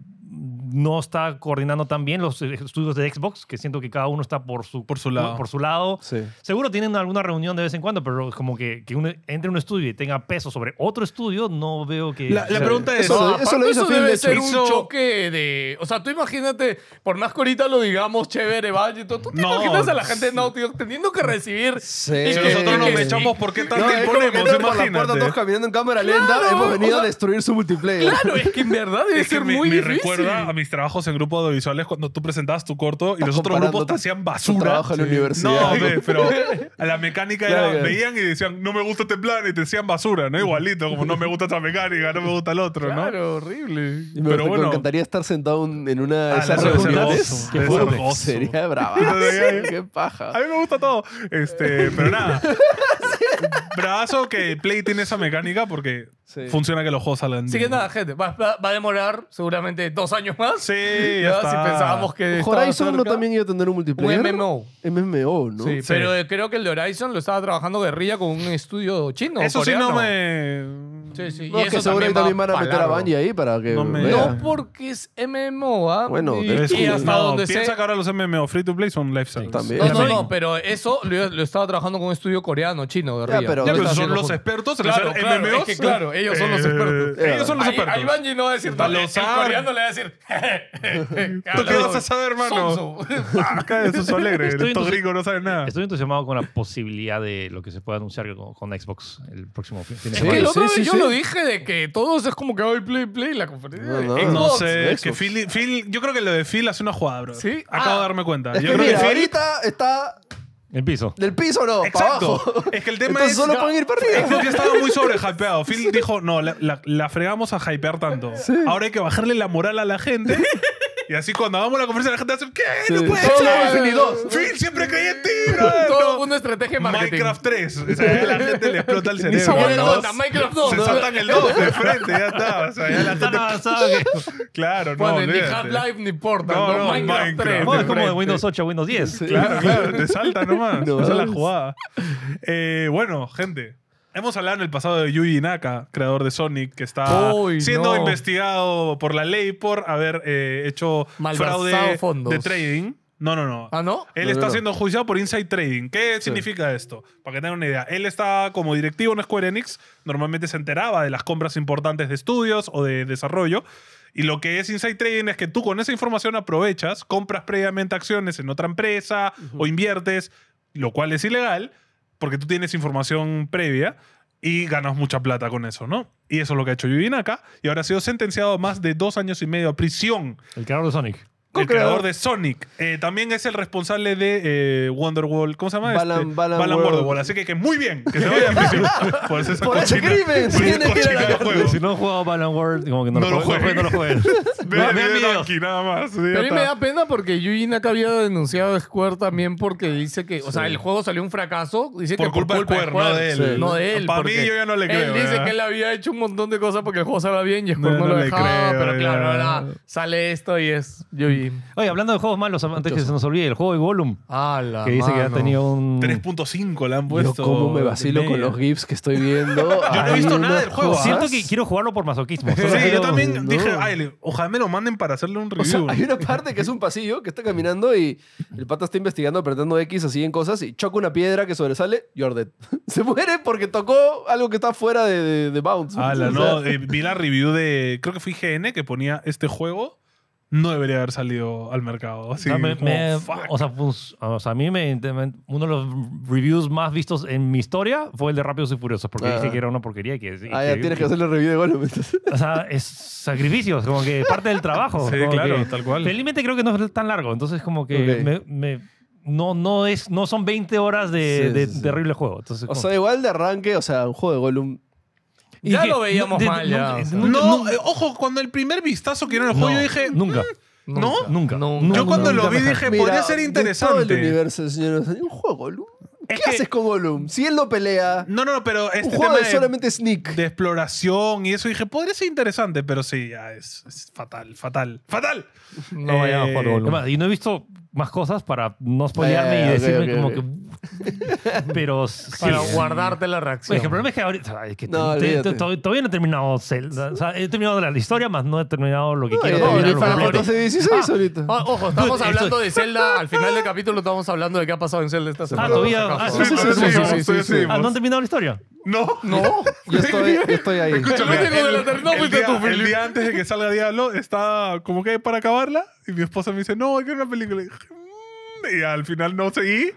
Speaker 3: no está coordinando tan bien los eh, estudios de Xbox, que siento que cada uno está por su,
Speaker 1: Por su lado.
Speaker 3: Por su lado.
Speaker 2: Sí.
Speaker 3: Seguro tienen alguna reunión de vez en cuando, pero como que, que uno entre a un estudio y tenga peso sobre otro estudio, no veo que...
Speaker 1: La- la pregunta es,
Speaker 2: Eso,
Speaker 4: No,
Speaker 2: lo-
Speaker 4: aparte
Speaker 2: eso lo hizo Phil, de
Speaker 4: debe
Speaker 2: hecho.
Speaker 4: ser un
Speaker 1: Hizo-
Speaker 4: choque de... O sea, tú imagínate, por más que ahorita lo digamos chévere, vaya, y todo, tú te
Speaker 1: No.
Speaker 4: imaginas a la gente de Naughty Dog teniendo que recibir...
Speaker 2: Sí.
Speaker 4: y
Speaker 1: Si
Speaker 4: que-
Speaker 1: nosotros
Speaker 4: y
Speaker 1: nos
Speaker 4: que-
Speaker 1: echamos por qué tan
Speaker 2: No, es
Speaker 1: tiempo
Speaker 2: como que
Speaker 1: ponemos,
Speaker 2: entran por la puerta todos
Speaker 1: imagínate.
Speaker 2: caminando en cámara lenta.
Speaker 4: Claro,
Speaker 2: hemos venido
Speaker 4: o sea-
Speaker 2: a destruir su multiplayer.
Speaker 4: Claro, es que en verdad debe
Speaker 1: Es que
Speaker 4: ser
Speaker 1: me,
Speaker 4: muy
Speaker 1: me
Speaker 4: difícil.
Speaker 1: recuerda a mis trabajos en grupos audiovisuales cuando tú presentabas tu corto y
Speaker 2: Estás
Speaker 1: los otros
Speaker 2: comparando
Speaker 1: grupos te
Speaker 2: tu-
Speaker 1: hacían
Speaker 2: Tu
Speaker 1: basura.
Speaker 2: trabajo en la universidad.
Speaker 1: No, ve, pero a la mecánica era-
Speaker 2: Claro, claro.
Speaker 1: veían y decían, no me gusta este plan y te decían basura, ¿no? Igualito, como no me gusta esta mecánica, no me gusta el otro, ¿no?
Speaker 4: Claro, horrible.
Speaker 2: Y me,
Speaker 1: Pero
Speaker 2: me
Speaker 1: bueno.
Speaker 2: encantaría estar sentado un- en una de
Speaker 1: Ah,
Speaker 2: esas
Speaker 1: debe ser
Speaker 2: reuniones.
Speaker 1: hermoso,
Speaker 2: Qué
Speaker 1: debe ser
Speaker 2: fuerte.
Speaker 1: hermoso.
Speaker 2: Sería brava.
Speaker 1: Entonces,
Speaker 2: Qué paja.
Speaker 1: A mí me gusta todo. Este, pero nada. Brazo que Play tiene esa mecánica porque
Speaker 2: Sí.
Speaker 1: funciona que los juegos salgan.
Speaker 4: Así que
Speaker 1: bien.
Speaker 4: nada, gente, va, va- va a demorar seguramente dos años más.
Speaker 1: Sí,
Speaker 4: Ya,
Speaker 1: ya
Speaker 4: si
Speaker 1: está.
Speaker 4: pensábamos que. estaba
Speaker 2: Horizon no
Speaker 4: cerca.
Speaker 2: también iba a tener un multiplayer.
Speaker 4: Un MMO.
Speaker 2: MMO, ¿no?
Speaker 4: Sí,
Speaker 1: Sí.
Speaker 4: pero eh, creo que el de Horizon lo estaba trabajando guerrilla con un estudio chino.
Speaker 1: Eso sí no
Speaker 4: coreano.
Speaker 1: me.
Speaker 4: Sí, sí.
Speaker 2: No,
Speaker 4: y
Speaker 2: es que
Speaker 4: eso
Speaker 2: seguro que también
Speaker 4: va
Speaker 2: van a meter a
Speaker 4: largo.
Speaker 2: Bungie ahí para que
Speaker 1: No me-
Speaker 2: vea.
Speaker 4: No porque es MMO, ¿ah?
Speaker 2: Bueno,
Speaker 4: y,
Speaker 2: debe
Speaker 4: y
Speaker 2: ser.
Speaker 4: hasta
Speaker 1: no,
Speaker 4: donde
Speaker 1: piensa
Speaker 4: sé.
Speaker 1: que ahora los MMO free to play son life service.
Speaker 2: También.
Speaker 4: No, no,
Speaker 1: También.
Speaker 4: no, pero eso lo, lo estaba trabajando con un estudio coreano, chino, guerrilla.
Speaker 2: pero-
Speaker 1: Ya,
Speaker 2: Lo
Speaker 1: pero
Speaker 4: está
Speaker 1: son
Speaker 4: haciendo
Speaker 1: los
Speaker 4: junto.
Speaker 1: expertos en
Speaker 4: Claro,
Speaker 1: hacer
Speaker 4: claro,
Speaker 1: MMOs.
Speaker 4: es que claro, ellos son los
Speaker 1: Eh,
Speaker 4: expertos.
Speaker 1: Ellos son los
Speaker 4: Ahí,
Speaker 1: expertos.
Speaker 4: ahí Bungie no va a decir
Speaker 1: A
Speaker 4: nada.
Speaker 1: los
Speaker 4: El
Speaker 1: saben.
Speaker 4: coreano le va a decir.
Speaker 1: ¿Tú qué vas a saber, hermano?
Speaker 4: Sonso.
Speaker 1: Acá de sus alegres.
Speaker 3: Estoy
Speaker 1: Estos
Speaker 3: entusi-
Speaker 1: gringos no saben nada.
Speaker 3: Estoy entusiasmado con la posibilidad de lo que se puede anunciar con, con Xbox el próximo fin fin de
Speaker 4: Es
Speaker 2: Sí,
Speaker 4: que
Speaker 3: semana.
Speaker 4: el otro
Speaker 2: sí, sí,
Speaker 4: yo
Speaker 2: sí.
Speaker 4: lo dije de que todos es como que hoy play play la conferencia.
Speaker 2: No, no,
Speaker 4: de Xbox.
Speaker 1: No sé, es
Speaker 2: Xbox.
Speaker 1: que Phil, Phil- yo creo que lo de Phil hace una jugada, bro.
Speaker 4: ¿Sí?
Speaker 1: Acabo
Speaker 4: Ah.
Speaker 1: de darme cuenta.
Speaker 2: Es
Speaker 1: yo
Speaker 2: que
Speaker 1: creo
Speaker 2: mira,
Speaker 1: que Phil,
Speaker 2: ahorita está
Speaker 3: El piso.
Speaker 2: Del piso no, para
Speaker 1: Exacto.
Speaker 2: abajo.
Speaker 1: Es que el tema
Speaker 2: Entonces
Speaker 1: es-
Speaker 2: solo
Speaker 1: no.
Speaker 2: pueden ir para arriba.
Speaker 1: Xbox ya estaba muy sobrehypeado. Phil dijo, no, la, la- la fregamos a hypear tanto. Ahora hay que bajarle la moral a la gente. Y así cuando hagamos la conferencia, la gente hace, ¿qué? No
Speaker 2: Sí.
Speaker 1: puede
Speaker 2: Solo
Speaker 1: ser.
Speaker 2: Infinity dos.
Speaker 1: Phil siempre creía en ti,
Speaker 4: Todo
Speaker 1: bro.
Speaker 4: una estrategia de marketing.
Speaker 1: Minecraft 3. O sea, ya la gente le explota el
Speaker 4: Ni
Speaker 1: cerebro.
Speaker 4: siquiera el
Speaker 1: ¿no?
Speaker 4: Dota, Minecraft 2.
Speaker 1: Se saltan el 2 de frente, ya está. O sea, ya la
Speaker 3: Tan
Speaker 1: gente...
Speaker 3: avanzado que-
Speaker 1: Claro, no,
Speaker 4: Bueno, ni
Speaker 1: olvídate.
Speaker 4: Half-Life ni Portal.
Speaker 1: No,
Speaker 4: No,
Speaker 1: no,
Speaker 4: Minecraft, Ah,
Speaker 1: Minecraft.
Speaker 4: 3.
Speaker 3: No, es como de
Speaker 4: frente.
Speaker 3: Windows 8 a Windows 10.
Speaker 1: Claro, claro, te salta nomás.
Speaker 2: No.
Speaker 1: Esa es la jugada. Eh, bueno, gente. Hemos hablado en el pasado de Yuji Naka, creador de Sonic, que está
Speaker 4: Uy,
Speaker 1: siendo
Speaker 4: no.
Speaker 1: investigado por la ley por haber eh, hecho
Speaker 4: Malversado
Speaker 1: fraude
Speaker 4: fondos.
Speaker 1: de trading. No, no, no.
Speaker 4: ¿Ah, no?
Speaker 1: Él
Speaker 2: No,
Speaker 1: está
Speaker 2: no, no.
Speaker 1: siendo juzgado por inside trading. ¿Qué significa esto? Para que tengan una idea. Él está como directivo en Square Enix. Normalmente se enteraba de las compras importantes de estudios o de desarrollo. Y lo que es inside trading es que tú con esa información aprovechas, compras previamente acciones en otra empresa o inviertes, lo cual es ilegal porque tú tienes información previa y ganas mucha plata con eso, ¿no? Y eso es lo que ha hecho Yuji Naka. Y ahora ha sido sentenciado a más de dos años y medio a prisión
Speaker 3: El creador de Sonic.
Speaker 1: el
Speaker 2: Co-creador.
Speaker 1: creador de Sonic. Eh, también es el responsable de eh, Wonderwall. ¿Cómo se llama? Este,
Speaker 2: Balan- Balan World.
Speaker 1: Wonderwall. Así que, que muy bien que se vaya a prisión por ese,
Speaker 2: Por ese crimen, tiene que ir a la cárcel.
Speaker 3: Si no he jugado Balan World, como que no,
Speaker 1: No lo
Speaker 3: lo juegues. No lo juegues.
Speaker 1: Vean
Speaker 3: Vean videos.
Speaker 1: aquí nada más. Sí, ya
Speaker 4: Pero a mí me
Speaker 1: está.
Speaker 4: da pena porque Yuji Naka había denunciado a Square también porque dice que, o sea, el juego salió un fracaso. Dice
Speaker 1: Por
Speaker 4: que
Speaker 1: culpa de Square, no de él.
Speaker 4: No de él.
Speaker 1: Pa' mí
Speaker 4: porque
Speaker 1: yo ya no le creo,
Speaker 4: Él dice
Speaker 1: ¿verdad?
Speaker 4: que él había hecho un montón de cosas porque el juego salga bien y Square
Speaker 1: No,
Speaker 4: no,
Speaker 1: no
Speaker 4: lo
Speaker 1: le
Speaker 4: dejaba.
Speaker 1: creo,
Speaker 4: pero claro,
Speaker 1: ya.
Speaker 4: ahora sale esto y es Yuji.
Speaker 3: Oye, hablando de juegos malos, antes que se nos olvide, el juego de Gollum,
Speaker 4: Ah, la
Speaker 3: que dice que ha
Speaker 4: mano.
Speaker 3: tenido un...
Speaker 1: 3.5 le han
Speaker 2: Yo
Speaker 1: puesto.
Speaker 2: como me vacilo con los gifs que estoy viendo. Yo
Speaker 1: no he visto nada del juego,
Speaker 3: Siento que quiero jugarlo por masoquismo.
Speaker 1: Sí,
Speaker 3: Solo quiero-
Speaker 1: yo también
Speaker 2: No.
Speaker 1: dije, ay, le- ojalá me lo manden para hacerle un
Speaker 2: O sea,
Speaker 1: review.
Speaker 2: hay una parte que es un pasillo que está caminando y el pata está investigando, apretando X, así en cosas, y choca una piedra que sobresale, you're dead. Se muere porque tocó algo que está fuera de, de, de bounds.
Speaker 1: Ala,
Speaker 2: O sea,
Speaker 1: no, eh, vi la review de, creo que fue IGN que ponía este juego no debería haber salido al mercado. Así,
Speaker 3: o sea, Ah, me-
Speaker 1: como,
Speaker 3: me-
Speaker 1: Oh, fuck.
Speaker 3: o sea, pues, o sea, a mí me, me- uno de los reviews más vistos en mi historia fue el de Rápidos y Furiosos, porque
Speaker 2: Ah.
Speaker 3: dije que era una porquería y que... y
Speaker 2: Ah, ya
Speaker 3: que-
Speaker 2: tienes que hacerle review de gol.
Speaker 3: O sea, es sacrificios, como que parte del trabajo.
Speaker 1: Sí,
Speaker 3: como
Speaker 1: claro,
Speaker 3: que-
Speaker 1: tal cual.
Speaker 3: Felizmente creo que no es tan largo, entonces como que
Speaker 2: Ok.
Speaker 3: me- me- no, no, es, no son 20 horas de,
Speaker 2: Sí,
Speaker 3: de-
Speaker 2: sí, sí.
Speaker 3: terrible juego. Entonces,
Speaker 2: O
Speaker 3: como-
Speaker 2: sea, igual de arranque, o sea, un juego de Gollum.
Speaker 3: Y
Speaker 4: Ya
Speaker 3: dije,
Speaker 4: lo veíamos
Speaker 3: de- de-
Speaker 4: mal, ya.
Speaker 3: nunca-
Speaker 4: o sea.
Speaker 3: nunca-
Speaker 1: No,
Speaker 3: nunca-
Speaker 1: eh, ojo, cuando el primer vistazo que dieron el juego,
Speaker 3: no,
Speaker 1: yo dije.
Speaker 3: Nunca.
Speaker 2: "Eh".
Speaker 1: ¿No?
Speaker 3: Nunca.
Speaker 4: Nunca.
Speaker 1: yo cuando lo vi
Speaker 4: jamás.
Speaker 1: dije,
Speaker 2: Mira,
Speaker 1: podría ser
Speaker 2: de Todo el
Speaker 1: interesante.
Speaker 2: universo, señores. ¿Un juego de Gollum? ¿Qué
Speaker 1: Es que-
Speaker 2: haces con Gollum? Si él no pelea,
Speaker 1: No, no, no, pero este
Speaker 2: un juego
Speaker 1: tema
Speaker 2: de
Speaker 1: de,
Speaker 2: solamente sneak.
Speaker 1: de exploración y eso, dije, podría ser interesante, pero sí, ya es, es fatal, fatal, fatal.
Speaker 4: No
Speaker 1: Eh,
Speaker 4: vayamos por
Speaker 3: Es
Speaker 4: Gollum.
Speaker 3: más, y no he visto más cosas para no spoilearme
Speaker 2: Eh,
Speaker 3: y
Speaker 2: ok,
Speaker 3: decirme
Speaker 2: ok,
Speaker 3: como
Speaker 2: ok.
Speaker 3: que. Pero. sí.
Speaker 4: Para guardarte la reacción.
Speaker 3: Oye, es que el problema es que ahorita. o sea, es que
Speaker 2: No,
Speaker 3: te- te-
Speaker 2: olvídate.
Speaker 3: to- todavía no he terminado Zelda. O sea, he terminado la historia, más no he terminado lo que quiero
Speaker 2: ya,
Speaker 4: no,
Speaker 3: terminar.
Speaker 2: viene
Speaker 4: no,
Speaker 3: lo
Speaker 2: para
Speaker 4: no,
Speaker 3: completo.
Speaker 4: no,
Speaker 2: Fantasy 16 ahorita.
Speaker 4: Ah, ojo, estamos
Speaker 3: Dude,
Speaker 4: hablando de Zelda. Al final del capítulo estamos hablando de qué ha pasado en Zelda esta semana. por
Speaker 3: todavía-
Speaker 4: si acaso.
Speaker 3: ah, sí, sí, sí,
Speaker 1: sí, sí, sí.
Speaker 3: Ah, no han terminado la historia.
Speaker 1: No,
Speaker 4: No.
Speaker 2: Yo estoy, yo estoy ahí.
Speaker 1: Escúchame,
Speaker 4: El único de la terna
Speaker 1: el
Speaker 4: fuiste
Speaker 1: día-
Speaker 4: tú,
Speaker 1: el
Speaker 4: Felipe.
Speaker 1: día antes de que salga Diablo, está como que para acabarla. Y mi esposa me dice, no, hay que ver una película. Y, dije, "Mm", y al final no seguí.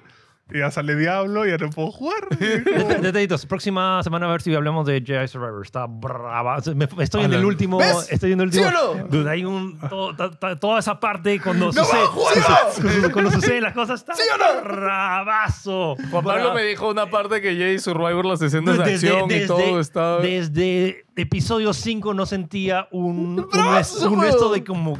Speaker 1: Y ya sale Diablo, y ya no puedo jugar.
Speaker 3: Det- Detallitos. Próxima semana a ver si hablamos de Jedi Survivor. Está brava. O sea, me- estoy en el último.
Speaker 2: ¿Ves?
Speaker 3: Estoy en el último.
Speaker 2: ¿Sí o no?
Speaker 3: Dude, hay un. todo- ta- ta- toda esa parte cuando
Speaker 2: ¡No
Speaker 3: sucede.
Speaker 2: va,
Speaker 3: su- su- su- Cuando suceden las cosas. Está bravazo.
Speaker 4: Juan Pablo me dijo una parte que Jay Survivor las escenas de
Speaker 3: desde,
Speaker 4: acción y
Speaker 3: desde-
Speaker 4: todo está...
Speaker 3: desde episodio 5 no sentía un, un,
Speaker 2: Brazo,
Speaker 3: es- un
Speaker 2: juego.
Speaker 3: esto de como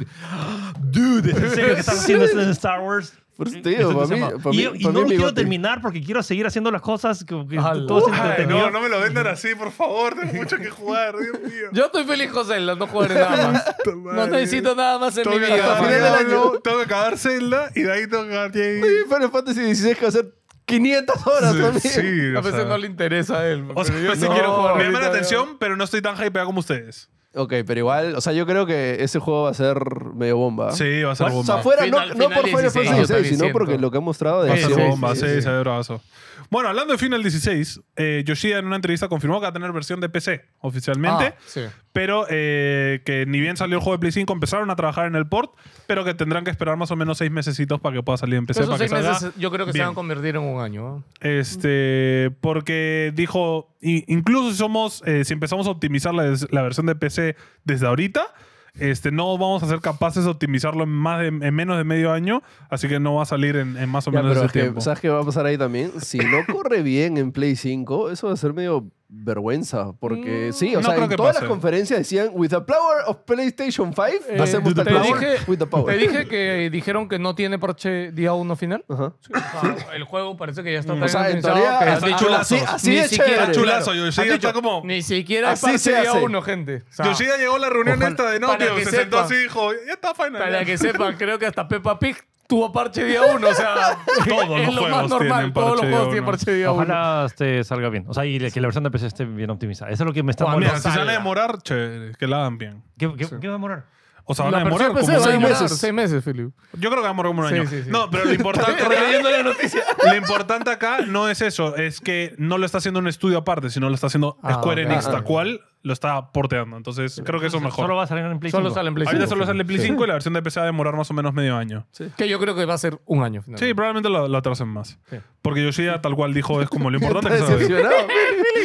Speaker 3: dude ¿es en serio que están haciendo esto en Star Wars
Speaker 2: Por eso te
Speaker 3: Esto
Speaker 2: digo,
Speaker 3: es
Speaker 2: para mí-
Speaker 3: llamado.
Speaker 2: para
Speaker 3: y,
Speaker 2: mí-
Speaker 3: y
Speaker 2: para mí
Speaker 3: no lo
Speaker 2: mi
Speaker 3: quiero
Speaker 2: bote.
Speaker 3: terminar porque quiero seguir haciendo las cosas que, que
Speaker 4: Ala.
Speaker 3: todo es
Speaker 1: Ay,
Speaker 3: entretenido
Speaker 1: no, no me lo vendan así, por favor. Tengo mucho que jugar, Dios mío.
Speaker 4: Yo estoy feliz con Zelda, no jugaré nada más. No necesito nada más en mi
Speaker 1: Tengo que
Speaker 4: vida.
Speaker 1: acabar
Speaker 2: final del año.
Speaker 1: Diablo, tengo que acabar Zelda y de ahí tengo que acabar Jade.
Speaker 2: Sí, Final Fantasy 16 que va a ser 500 horas también.
Speaker 1: Sí,
Speaker 4: A
Speaker 1: o
Speaker 4: veces
Speaker 1: sea.
Speaker 4: no le interesa a él.
Speaker 1: O sea,
Speaker 4: pero yo sí
Speaker 1: no,
Speaker 4: quiero jugar.
Speaker 1: Me llama la
Speaker 4: ahorita.
Speaker 1: atención, pero no estoy tan hypeado como ustedes.
Speaker 2: Ok, pero igual, o sea, yo creo que ese juego va a ser medio bomba.
Speaker 4: ¿Ah?
Speaker 1: Sí, va a ser
Speaker 2: O
Speaker 1: bomba.
Speaker 2: sea, fuera,
Speaker 4: Final-
Speaker 2: no, no por
Speaker 4: final
Speaker 2: Final Fantasy
Speaker 4: 16, yo
Speaker 2: 16,
Speaker 4: también
Speaker 2: sino
Speaker 4: siento.
Speaker 2: porque lo que han mostrado de
Speaker 1: Va a ser
Speaker 4: Sí, sí,
Speaker 1: bomba,
Speaker 4: sí,
Speaker 1: sí,
Speaker 4: sí.
Speaker 1: se ve bravazo. Bueno, hablando de Final 16, eh, Yoshida en una entrevista confirmó que va a tener versión de PC oficialmente,
Speaker 4: Ah, sí.
Speaker 1: pero eh, que ni bien salió el juego de Play 5 empezaron a trabajar en el port, pero que tendrán que esperar más o menos seis mesecitos para que pueda salir en PC.
Speaker 4: Pero esos
Speaker 1: para que
Speaker 4: seis
Speaker 1: salga
Speaker 4: meses yo creo que se
Speaker 1: bien.
Speaker 4: van a convertir en un año. ¿eh?
Speaker 1: Este, porque dijo, i- incluso si somos, eh, si empezamos a optimizar la, des- la versión de PC desde ahorita, Este, no vamos a ser capaces de optimizarlo en, más de- en menos de medio año, así que no va a salir en, en más o
Speaker 2: Ya,
Speaker 1: menos
Speaker 2: pero
Speaker 1: ese
Speaker 2: es que,
Speaker 1: tiempo.
Speaker 2: ¿Sabes qué va a pasar ahí también? Si no corre bien en Play 5, eso va a ser medio vergüenza. Porque
Speaker 4: Mm,
Speaker 2: sí, o
Speaker 1: No
Speaker 2: sea,
Speaker 1: creo
Speaker 2: en
Speaker 1: que
Speaker 2: todas las
Speaker 1: pase.
Speaker 2: conferencias decían: With the power of PlayStation 5,
Speaker 4: Eh,
Speaker 2: hacemos
Speaker 4: te
Speaker 2: tal cosa.
Speaker 4: dije-
Speaker 2: With the power.
Speaker 4: Te dije que dijeron que no tiene parche día 1 final. Ah,
Speaker 2: Ajá.
Speaker 4: el juego parece que ya está
Speaker 1: Mm.
Speaker 4: tan
Speaker 2: O sea, en
Speaker 4: optimizado
Speaker 2: teoría,
Speaker 4: que ya
Speaker 1: está
Speaker 2: así-
Speaker 4: está-
Speaker 1: chula.
Speaker 2: así,
Speaker 1: chulazo.
Speaker 2: así
Speaker 4: Ni
Speaker 2: de
Speaker 4: siquiera
Speaker 2: chévere.
Speaker 4: está
Speaker 1: chulazo,
Speaker 4: Han
Speaker 1: Yoshida
Speaker 4: dicho,
Speaker 1: está como.
Speaker 4: Ni siquiera hay
Speaker 2: Así
Speaker 4: parche
Speaker 2: se
Speaker 4: día
Speaker 2: hace.
Speaker 4: 1, gente. O sea,
Speaker 1: Yoshida llegó a la reunión
Speaker 2: Ojalá-
Speaker 1: esta de no,
Speaker 4: para
Speaker 1: tío,
Speaker 4: que
Speaker 1: se sentó
Speaker 4: sepa.
Speaker 1: así, hijo, ya está final.
Speaker 4: Para que sepan, creo que hasta Peppa Pig tuvo parche día 1. O sea,
Speaker 1: Todos
Speaker 4: es
Speaker 1: los
Speaker 4: lo más
Speaker 1: juegos
Speaker 4: normal.
Speaker 1: tienen
Speaker 4: Todos
Speaker 1: parche día
Speaker 4: los juegos
Speaker 1: uno.
Speaker 4: tienen parche día 1.
Speaker 3: Ojalá este, salga bien. O sea, y que la versión de PC esté bien optimizada. Eso es lo que me está
Speaker 4: Juan,
Speaker 1: Mira,
Speaker 3: molestando.
Speaker 1: si se van a
Speaker 4: salga.
Speaker 1: demorar, chévere, que la hagan bien.
Speaker 3: ¿Qué, qué- qué va a demorar?
Speaker 1: O sea, van a
Speaker 4: La
Speaker 1: demorar
Speaker 4: versión de
Speaker 1: como
Speaker 4: PC va a
Speaker 1: seis
Speaker 4: demorar
Speaker 1: meses.
Speaker 4: 6 meses, Philip.
Speaker 1: Yo creo que va a demorar como un
Speaker 4: Sí,
Speaker 1: año.
Speaker 4: sí, sí.
Speaker 1: No, pero lo importante.
Speaker 4: Releyendo la noticia.
Speaker 1: Lo importante acá no es eso, es que no lo está haciendo un estudio aparte, sino lo está haciendo
Speaker 4: Ah,
Speaker 1: Square
Speaker 4: ok.
Speaker 1: Enix,
Speaker 2: Ah,
Speaker 1: tal
Speaker 2: ah.
Speaker 1: cual lo está porteando. Entonces, creo que eso es mejor.
Speaker 3: Solo va a salir en Play
Speaker 4: Solo
Speaker 3: 5.
Speaker 4: sale en Play
Speaker 1: Ahorita
Speaker 4: 5.
Speaker 1: solo sale el Play 5 y la versión de PC va a demorar más o menos medio año.
Speaker 4: Que yo creo que va a ser un año.
Speaker 1: Sí,
Speaker 4: finalmente.
Speaker 1: probablemente lo, lo atrasen más.
Speaker 4: Sí.
Speaker 1: Porque Yoshida, tal cual dijo, es como lo importante que
Speaker 2: Está
Speaker 1: se ve.
Speaker 2: decepcionado.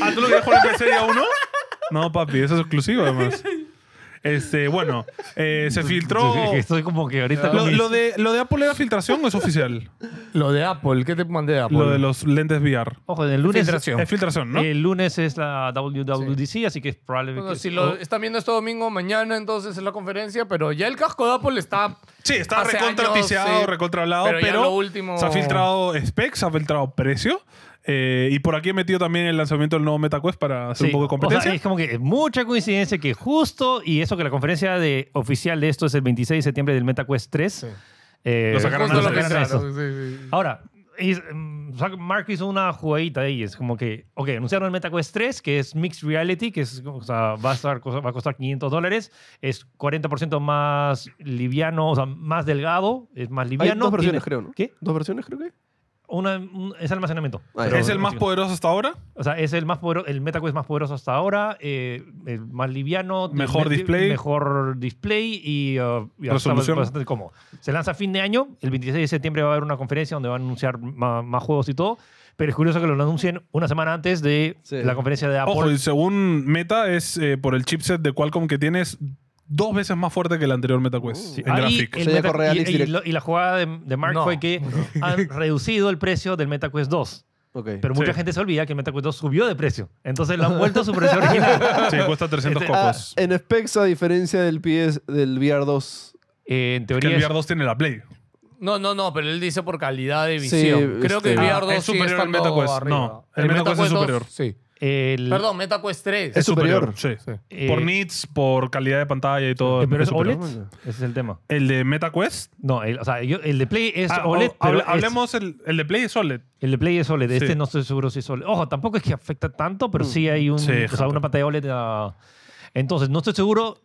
Speaker 1: Ah, ¿tú lo querías jugar en PC día uno? No, papi, eso es exclusivo además. Este, bueno, eh, se filtró.
Speaker 3: Estoy como que ahorita.
Speaker 1: Lo,
Speaker 3: con mis-
Speaker 1: lo de, ¿Lo de Apple era filtración o es oficial?
Speaker 4: Lo de Apple, ¿qué te mandé de Apple?
Speaker 1: Lo de los lentes VR.
Speaker 3: Ojo, el lunes.
Speaker 4: Filtración.
Speaker 1: Es filtración, ¿no?
Speaker 3: El lunes es la WWDC, así que es probable
Speaker 4: Bueno,
Speaker 3: que.
Speaker 4: si
Speaker 1: Oh.
Speaker 4: lo
Speaker 3: o-
Speaker 4: están viendo este domingo, mañana entonces es la conferencia, pero ya el casco de Apple está...
Speaker 1: Sí, está
Speaker 4: Hace
Speaker 1: recontra
Speaker 4: años,
Speaker 1: tiseado,
Speaker 4: sí.
Speaker 1: recontra hablado,
Speaker 4: Pero
Speaker 1: pero,
Speaker 4: ya lo último-
Speaker 1: se ha filtrado specs, se ha filtrado precio. eh, y por aquí he metido también el lanzamiento del nuevo MetaQuest para hacer
Speaker 3: Sí,
Speaker 1: un poco de
Speaker 3: o
Speaker 1: competencia.
Speaker 3: sea, es como que mucha coincidencia que justo, y eso que la conferencia de, oficial de esto es el 26 de septiembre del MetaQuest 3. Eh,
Speaker 1: Lo sacaron
Speaker 3: justo
Speaker 1: antes.
Speaker 3: lo que era eso.
Speaker 4: sacaron, sí, sí.
Speaker 3: Ahora, es, mm, o sea, Mark hizo una jugadita ahí, es como que, ok, anunciaron el MetaQuest 3, que es Mixed Reality, que es, o sea, va, a estar- va a costar 500 dólares, es 40% más liviano, o sea, más delgado, es más
Speaker 2: Hay
Speaker 3: liviano.
Speaker 2: dos versiones,
Speaker 3: tiene-
Speaker 2: creo, ¿no?
Speaker 3: ¿Qué?
Speaker 2: Dos versiones, creo que. hay.
Speaker 3: Una, un- es almacenamiento.
Speaker 2: Ah,
Speaker 3: pero-
Speaker 2: ya.
Speaker 1: es el más poderoso hasta ahora.
Speaker 3: O sea, es el más poderoso, el MetaQuest más poderoso hasta ahora, eh, el más liviano,
Speaker 1: Mejor
Speaker 3: me-
Speaker 1: display.
Speaker 3: mejor display y, uh, y hasta
Speaker 1: Resolución.
Speaker 3: bastante cómodo. Se lanza a fin de año, el 26 de septiembre va a haber una conferencia donde van a anunciar ma- más, juegos y todo, pero es curioso que lo anuncien una semana antes de
Speaker 2: Sí.
Speaker 3: la conferencia de Apple.
Speaker 1: Ojo, y según Meta, es eh, por el chipset de Qualcomm que tienes dos veces más fuerte que el anterior MetaQuest
Speaker 3: Uh, Sí.
Speaker 1: en
Speaker 3: Ahí
Speaker 1: graphics.
Speaker 2: Se
Speaker 3: el Meta-
Speaker 2: llega correo
Speaker 3: y,
Speaker 2: Alex
Speaker 3: y
Speaker 2: directo.
Speaker 3: lo- y la jugada de, de Mark
Speaker 4: No.
Speaker 3: fue que han reducido el precio del MetaQuest 2.
Speaker 2: Ok.
Speaker 3: Pero mucha
Speaker 1: Sí.
Speaker 3: gente se olvida que el MetaQuest 2 subió de precio. Entonces lo han vuelto a su precio original.
Speaker 1: Sí, cuesta 300
Speaker 3: Este-
Speaker 2: Ah,
Speaker 1: cocos.
Speaker 2: en specs, a diferencia del PS, del VR2.
Speaker 3: Eh, en
Speaker 1: que
Speaker 3: teoría
Speaker 1: el
Speaker 3: es-
Speaker 1: VR 2 tiene la Play.
Speaker 4: No, no, no, pero él dice por calidad de
Speaker 2: Sí,
Speaker 4: visión. creo que el
Speaker 2: este-
Speaker 4: VR 2
Speaker 1: Ah, es superior al MetaQuest. No, el MetaQuest es superior.
Speaker 4: Sí.
Speaker 3: el-
Speaker 4: Perdón, MetaQuest 3.
Speaker 2: Es superior.
Speaker 1: Sí.
Speaker 4: Sí.
Speaker 3: Eh,
Speaker 1: por nits, por calidad de pantalla y todo.
Speaker 3: Eh, pero es
Speaker 1: superior.
Speaker 3: OLED. Ese es el tema.
Speaker 1: El de MetaQuest.
Speaker 3: No, el, o sea, yo- el de Play es
Speaker 1: Ah,
Speaker 3: OLED.
Speaker 1: hable-
Speaker 3: pero es-
Speaker 1: hablemos, el, el de Play es OLED.
Speaker 3: el de Play es OLED. Este
Speaker 1: Sí.
Speaker 3: no estoy seguro si es OLED. Ojo, tampoco es que afecta tanto, pero sí hay un,
Speaker 1: Sí,
Speaker 3: o sea,
Speaker 1: joder.
Speaker 3: una pantalla OLED. ah. entonces, no estoy seguro.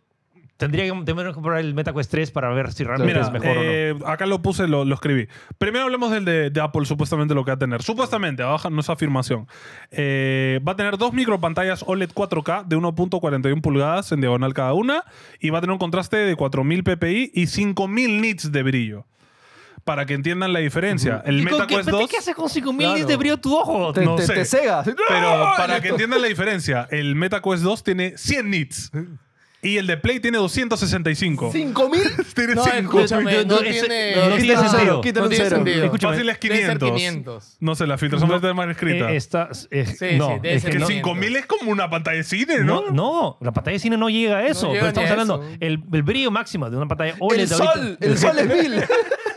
Speaker 3: Tendría que tener que comprar el MetaQuest 3 para ver si realmente
Speaker 1: Mira,
Speaker 3: es mejor o no.
Speaker 1: eh, acá lo puse, lo, lo escribí. Primero hablemos del de, de Apple, supuestamente lo que va a tener. Supuestamente, abajo no es afirmación. Eh, va a tener dos micropantallas OLED 4K de 1.41 pulgadas en diagonal cada una y va a tener un contraste de 4000 ppi y 5000 nits de brillo. Para que entiendan la diferencia. El
Speaker 3: ¿Y con qué-
Speaker 1: MetaQuest
Speaker 3: espérate,
Speaker 1: 2...
Speaker 3: ¿Qué haces con 5000 nits
Speaker 4: Claro.
Speaker 3: de brillo tu ojo?
Speaker 2: Te,
Speaker 1: No
Speaker 2: te-
Speaker 1: sé.
Speaker 2: te cega.
Speaker 1: Pero
Speaker 3: ¡Oh!
Speaker 1: para que entiendan la diferencia, el MetaQuest 2 tiene 100 nits y el de Play tiene 265.
Speaker 2: ¿5000?
Speaker 1: Tiene
Speaker 4: No,
Speaker 1: 5.
Speaker 4: escúchame, no,
Speaker 3: No, ese-
Speaker 4: tiene,
Speaker 3: no, no
Speaker 2: tiene
Speaker 4: no,
Speaker 2: sentido.
Speaker 4: No tiene sentido.
Speaker 3: Escucha,
Speaker 1: Fácil es
Speaker 4: Debe ser
Speaker 1: 500.
Speaker 4: 500.
Speaker 1: No sé, la filtración
Speaker 3: No.
Speaker 1: debe estar mal escrita.
Speaker 3: Eh, esta- eh,
Speaker 4: Sí,
Speaker 3: no,
Speaker 4: sí, debe
Speaker 3: es
Speaker 4: ser
Speaker 3: que
Speaker 1: que
Speaker 3: no-
Speaker 1: 5000 es como una pantalla de cine, ¿no?
Speaker 3: No, no, la pantalla de cine no llega a eso.
Speaker 4: llega
Speaker 3: pero estamos
Speaker 4: ni a
Speaker 3: hablando,
Speaker 4: eso.
Speaker 3: el, el brillo máximo de una pantalla OLED.
Speaker 2: el
Speaker 3: ahorita-
Speaker 2: sol, el sol es mil.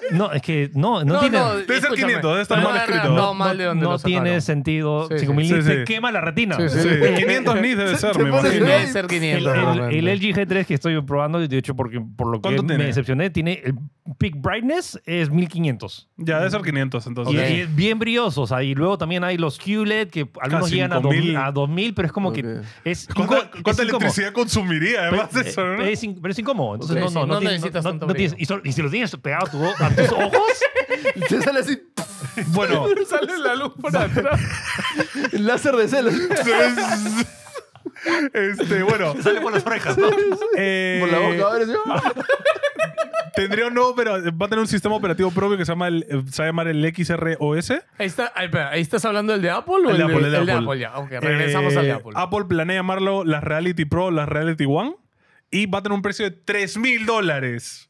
Speaker 3: No, es que no, no, tiene.
Speaker 1: Debe ser
Speaker 4: escúchame,
Speaker 1: 500, debe estar
Speaker 4: no,
Speaker 1: mal
Speaker 4: no, no,
Speaker 1: escrito.
Speaker 4: No, mal de donde
Speaker 3: no
Speaker 4: lo sacaron.
Speaker 3: tiene sentido.
Speaker 4: Sí, sí.
Speaker 3: 5000 nits
Speaker 1: Sí,
Speaker 3: te
Speaker 1: sí.
Speaker 3: quema la retina.
Speaker 4: Sí,
Speaker 1: Sí,
Speaker 4: sí.
Speaker 1: 500 nits debe ser,
Speaker 2: Se
Speaker 1: me
Speaker 2: pone
Speaker 1: imagino.
Speaker 2: gay.
Speaker 4: Debe ser
Speaker 3: El,
Speaker 4: 500. realmente.
Speaker 3: el, el LG G3 que estoy probando, de hecho, porque por lo que
Speaker 1: ¿Cuánto
Speaker 3: me
Speaker 1: tiene?
Speaker 3: decepcioné, tiene el peak brightness es 1500.
Speaker 1: Ya, debe ser 500 entonces.
Speaker 3: Y-
Speaker 4: Ok.
Speaker 3: Y, es bien brilloso. O sea, y luego también hay los QLED que algunos
Speaker 1: Ah,
Speaker 3: llegan a
Speaker 1: 5000.
Speaker 3: 2000, a 2000, pero es como
Speaker 2: Ok.
Speaker 3: que. Es
Speaker 1: ¿Cuánta,
Speaker 3: incó-
Speaker 1: cuánta
Speaker 3: es incómodo.
Speaker 1: electricidad consumiría además
Speaker 3: Pe-
Speaker 1: de eso, no?
Speaker 3: eh, es in- pero es incómodo. Entonces,
Speaker 4: Ok,
Speaker 3: no,
Speaker 4: sí,
Speaker 3: no,
Speaker 4: no
Speaker 3: no, tienes-
Speaker 4: necesitas
Speaker 3: no-
Speaker 4: tanto
Speaker 3: no tienes-
Speaker 4: brillo.
Speaker 3: y, solo- y si lo tienes pegado a, tu, a tus ojos,
Speaker 2: Te sale así,
Speaker 1: Bueno,
Speaker 4: Sale la luz por atrás.
Speaker 2: el láser de celos.
Speaker 1: este, bueno,
Speaker 3: sale por las orejas.
Speaker 1: eh,
Speaker 2: Por la boca, ahora sí.
Speaker 1: tendría un nuevo, pero va a tener un sistema operativo propio que se llama el, eh, se va a llamar el XROS.
Speaker 4: Ahí, está, ahí, espera, ahí estás hablando del de Apple o
Speaker 1: El de Apple, el de
Speaker 4: el de
Speaker 1: Apple.
Speaker 4: Apple ya. Ok, regresamos
Speaker 1: Eh,
Speaker 4: al de Apple.
Speaker 1: Apple planea llamarlo las Reality Pro, las Reality One. y va a tener un precio de 3 mil dólares.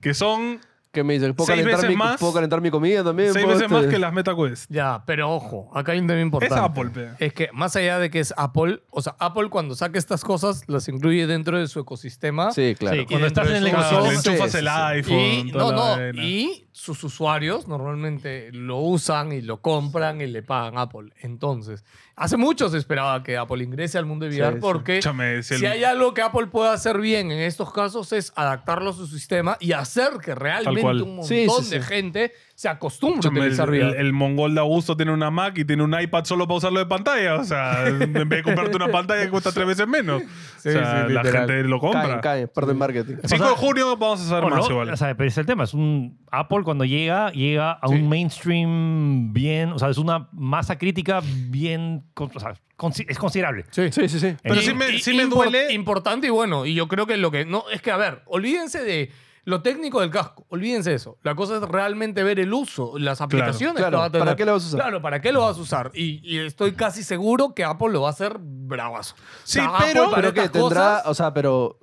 Speaker 1: Que son
Speaker 2: ¿Qué me dices? ¿Puedo
Speaker 1: Seis
Speaker 2: calentar,
Speaker 1: veces
Speaker 2: mi,
Speaker 1: más.
Speaker 2: ¿Puedo calentar mi comida también?
Speaker 1: 6
Speaker 2: ¿Puedo
Speaker 1: veces más
Speaker 2: este?
Speaker 1: que las MetaQuest.
Speaker 4: Ya, pero ojo, acá hay un tema importante.
Speaker 1: Es Apple, pe.
Speaker 4: Es que más allá de que es Apple, o sea, Apple cuando saca estas cosas las incluye dentro de su ecosistema.
Speaker 2: Sí, claro.
Speaker 3: Sí, cuando
Speaker 4: Y dentro
Speaker 3: estás en el
Speaker 4: de su
Speaker 1: Ah,
Speaker 4: Entonces,
Speaker 1: le
Speaker 3: ecosistema.
Speaker 1: enchufas el
Speaker 2: sí.
Speaker 1: iPhone.
Speaker 4: Y, no,
Speaker 1: toda la
Speaker 4: no,
Speaker 1: vaina.
Speaker 4: y sus usuarios normalmente lo usan y lo compran y le pagan a Apple. Entonces, hace mucho se esperaba que Apple ingrese al mundo de VR
Speaker 2: Sí, sí.
Speaker 4: porque
Speaker 1: Escúchame, si
Speaker 4: si,
Speaker 1: el-
Speaker 4: hay algo que Apple puede hacer bien en estos casos es adaptarlo a su sistema y hacer que realmente
Speaker 1: cual.
Speaker 4: un montón
Speaker 2: Sí, sí,
Speaker 4: de
Speaker 2: sí.
Speaker 4: gente se acostumbre a
Speaker 1: Escúchame,
Speaker 4: utilizar
Speaker 1: el,
Speaker 4: VR.
Speaker 1: el- el mongol de Augusto tiene una Mac y tiene un iPad solo para usarlo de pantalla. O sea, en vez de comprarte una pantalla que cuesta tres veces menos.
Speaker 4: Sí,
Speaker 1: o sea,
Speaker 4: sí,
Speaker 1: la
Speaker 4: literal.
Speaker 1: gente lo
Speaker 2: Caen,
Speaker 1: compra.
Speaker 2: caen. Pierden marketing.
Speaker 1: 5 de junio vamos a saber
Speaker 3: O Oh, no,
Speaker 1: más igual.
Speaker 3: o sea, pero es el tema. Es un Apple cuando llega, llega a
Speaker 4: Sí.
Speaker 3: un mainstream bien, o sea, es una masa crítica bien, con- o sea, consi- es considerable.
Speaker 4: Sí.
Speaker 2: Sí, sí, sí.
Speaker 1: Pero
Speaker 4: Y-
Speaker 1: sí me,
Speaker 4: y-
Speaker 1: sí me
Speaker 4: impor-
Speaker 1: duele.
Speaker 4: Importante y bueno. Y yo creo que lo que. No, es que, a ver, olvídense de lo técnico del casco. Olvídense eso. La cosa es realmente ver el uso, las aplicaciones. que
Speaker 2: claro.
Speaker 4: va a tener.
Speaker 2: ¿Para qué lo vas a usar?
Speaker 4: Claro, ¿para qué lo vas a usar? Y, y estoy casi seguro que Apple lo va a hacer bravazo.
Speaker 1: Sí,
Speaker 4: O sea,
Speaker 1: pero-
Speaker 4: Apple para
Speaker 2: Pero que
Speaker 4: estas
Speaker 2: tendrá,
Speaker 4: cosas-
Speaker 2: o sea, pero...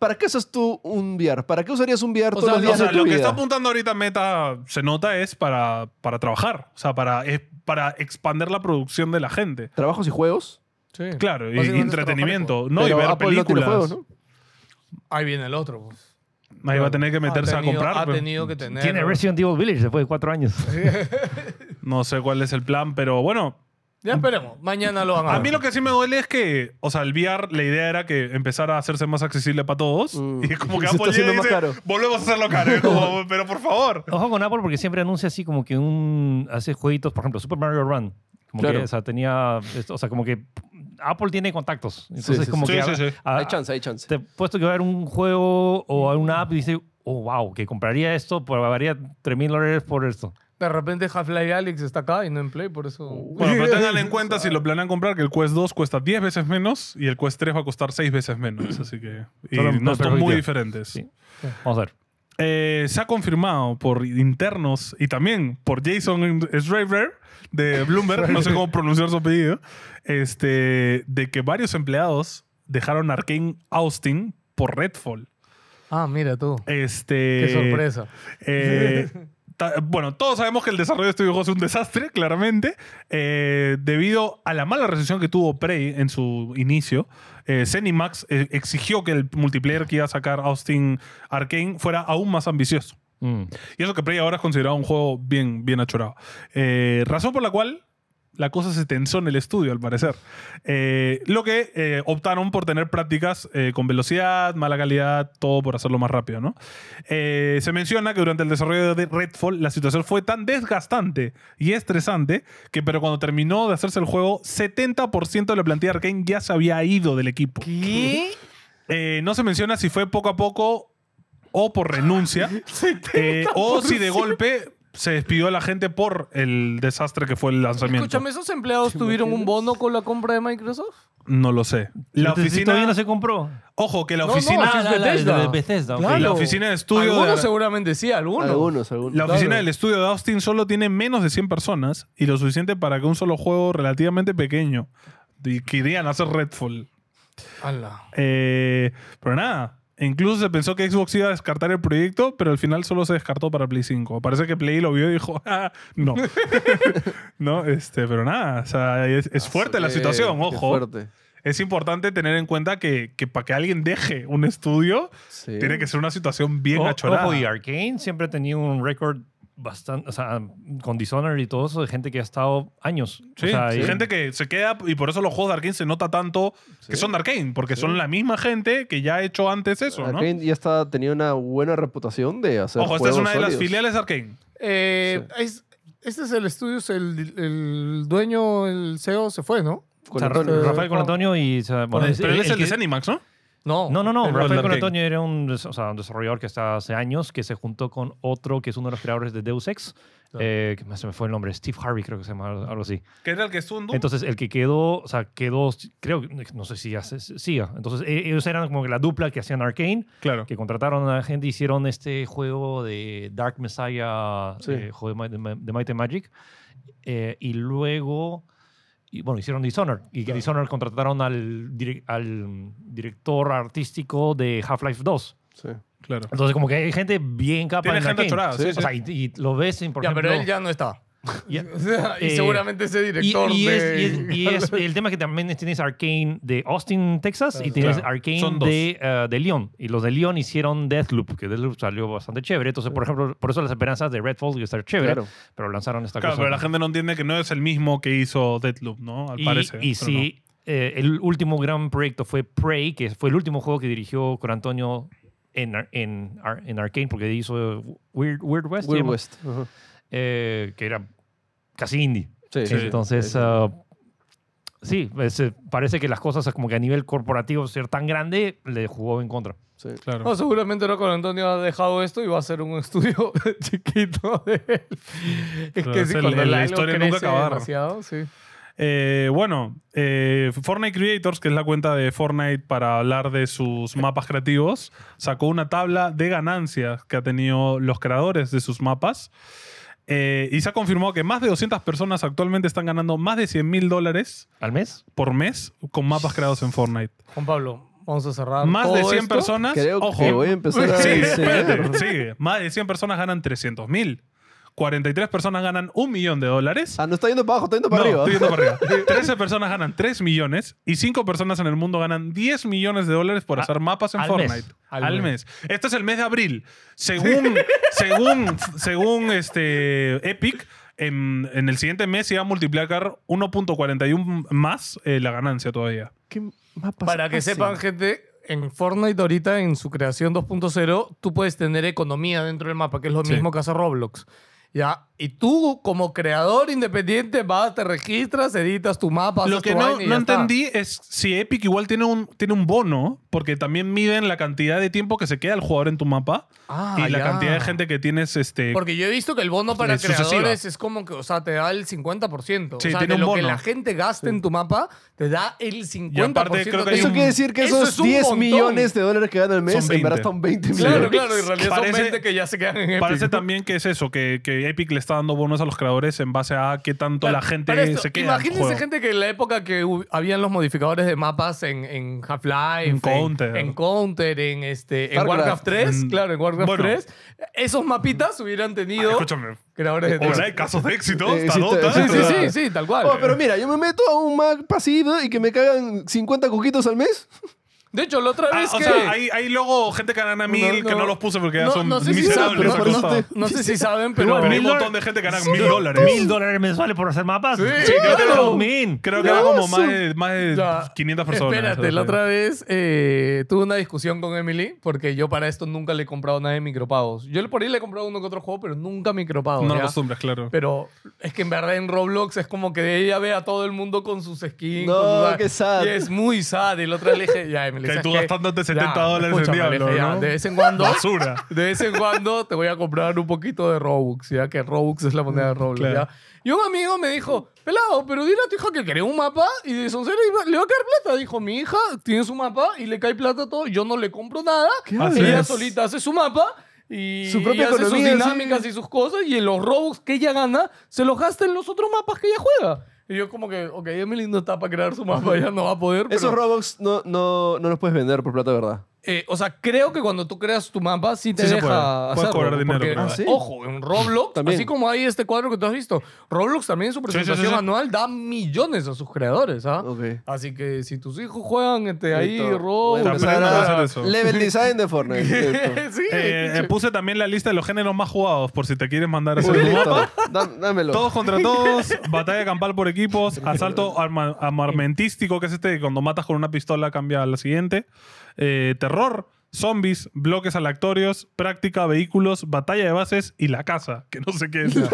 Speaker 2: ¿Para qué usas tú un VR? ¿Para qué usarías un VR
Speaker 4: O
Speaker 2: todos
Speaker 4: sea,
Speaker 2: los
Speaker 1: O
Speaker 2: días
Speaker 1: sea,
Speaker 2: de tu
Speaker 1: lo que
Speaker 2: vida?
Speaker 1: está apuntando ahorita Meta, se nota, es para, para trabajar. O sea, para, es para expander la producción de la gente.
Speaker 2: ¿Trabajos y juegos?
Speaker 4: Sí.
Speaker 1: Claro, y
Speaker 4: Básicamente
Speaker 1: entretenimiento.
Speaker 4: trabajar
Speaker 1: No, y
Speaker 2: Pero
Speaker 1: ver
Speaker 2: Apple no tiene
Speaker 1: películas.
Speaker 2: juegos, ¿no?
Speaker 4: Ahí viene el otro. pues.
Speaker 1: Ahí va a
Speaker 4: Claro.
Speaker 2: Ah,
Speaker 1: tener que
Speaker 4: Ha
Speaker 1: meterse
Speaker 4: tenido-
Speaker 1: a comprar.
Speaker 4: Ha
Speaker 1: pues.
Speaker 4: tenido que tener.
Speaker 3: Tiene Resident Evil Village después de cuatro años.
Speaker 1: No sé cuál es el plan, pero bueno,
Speaker 4: Ya esperemos. Mañana lo van a
Speaker 1: A
Speaker 2: Ah.
Speaker 4: ver.
Speaker 1: mí lo que sí me duele es que, o sea, el VR, la idea era que empezara a hacerse más accesible para todos.
Speaker 2: Mm.
Speaker 1: Y es como que
Speaker 2: Se está
Speaker 1: Apple llega
Speaker 2: haciendo
Speaker 1: y
Speaker 2: más
Speaker 1: dice,
Speaker 2: caro.
Speaker 1: volvemos a hacerlo caro. Y es como, pero por favor.
Speaker 3: Ojo con Apple porque siempre anuncia así como que un hace jueguitos, por ejemplo, Super Mario Run. Como
Speaker 2: Claro.
Speaker 3: que, o sea, tenía, esto- o sea, como que Apple tiene contactos. Entonces,
Speaker 2: sí,
Speaker 3: como
Speaker 1: sí.
Speaker 3: que
Speaker 1: Sí,
Speaker 3: a-
Speaker 1: sí, sí.
Speaker 3: a-
Speaker 2: Hay chance, hay chance.
Speaker 3: te he puesto que va a haber un juego o una app y dice, oh, wow, que compraría esto, pagaría 3 mil dólares por esto.
Speaker 4: De repente Half-Life Alex está acá y no en Play, por eso.
Speaker 1: Bueno, pero tengan en cuenta si lo planean comprar que el Quest 2 cuesta 10 veces menos y el Quest 3 va a costar 6 veces menos. Así que. y
Speaker 3: Solo
Speaker 1: no
Speaker 3: me
Speaker 1: son muy
Speaker 3: permitió.
Speaker 1: diferentes.
Speaker 3: Sí. Vamos a ver.
Speaker 1: Eh, se ha confirmado por internos y también por Jason Schreiber de Bloomberg, no sé cómo pronunciar su apellido, este, de que varios empleados dejaron Arkane Austin por Redfall.
Speaker 4: Ah, mira tú.
Speaker 1: Este,
Speaker 4: Qué sorpresa.
Speaker 1: eh, ta- bueno, todos sabemos que el desarrollo de este videojuego es un desastre, claramente, eh, debido a la mala recepción que tuvo Prey en su inicio. eh, Zenimax eh, exigió que el multiplayer que iba a sacar Austin Arkane fuera aún más ambicioso.
Speaker 3: Mm.
Speaker 1: Y eso que Prey ahora es considerado un juego bien, bien achorado. Eh, razón por la cual la cosa se tensó en el estudio, al parecer. Eh, lo que eh, optaron por tener prácticas eh, con velocidad, mala calidad, todo por hacerlo más rápido, ¿no? Eh, se menciona que durante el desarrollo de Redfall la situación fue tan desgastante y estresante que, pero cuando terminó de hacerse el juego, 70% de la plantilla de Arkane ya se había ido del equipo.
Speaker 4: ¿Qué?
Speaker 1: Eh, no se menciona si fue poco a poco o por renuncia eh, o si de golpe se despidió a la gente por el desastre que fue el lanzamiento.
Speaker 4: Escúchame, ¿esos empleados tuvieron un bono con la compra de Microsoft?
Speaker 1: No lo sé. La
Speaker 3: Entonces, si
Speaker 1: oficina.
Speaker 3: todavía no se compró.
Speaker 1: Ojo, que la
Speaker 4: No, no,
Speaker 1: oficina.
Speaker 4: Ah, la- la- la de
Speaker 3: Bethesda.
Speaker 4: ok. Claro.
Speaker 1: La oficina de estudio.
Speaker 4: Algunos
Speaker 1: de-
Speaker 4: seguramente sí, algunos.
Speaker 2: Algunos, algunos.
Speaker 1: La oficina
Speaker 4: Claro.
Speaker 1: del estudio de Austin solo tiene menos de 100 personas y lo suficiente para que un solo juego relativamente pequeño y querían hacer Redfall.
Speaker 4: Ala.
Speaker 1: Eh, pero nada, incluso se pensó que Xbox iba a descartar el proyecto, pero al final solo se descartó para Play 5. Parece que Play lo vio y dijo, "Ah, no. no, este, pero nada, o sea, es, es fuerte la
Speaker 2: Qué-
Speaker 1: situación,
Speaker 2: qué
Speaker 1: ojo.
Speaker 2: Ah, fuerte.
Speaker 1: Es importante tener en cuenta que, que para que alguien deje un estudio,
Speaker 2: Sí.
Speaker 1: tiene que ser una situación bien
Speaker 3: O-
Speaker 1: achorada.
Speaker 3: ojo, y Arkane siempre ha tenido un récord bastante, o sea, con Dishonored y todo eso, de gente que ha estado años.
Speaker 1: Sí,
Speaker 3: o sea,
Speaker 1: sí.
Speaker 3: y-
Speaker 1: gente que se queda y por eso los juegos de Arkane se nota tanto que son de Arkane, porque son la misma gente que ya ha hecho antes eso, ¿no?
Speaker 2: Arkane ya está, tenía una buena reputación de hacer
Speaker 1: Ojo, esta es
Speaker 2: juegos
Speaker 1: una de las
Speaker 2: sólidos.
Speaker 1: filiales de Arkane.
Speaker 4: Eh, es- este es el estudio, es el, el dueño, el CEO se fue, ¿no?
Speaker 3: o
Speaker 2: Con
Speaker 3: sea,
Speaker 4: este-
Speaker 2: Antonio.
Speaker 3: Rafael con Antonio y... o sea, bueno,
Speaker 1: Pero él este- es el,
Speaker 3: que-
Speaker 1: de Zenimax, ¿no?
Speaker 4: No.
Speaker 3: No, no, no.
Speaker 1: El
Speaker 3: Rafael
Speaker 1: Roller
Speaker 3: con
Speaker 1: King.
Speaker 3: Antonio era un, des- o sea, un desarrollador que está hace años, que se juntó con otro que es uno de los creadores de Deus Ex, eh, que más se me fue el nombre, Steve Harvey creo que se llama, algo así.
Speaker 1: Que era el que estuvo en Doom.
Speaker 3: Entonces, el que quedó, o sea, quedó, creo, que- no sé si ya se- se- siga. Entonces, e- ellos eran como que la dupla que hacían Arkane,
Speaker 1: claro.
Speaker 3: que contrataron a gente, hicieron este juego de Dark Messiah, eh, juego de, Mi- de Mi- de Might and Magic, eh, y luego y bueno, hicieron Dishonored. Y que Dishonored contrataron al, direc- al mm, director artístico de Half-Life 2.
Speaker 2: Sí.
Speaker 1: Claro.
Speaker 3: Entonces, como que hay gente bien capaz.
Speaker 1: Tiene
Speaker 3: en la
Speaker 1: gente
Speaker 3: game.
Speaker 1: chorada, sí,
Speaker 3: O
Speaker 1: sí.
Speaker 3: sea, y, y lo ves, y por
Speaker 4: Ya,
Speaker 3: ejemplo,
Speaker 4: pero él ya no está.
Speaker 3: ya-
Speaker 4: O sea, y
Speaker 3: Eh,
Speaker 4: seguramente ese
Speaker 3: y,
Speaker 4: director
Speaker 3: y es,
Speaker 4: de...
Speaker 3: y es- y es- el tema que también tienes Arcane de Austin, Texas, y tienes
Speaker 1: Claro.
Speaker 3: Arcane
Speaker 1: Son dos.
Speaker 3: de, eh, de Leon. Y los de Leon hicieron Deathloop, que Deathloop salió bastante chévere. Entonces, por ejemplo, por eso las esperanzas de Redfall iba a estar chévere,
Speaker 2: Claro.
Speaker 3: pero lanzaron esta
Speaker 1: Claro,
Speaker 3: cosa.
Speaker 1: pero la gente no entiende que no es el mismo que hizo Deadloop, ¿no? Al
Speaker 3: y,
Speaker 1: parecer.
Speaker 3: y
Speaker 1: pero
Speaker 3: sí, eh, el último gran proyecto fue Prey, que fue el último juego que dirigió con Antonio en, Ar- en, Ar- en Arcane, porque hizo Weird, Weird West, se
Speaker 2: Weird
Speaker 3: llama,
Speaker 2: West. ajá.
Speaker 3: eh, que era casi indie.
Speaker 2: Sí,
Speaker 1: Sí.
Speaker 3: Entonces, ah, sí, es, eh, parece que las cosas como que a nivel corporativo ser tan grande le jugó en contra.
Speaker 2: sí.
Speaker 1: no. Claro.
Speaker 4: No, seguramente ahora con Antonio ha dejado esto y va a hacer un estudio chiquito de él. Es
Speaker 1: Claro,
Speaker 4: que
Speaker 1: es
Speaker 4: sí,
Speaker 1: el-
Speaker 4: cuando
Speaker 1: el- la
Speaker 4: la
Speaker 1: historia
Speaker 4: historia
Speaker 1: nunca
Speaker 4: nunca
Speaker 1: acabar.
Speaker 4: demasiado, sí.
Speaker 1: Eh, bueno, eh, Fortnite Creators, que es la cuenta de Fortnite para hablar de sus mapas creativos, sacó una tabla de ganancias que ha tenido los creadores de sus mapas. Eh, y se ha confirmado que más de 200 personas actualmente están ganando más de 100 mil dólares
Speaker 3: ¿Al mes?
Speaker 1: por mes con mapas creados en Fortnite.
Speaker 4: Juan Pablo, vamos a cerrar.
Speaker 1: Más de
Speaker 4: todo
Speaker 1: 100
Speaker 4: esto.
Speaker 1: personas.
Speaker 2: Creo
Speaker 1: ojo,
Speaker 2: que voy a empezar a
Speaker 1: Sí,
Speaker 2: diseñar.
Speaker 1: espérate, sigue. Más de 100 personas ganan 300 mil. 43 personas ganan un millón de dólares.
Speaker 2: Ah, no está yendo para abajo, está yendo para
Speaker 1: No,
Speaker 2: arriba.
Speaker 1: estoy yendo para arriba. 13 personas ganan 3 millones y 5 personas en el mundo ganan 10 millones de dólares por
Speaker 3: A-
Speaker 1: hacer mapas en
Speaker 3: al
Speaker 1: Fortnite.
Speaker 3: mes.
Speaker 1: Al,
Speaker 4: Al
Speaker 1: mes. Este es el mes de abril. Según, según, según este Epic, en, en el siguiente mes se iba a multiplicar 1.41 más eh, la ganancia todavía.
Speaker 2: ¿Qué mapas
Speaker 4: Para
Speaker 1: Ah,
Speaker 4: que
Speaker 2: hacen?
Speaker 4: sepan, gente, en Fortnite ahorita, en su creación 2.0, tú puedes tener economía dentro del mapa, que es lo
Speaker 1: Sí.
Speaker 4: mismo que hace Roblox. ¿Ya? Y tú, como creador independiente, vas, te registras, editas tu mapa,
Speaker 1: Lo
Speaker 4: haces
Speaker 1: que
Speaker 4: tu
Speaker 1: no,
Speaker 4: vaina y
Speaker 1: no
Speaker 4: ya está.
Speaker 1: entendí es si Epic igual tiene un, tiene un bono, porque también miden la cantidad de tiempo que se queda el jugador en tu mapa
Speaker 4: Ah,
Speaker 1: y la
Speaker 4: ya.
Speaker 1: cantidad de gente que tienes este,
Speaker 4: Porque yo he visto que el bono para
Speaker 1: de sucesiva.
Speaker 4: creadores es como que, o sea, te da el 50%.
Speaker 1: Sí,
Speaker 4: o sea,
Speaker 1: tiene
Speaker 4: de
Speaker 1: un
Speaker 4: lo que
Speaker 1: bono.
Speaker 4: la gente gasta en tu mapa, te da el 50%.
Speaker 1: creo que hay
Speaker 2: Eso
Speaker 1: un-
Speaker 2: quiere decir que
Speaker 4: Eso
Speaker 2: esos
Speaker 4: es un
Speaker 2: 10
Speaker 4: montón.
Speaker 2: millones de dólares que gana al mes,
Speaker 1: Son
Speaker 2: en
Speaker 1: 20.
Speaker 2: verdad están 20
Speaker 4: Claro,
Speaker 2: millones.
Speaker 4: claro, en realidad
Speaker 1: Parece-
Speaker 4: son 20 que ya se quedan en Epic.
Speaker 1: Parece también que es eso, que, que Epic le está dando bonos a los creadores en base a qué tanto
Speaker 4: Claro,
Speaker 1: la gente
Speaker 4: para esto,
Speaker 1: se queda. en el
Speaker 4: Imagínense
Speaker 1: juego.
Speaker 4: gente que en la época que hu- habían los modificadores de mapas en, en Half-Life,
Speaker 1: En Counter.
Speaker 4: en, Counter, en este, en
Speaker 2: Starcraft.
Speaker 4: Warcraft 3,
Speaker 1: Mm.
Speaker 4: claro, en Warcraft
Speaker 1: Bueno.
Speaker 4: 3, esos mapitas hubieran tenido
Speaker 1: Escúchame.
Speaker 4: creadores de
Speaker 1: Ahora hay casos de éxito.
Speaker 2: Eh,
Speaker 1: está
Speaker 2: sí,
Speaker 1: Dota,
Speaker 2: sí,
Speaker 4: Sí, sí,
Speaker 1: está-
Speaker 4: sí, sí, tal cual.
Speaker 2: Oh, pero mira, yo me meto a un Mac pasivo y que me cagan 50 coquitos al mes.
Speaker 4: De hecho, la otra
Speaker 1: Ah,
Speaker 4: vez
Speaker 1: o
Speaker 4: que...
Speaker 1: sea, hay, hay luego gente que gana mil que no los puse porque ya son miserables.
Speaker 2: saben,
Speaker 1: al
Speaker 2: pero no
Speaker 1: costado.
Speaker 2: te-
Speaker 4: no sé si saben, pero...
Speaker 1: Pero hay un
Speaker 3: mil
Speaker 1: montón de gente que gana mil dólares.
Speaker 3: ¿Mil dólares mensuales por hacer mapas?
Speaker 4: Sí,
Speaker 3: claro.
Speaker 4: claro.
Speaker 3: man.
Speaker 1: Creo que
Speaker 2: Ya,
Speaker 1: era como
Speaker 2: son-
Speaker 1: más de, más de
Speaker 4: Ya,
Speaker 1: 500 personas.
Speaker 4: Espérate, la otra vez eh, tuve una discusión con Emily porque yo para esto nunca le he comprado nada de micropagos. Yo por ahí le he comprado uno que otro juego, pero nunca micropagos.
Speaker 1: No lo
Speaker 4: ¿ya?
Speaker 1: acostumbras, claro.
Speaker 4: Pero es que en verdad en Roblox es como que ella ve a todo el mundo con sus skins.
Speaker 2: No,
Speaker 4: con sus-
Speaker 2: qué sad.
Speaker 4: Y es muy sad. Y el otro le dije, ya, Emily,
Speaker 1: Que
Speaker 4: ¿sabes
Speaker 1: tú
Speaker 4: qué?
Speaker 1: gastándote
Speaker 4: Ya,
Speaker 1: 70 dólares en
Speaker 4: escúchame, le
Speaker 1: Diablo,
Speaker 4: dije, ya,
Speaker 1: ¿no?
Speaker 4: De vez en cuando...
Speaker 1: Basura.
Speaker 4: De vez en cuando te voy a comprar un poquito de Robux, ya que Robux es la moneda
Speaker 2: Mm,
Speaker 4: de Roblox,
Speaker 1: Claro.
Speaker 4: ya. Y un amigo me dijo, pelado, pero dile a tu hija que quería un mapa y de soncero iba- le va a caer plata. Dijo, mi hija tiene su mapa y le cae plata a todo, yo no le compro nada.
Speaker 2: ¿Qué
Speaker 1: Así
Speaker 4: ella
Speaker 1: es.
Speaker 4: solita hace su mapa y,
Speaker 2: Su propia
Speaker 4: y hace
Speaker 2: economía,
Speaker 4: sus dinámicas y sus cosas y en los Robux que ella gana se los gasta en los otros mapas que ella juega. Y yo como que, ok, Emily no está para crear su mapa, ya no va a poder.
Speaker 2: Esos
Speaker 4: pero-
Speaker 2: Robux no, no, no los puedes vender por plata, de ¿verdad?
Speaker 4: eh, o sea, creo que cuando tú creas tu mapa sí te
Speaker 1: Sí se
Speaker 4: deja
Speaker 1: puede. Puedes
Speaker 4: hacerlo,
Speaker 1: cobrar dinero,
Speaker 4: porque,
Speaker 1: creo.
Speaker 2: Ah, ¿sí?
Speaker 4: Ojo, en Roblox,
Speaker 2: También.
Speaker 4: así como hay este cuadro que tú has visto, Roblox también en su
Speaker 1: sí,
Speaker 4: presentación
Speaker 1: sí.
Speaker 4: anual da millones a sus creadores, ¿ah?
Speaker 2: Ok.
Speaker 4: Así que si tus hijos juegan este, ahí
Speaker 2: Listo. Voy a
Speaker 4: Roblox,
Speaker 2: empezar
Speaker 1: Aprende a
Speaker 2: a
Speaker 1: hacer eso.
Speaker 2: Level design de Fortnite. Listo.
Speaker 4: sí,
Speaker 1: Eh, eh, puse también la lista de los géneros más jugados, por si te quieres mandar a hacer
Speaker 2: Uy,
Speaker 1: un mapa.
Speaker 2: listo. Dam- dámelo.
Speaker 1: Todos contra todos, batalla campal por equipos, asalto arma- armamentístico, que es este que cuando matas con una pistola cambia a la siguiente, eh, terror, zombies, bloques aleatorios, práctica, vehículos, batalla de bases y la casa, que no sé qué es. La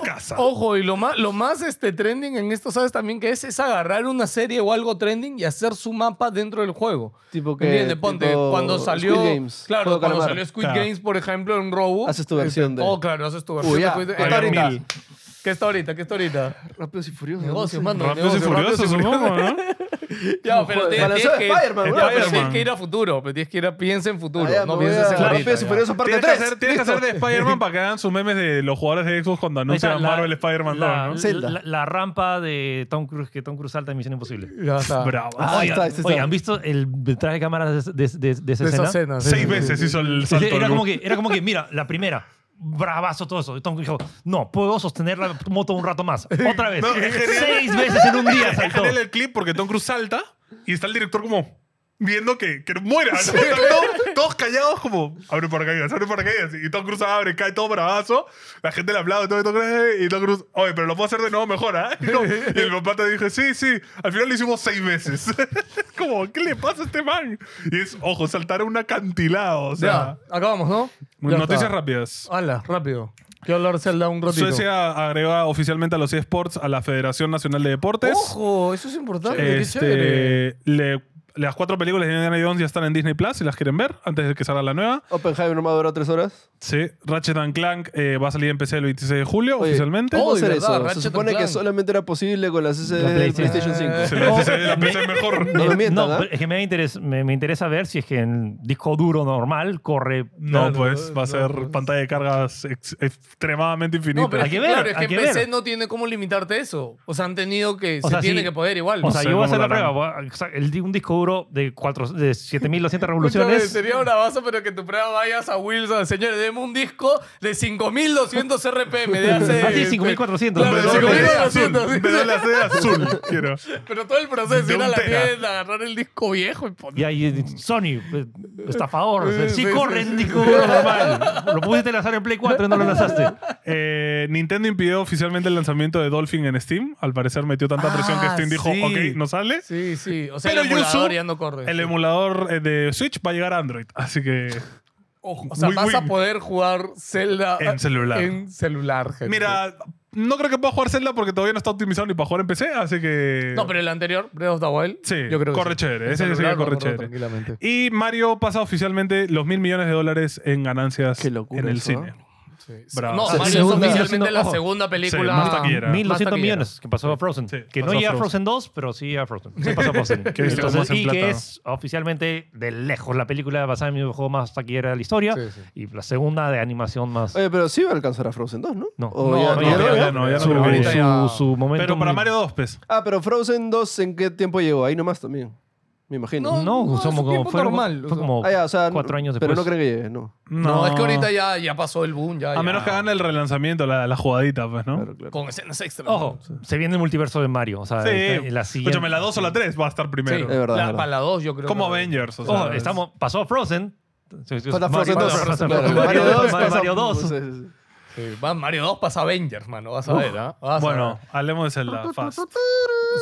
Speaker 1: Oh, casa.
Speaker 4: Ojo, y lo más, lo más este, trending en esto, ¿sabes también que es? Es agarrar una serie o algo trending y hacer su mapa dentro del juego.
Speaker 2: Tipo que-
Speaker 4: ¿Entiendes? Ponte,
Speaker 2: tipo
Speaker 4: cuando salió.
Speaker 2: Squid Games,
Speaker 4: claro,
Speaker 2: juego
Speaker 4: cuando
Speaker 2: calamar.
Speaker 4: salió Squid
Speaker 1: Claro.
Speaker 4: Games, por ejemplo, en Robo.
Speaker 2: Haces tu versión de-
Speaker 4: Oh, claro, haces tu versión
Speaker 2: Uy,
Speaker 4: de
Speaker 2: ya.
Speaker 4: Squid-
Speaker 2: Está
Speaker 4: Había
Speaker 1: ahorita.
Speaker 4: mil. ¿Qué está ahorita? ¿Qué está ahorita?
Speaker 2: Rápidos y furiosos.
Speaker 4: Negocios,
Speaker 2: no sé.
Speaker 4: mano.
Speaker 1: Rápidos y
Speaker 4: negocios.
Speaker 1: furiosos, supongo, ¿no?
Speaker 4: Ya, pero
Speaker 2: Joder,
Speaker 4: tienes,
Speaker 2: balanzó
Speaker 4: tienes que,
Speaker 2: Spider-Man,
Speaker 4: ya,
Speaker 1: weón.
Speaker 4: pero tienes
Speaker 1: Spider-Man.
Speaker 4: que ir a futuro. Pero tienes que ir a piensa en futuro.
Speaker 2: Ah, ya,
Speaker 4: no
Speaker 2: me voy
Speaker 4: pienses en
Speaker 2: a-
Speaker 4: ahorita.
Speaker 2: Rápidos y
Speaker 4: ya.
Speaker 2: furiosos parte
Speaker 1: Tienes que,
Speaker 2: 3.
Speaker 1: hacer, tienes que hacer de Spider-Man para que hagan sus memes de los jugadores de Xbox cuando
Speaker 3: Ahí está,
Speaker 1: anuncian
Speaker 3: la-
Speaker 1: Marvel Spider-Man
Speaker 3: la,
Speaker 1: 2,
Speaker 2: Zelda.
Speaker 3: la- la rampa de Tom Cruise, que Tom Cruise salta en Misión Imposible.
Speaker 4: Ya está.
Speaker 1: ¿no? Bravo.
Speaker 2: Ah, ahí
Speaker 3: Oigan,
Speaker 2: está, ahí está.
Speaker 3: oigan, ¿han visto el traje de cámaras de, de- de- de esa
Speaker 4: De esa
Speaker 3: escena?
Speaker 4: escena, sí, sí,
Speaker 1: Seis
Speaker 4: sí,
Speaker 1: veces
Speaker 4: sí.
Speaker 1: hizo el
Speaker 3: Sí,
Speaker 1: salto.
Speaker 3: Era
Speaker 1: del-
Speaker 3: como, que, era como que, mira, la primera, bravazo todo eso. Y Tom Cruise dijo, no, puedo sostener la moto un rato más. Otra vez.
Speaker 1: No, es genial.
Speaker 3: Seis veces en un día
Speaker 1: Es
Speaker 3: saltó.
Speaker 1: genial el clip porque Tom Cruise salta y está el director como viendo que, que muera. ¿no? Todos, todos callados como, abre paracaídas, abre paracaídas. Y Tom Cruise abre, cae todo bravazo. La gente le aplaude, todo, y Tom Cruise, y Tom Cruise, oye, pero lo puedo hacer de nuevo mejor, ¿ah?" Y, no, y el papá te dijo, sí, sí. Al final lo hicimos seis veces. es como, ¿qué le pasa a este man? Y es, ojo, saltar a un acantilado. O
Speaker 4: Ya,
Speaker 1: sea,
Speaker 4: acabamos, ¿no? Ya
Speaker 1: noticias
Speaker 4: está.
Speaker 1: rápidas.
Speaker 4: Hala, rápido. Quiero hablar Zelda un ratito.
Speaker 1: Suecia agrega oficialmente a los eSports a la Federación Nacional de Deportes.
Speaker 4: Ojo, eso es importante. Ah, qué chévere.
Speaker 1: Este, le- las cuatro películas de Indiana Jones ya están en Disney Plus si las quieren ver antes de que salga la nueva.
Speaker 2: Oppenheimer no me dura 3 horas.
Speaker 1: Sí, Ratchet and Clank eh, va a salir en PC el 26 de julio
Speaker 2: Oye,
Speaker 1: oficialmente.
Speaker 2: ¿Cómo
Speaker 4: Oh, de
Speaker 2: hacer
Speaker 4: verdad,
Speaker 2: eso?
Speaker 4: Ratchet
Speaker 2: Se supone
Speaker 4: and
Speaker 2: que
Speaker 4: Clank.
Speaker 2: solamente era posible con las
Speaker 3: La
Speaker 2: SSD del
Speaker 3: PlayStation.
Speaker 2: PlayStation 5.
Speaker 1: Se la hace salir la PC mejor.
Speaker 2: No me mientan,
Speaker 3: Eh, no,
Speaker 2: ¿ah?
Speaker 3: pero es que me interesa, me, me interesa ver si es que en disco duro normal corre.
Speaker 1: No,
Speaker 4: Claro,
Speaker 1: pues va a
Speaker 4: no,
Speaker 1: ser
Speaker 4: pues.
Speaker 1: pantalla de cargas ex- extremadamente infinita.
Speaker 4: No, pero
Speaker 3: Hay
Speaker 4: es
Speaker 3: que
Speaker 4: que,
Speaker 3: ver,
Speaker 4: claro, es que
Speaker 3: hay
Speaker 4: en
Speaker 3: que
Speaker 4: PC
Speaker 3: ver.
Speaker 4: no tiene cómo limitarte eso. O sea, han tenido que.
Speaker 3: O
Speaker 4: se
Speaker 3: sea,
Speaker 4: tiene
Speaker 3: sí.
Speaker 4: que poder igual.
Speaker 3: O sea,
Speaker 1: sé
Speaker 3: yo voy a
Speaker 1: cómo
Speaker 3: hacer la
Speaker 1: lo harán.
Speaker 3: prueba. voy a- o sea, el di- un disco duro de, cuatro- de 7200
Speaker 4: Escúchame,
Speaker 3: revoluciones.
Speaker 4: Sería bravazo, pero que tu prueba vayas a Wilson. Señores, deme un disco de 5200 RPM de hace.
Speaker 3: Ah, sí, 5400.
Speaker 4: Claro,
Speaker 1: Pero
Speaker 4: sí,
Speaker 1: no,
Speaker 4: sí,
Speaker 1: de
Speaker 4: sí,
Speaker 1: azul,
Speaker 4: sí, sí.
Speaker 1: pero la sede azul, quiero.
Speaker 4: Pero todo el proceso,
Speaker 1: De
Speaker 4: ir a
Speaker 1: un
Speaker 4: la
Speaker 1: tera.
Speaker 4: tienda, agarrar el disco viejo y poner.
Speaker 3: Y ahí eh, Sony, eh, estafador.
Speaker 4: Sí,
Speaker 3: Sí,
Speaker 4: sí,
Speaker 3: corre
Speaker 4: sí,
Speaker 3: en disco duro normal. Lo pudiste lanzar en Play 4 y no lo lanzaste.
Speaker 1: Eh, Nintendo impidió oficialmente el lanzamiento de Dolphin en Steam. Al parecer metió tanta presión que
Speaker 4: Ah,
Speaker 1: Steam dijo,
Speaker 4: sí.
Speaker 1: ok, no sale.
Speaker 4: Sí, sí. O sea,
Speaker 1: Pero
Speaker 4: el emulador
Speaker 1: Yuzu,
Speaker 4: ya no corre.
Speaker 1: El emulador eh, de Switch va a llegar a Android. Así que
Speaker 4: Ojo, o sea,
Speaker 1: Win-win.
Speaker 4: vas a poder jugar Zelda
Speaker 1: En celular.
Speaker 4: En celular, gente.
Speaker 1: Mira, no creo que pueda jugar Zelda porque todavía no está optimizado ni para jugar en PC, así que.
Speaker 4: No, pero el anterior, Breath of the Wild.
Speaker 1: Sí,
Speaker 4: yo creo que
Speaker 1: corre
Speaker 4: sí.
Speaker 1: chévere,
Speaker 4: En
Speaker 1: ese sí
Speaker 4: celular
Speaker 1: corre
Speaker 4: lo corro
Speaker 1: chévere.
Speaker 4: Tranquilamente.
Speaker 1: Y Mario pasa oficialmente los mil millones de dólares en ganancias
Speaker 2: Qué locura
Speaker 1: en el
Speaker 2: eso,
Speaker 1: cine.
Speaker 2: ¿eh?
Speaker 4: Sí.
Speaker 1: Bravo.
Speaker 4: No,
Speaker 1: O sea,
Speaker 4: Mario
Speaker 3: segunda-
Speaker 4: es oficialmente la
Speaker 3: ojo.
Speaker 4: segunda película.
Speaker 1: más taquillera. Era
Speaker 4: más
Speaker 3: 1.200
Speaker 4: taquillera.
Speaker 3: millones que pasó a Frozen.
Speaker 1: Sí,
Speaker 3: que no
Speaker 1: pasó a
Speaker 3: llega a
Speaker 1: Frozen.
Speaker 3: Frozen 2, pero sí a Frozen. Sí pasó a Frozen.
Speaker 1: viste cómo
Speaker 3: Entonces,
Speaker 1: hacen
Speaker 3: y
Speaker 1: plata, ¿no?
Speaker 3: que es oficialmente de lejos la película basada en mi videojuego más taquillera de la historia.
Speaker 4: Sí, sí.
Speaker 3: Y la segunda de animación más.
Speaker 2: Oye, pero sí va a alcanzar a Frozen 2, ¿no?
Speaker 3: No.
Speaker 2: O
Speaker 4: No,
Speaker 2: ya-
Speaker 4: no,
Speaker 2: ya
Speaker 4: ya no,
Speaker 1: ya no, ya no
Speaker 2: Su-
Speaker 1: creo que
Speaker 4: llegue.
Speaker 3: su, su momento.
Speaker 1: Pero para Mario 2, pues.
Speaker 2: Ah, pero Frozen 2, ¿en qué tiempo llegó? Ahí nomás también. Me imagino.
Speaker 4: No,
Speaker 3: No,
Speaker 4: no,
Speaker 3: somos
Speaker 4: es un
Speaker 3: como,
Speaker 4: tiempo
Speaker 3: fueron-
Speaker 4: normal, o
Speaker 3: fue
Speaker 4: sea.
Speaker 3: como
Speaker 2: Ah, ya, o sea,
Speaker 3: cuatro años después.
Speaker 2: Pero no creo que llegue, no.
Speaker 4: No, es que ahorita Ah. ya, ya pasó el boom. Ya,
Speaker 1: A
Speaker 4: ya.
Speaker 1: menos que hagan el relanzamiento, la, la jugadita, pues, ¿no?
Speaker 2: Claro, claro.
Speaker 4: Con escenas extra.
Speaker 3: Ojo, se viene el multiverso de Mario. O sea,
Speaker 1: Sí.
Speaker 3: la siguiente.
Speaker 1: Escúchame, la 2 o la 3 va a estar
Speaker 4: Sí, eh,
Speaker 1: primero.
Speaker 2: Es verdad,
Speaker 4: la-
Speaker 2: es verdad.
Speaker 4: Para la 2, yo creo.
Speaker 1: Como
Speaker 4: que-
Speaker 1: Avengers. O sea,
Speaker 3: Ojo, Oh, estamos, pasó Frozen.
Speaker 2: Falta Frozen
Speaker 3: Mario-
Speaker 2: 2.
Speaker 4: Frozen
Speaker 2: claro.
Speaker 4: dos.
Speaker 3: Mario 2.
Speaker 2: pasa-
Speaker 3: Mario 2.
Speaker 2: Sí, sí, sí.
Speaker 4: Sí, va Mario 2 pasa Avengers, mano. Vas a ver, ¿ah? Vas a
Speaker 1: Bueno,
Speaker 4: ver.
Speaker 1: hablemos de
Speaker 3: Ah,
Speaker 1: Zelda. Fast.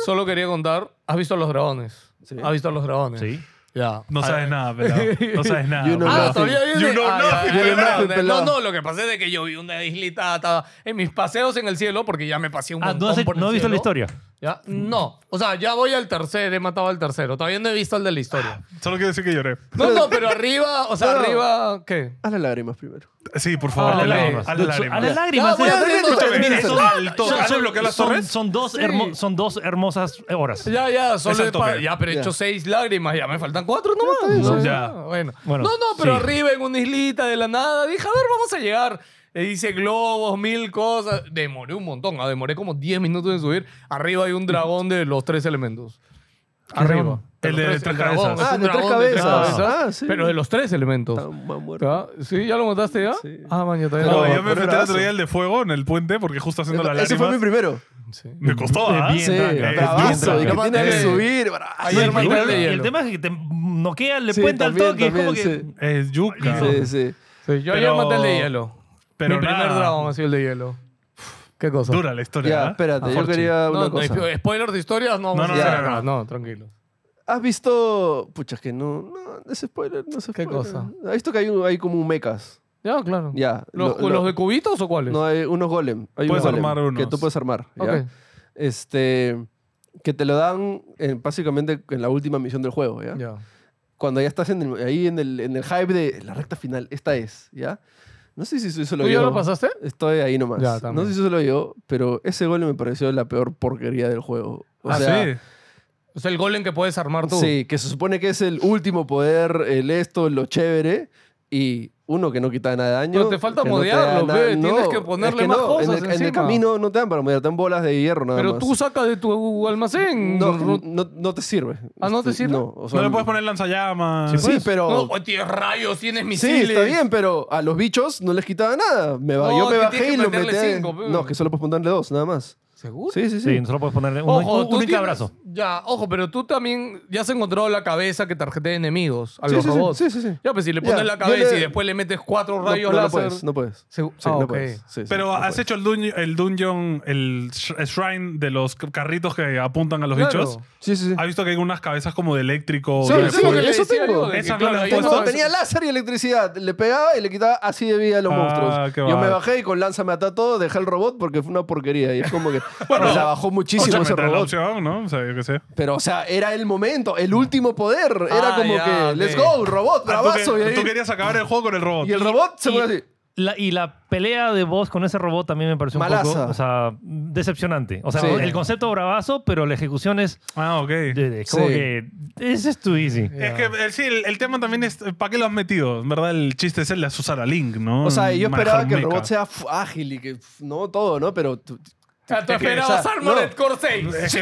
Speaker 4: Solo quería contar. ¿Has visto a los dragones?
Speaker 2: Sí.
Speaker 4: ¿Has visto a los dragones?
Speaker 3: Sí.
Speaker 4: Ya.
Speaker 1: No
Speaker 4: A-
Speaker 1: sabes nada, pelado. No sabes nada.
Speaker 2: You know
Speaker 1: pelado.
Speaker 4: Ah,
Speaker 2: no.
Speaker 4: todavía viene.
Speaker 1: You know
Speaker 4: Ah,
Speaker 1: nothing,
Speaker 4: ya, ya,
Speaker 1: pelado.
Speaker 4: ya, ya, ya.
Speaker 2: Pelado.
Speaker 4: No, no, lo que pasa es de que yo vi una islita estaba en mis paseos en el cielo porque ya me pasé un
Speaker 3: Ah, ¿no,
Speaker 4: montón
Speaker 3: has,
Speaker 4: por el
Speaker 3: no has visto la
Speaker 4: cielo.
Speaker 3: historia?
Speaker 4: Ya, no. O sea, ya voy al tercer, he matado al tercero. Todavía no he visto el de la historia.
Speaker 1: Solo quiero decir que lloré.
Speaker 4: No, no, pero arriba, o sea,
Speaker 2: No, no.
Speaker 4: arriba, ¿qué?
Speaker 2: Haz las lágrimas primero.
Speaker 1: Sí, por favor,
Speaker 4: Ah,
Speaker 1: pelado.
Speaker 4: lágrimas.
Speaker 1: Haz las lágrimas.
Speaker 3: A las lágrimas.
Speaker 4: Ya, voy a
Speaker 3: sí.
Speaker 4: hacer
Speaker 2: Escúchame,
Speaker 4: esto.
Speaker 2: mira,
Speaker 1: Eso
Speaker 2: eso-
Speaker 1: es alto.
Speaker 4: Ya,
Speaker 1: ¿Has desbloqueado las
Speaker 3: son,
Speaker 1: torres?
Speaker 3: son dos
Speaker 4: Sí.
Speaker 3: hermo- son dos hermosas horas.
Speaker 4: Ya, ya,
Speaker 1: Es al
Speaker 4: solo he
Speaker 1: tope.
Speaker 4: pa- Ya, pero he
Speaker 2: Ya.
Speaker 4: hecho seis lágrimas, ya me faltan cuatro nomás.
Speaker 1: bien,
Speaker 4: No,
Speaker 1: sí.
Speaker 4: ya,
Speaker 1: Ya.
Speaker 4: Bueno.
Speaker 3: Bueno,
Speaker 4: No, no, pero
Speaker 3: sí.
Speaker 4: arriba en una islita de la nada. Dije, a ver, vamos a llegar. Le dice globos, mil cosas. Demoré un montón, ah, demoré como 10 minutos en subir. Arriba hay un dragón de los tres elementos. Arriba.
Speaker 3: dragón?
Speaker 4: De
Speaker 1: El
Speaker 4: los
Speaker 1: de
Speaker 4: tres-
Speaker 1: tres
Speaker 4: dragón,
Speaker 1: cabezas.
Speaker 4: es
Speaker 2: Ah,
Speaker 4: un
Speaker 2: de tres
Speaker 4: dragón de
Speaker 2: cabezas. Ah, sí.
Speaker 4: Pero de los tres elementos.
Speaker 2: Está más muerto.
Speaker 4: Ya, ¿Ah? ¿Sí? ¿Ya lo mataste ya?
Speaker 2: Sí.
Speaker 4: Ah, mañana todavía
Speaker 1: No,
Speaker 4: no.
Speaker 1: yo me
Speaker 2: pero
Speaker 1: enfrenté el otro
Speaker 2: brazo.
Speaker 1: día el de fuego en el puente porque justo haciendo la
Speaker 2: Ese fue mi
Speaker 1: lágrima.
Speaker 2: primero.
Speaker 4: Sí.
Speaker 1: Me costó, ¿ah?
Speaker 3: Bien,
Speaker 2: Sí,
Speaker 3: tranca.
Speaker 1: Es
Speaker 2: bravazo.
Speaker 1: duro,
Speaker 2: Y que
Speaker 1: tranca.
Speaker 2: tiene que
Speaker 4: Eh,
Speaker 2: subir. bravazo.
Speaker 4: ayer
Speaker 3: Y
Speaker 4: mandé
Speaker 3: bueno,
Speaker 4: de
Speaker 3: y el
Speaker 4: hielo.
Speaker 3: tema es que te noquea el
Speaker 2: Sí,
Speaker 3: puente al
Speaker 2: también,
Speaker 3: toque. es como que.
Speaker 2: también,
Speaker 1: Es yuca.
Speaker 2: Sí, sí.
Speaker 4: Sí,
Speaker 1: Pero-
Speaker 4: yo ayer maté el de hielo.
Speaker 1: Pero
Speaker 4: Mi primer
Speaker 1: nada.
Speaker 4: dragón ha sido el de hielo. ¿Qué cosa?
Speaker 1: Dura la historia.
Speaker 2: Ya,
Speaker 1: ¿ah?
Speaker 2: espérate, yo
Speaker 4: Forchi.
Speaker 2: quería
Speaker 4: no,
Speaker 2: una
Speaker 4: no,
Speaker 2: cosa.
Speaker 4: esp- spoiler de historias, no.
Speaker 1: No,
Speaker 4: vamos
Speaker 1: no,
Speaker 4: a
Speaker 1: no,
Speaker 4: hacer
Speaker 1: no,
Speaker 4: nada. no, tranquilo.
Speaker 2: ¿Has visto.? Pucha, que no. No, es spoiler, no es
Speaker 4: ¿Qué
Speaker 2: spoiler.
Speaker 4: cosa?
Speaker 2: ¿Has visto que hay, un- hay como un mechas?
Speaker 4: Ya, claro.
Speaker 2: Ya.
Speaker 4: ¿Los,
Speaker 2: lo- lo-
Speaker 4: los de cubitos o cuáles?
Speaker 2: No, hay unos golem. Hay
Speaker 1: Puedes
Speaker 2: un golem
Speaker 1: armar unos.
Speaker 2: Que tú puedes armar. ¿ya?
Speaker 4: Ok.
Speaker 2: Este. Que te lo dan en- básicamente en la última misión del juego, ¿ya?
Speaker 4: Ya.
Speaker 2: Cuando ya estás en el- ahí en el, en el hype de la recta final, esta es, ¿ya? No sé si soy
Speaker 4: ¿Tú
Speaker 2: solo
Speaker 4: Pues ya
Speaker 2: yo.
Speaker 4: lo pasaste?
Speaker 2: Estoy ahí nomás.
Speaker 4: Ya, también.
Speaker 2: no sé si solo yo, pero ese gol me pareció la peor porquería del juego. O
Speaker 1: ah,
Speaker 2: sea,
Speaker 1: sí.
Speaker 4: O sea, el golem que puedes armar tú.
Speaker 2: Sí, que se supone que es el último poder, el esto, lo chévere, y uno que no quita nada de daño.
Speaker 4: Pero te falta
Speaker 2: que no da
Speaker 4: modearlo,
Speaker 2: nada-
Speaker 4: pe, tienes
Speaker 2: no,
Speaker 4: que
Speaker 2: es
Speaker 4: ponerle más
Speaker 2: no,
Speaker 4: cosas
Speaker 2: En el, en el
Speaker 4: encima.
Speaker 2: camino no te dan para modear, te dan bolas de hierro nada
Speaker 4: Pero
Speaker 2: más.
Speaker 4: tú sacas de tu almacén.
Speaker 2: no,
Speaker 4: No,
Speaker 2: no, no te sirve. Este,
Speaker 4: Ah, ¿no te sirve?
Speaker 2: No, o sea,
Speaker 1: No le puedes poner lanzallamas.
Speaker 2: Sí, pero...
Speaker 4: no, pues, tienes rayos, tienes
Speaker 2: Sí,
Speaker 4: misiles.
Speaker 2: está bien, pero a los bichos no les quitaba nada. Me ba-
Speaker 4: No,
Speaker 2: yo me
Speaker 4: que
Speaker 2: bajé
Speaker 4: tienes
Speaker 2: y
Speaker 4: que
Speaker 2: lo
Speaker 4: meterle
Speaker 2: metí.
Speaker 4: cinco, pe.
Speaker 2: no, que solo puedes ponerle dos, nada más.
Speaker 4: ¿Seguro?
Speaker 2: Sí, sí, sí.
Speaker 3: Sí, no solo puedes ponerle un,
Speaker 4: Ojo,
Speaker 3: un-
Speaker 4: tú
Speaker 3: un en cada
Speaker 4: tienes-
Speaker 3: brazo.
Speaker 4: Ya, ojo, pero tú también ya has encontrado la cabeza que tarjetea enemigos a
Speaker 2: Sí,
Speaker 4: los
Speaker 2: sí, sí,
Speaker 4: robots.
Speaker 2: sí, sí, sí.
Speaker 4: Ya, pues si le pones
Speaker 2: Ya,
Speaker 4: la
Speaker 2: yo
Speaker 4: cabeza
Speaker 2: le-
Speaker 4: y después le metes cuatro
Speaker 2: No,
Speaker 4: rayos
Speaker 2: no, no
Speaker 4: láser.
Speaker 2: puedes, no puedes.
Speaker 4: Segu-
Speaker 2: Sí,
Speaker 4: ah,
Speaker 2: no
Speaker 4: ok.
Speaker 2: puedes. Sí, sí,
Speaker 1: Pero
Speaker 2: no
Speaker 1: has
Speaker 2: puedes.
Speaker 1: hecho el, dun- el dungeon, el sh- shrine de los c- carritos que apuntan a los
Speaker 4: Claro.
Speaker 1: bichos.
Speaker 2: Sí, sí, sí.
Speaker 1: ¿Has visto que hay unas cabezas como de eléctrico?
Speaker 2: Sí,
Speaker 1: de
Speaker 2: sí,
Speaker 1: fuego?
Speaker 2: porque eso tengo.
Speaker 1: Esas no las
Speaker 4: ahí
Speaker 1: puedes
Speaker 2: Tengo-
Speaker 1: Todo eso.
Speaker 2: tenía láser y electricidad. Le pegaba y le quitaba así de vida a los
Speaker 1: Ah, qué
Speaker 2: monstruos. Yo me
Speaker 1: bárbaro.
Speaker 2: bajé y con lanza me ató todo, dejé el robot porque fue una porquería. Y es como que
Speaker 1: Bueno,
Speaker 2: me la bajó muchísimo
Speaker 1: Óchame,
Speaker 2: ese
Speaker 1: te da la
Speaker 2: robot.
Speaker 1: opción, ¿no? O sea, yo qué sé.
Speaker 2: Pero, o sea, era el momento, el último poder. Era
Speaker 4: Ah,
Speaker 2: como
Speaker 4: ya,
Speaker 2: que,
Speaker 4: ok.
Speaker 2: let's go, robot,
Speaker 1: Ah, tú que-
Speaker 2: bravazo. y, ahí-
Speaker 1: tú querías acabar el juego con el robot.
Speaker 2: y el robot se
Speaker 3: Y-
Speaker 2: pone así.
Speaker 3: La, y la pelea de voz con ese robot también me pareció
Speaker 2: Malaza.
Speaker 3: un poco o sea, decepcionante. O sea,
Speaker 2: Sí.
Speaker 3: el concepto bravazo, pero la ejecución es,
Speaker 1: Ah, ok.
Speaker 3: es como
Speaker 2: Sí.
Speaker 3: que ese es too easy.
Speaker 1: Es que el, sí, el, el tema también es ¿para qué lo has metido? En verdad, el chiste es el de Susana Link, ¿no?
Speaker 2: O sea, yo
Speaker 1: Manejar
Speaker 2: esperaba que el
Speaker 1: mecha.
Speaker 2: robot sea f- ágil y que, f- no, todo, ¿no? Pero, tú-
Speaker 4: O sea, tú
Speaker 1: Es que,
Speaker 4: esperabas
Speaker 2: o sea,
Speaker 4: Armored
Speaker 2: no.
Speaker 4: Core 6.
Speaker 1: Es que-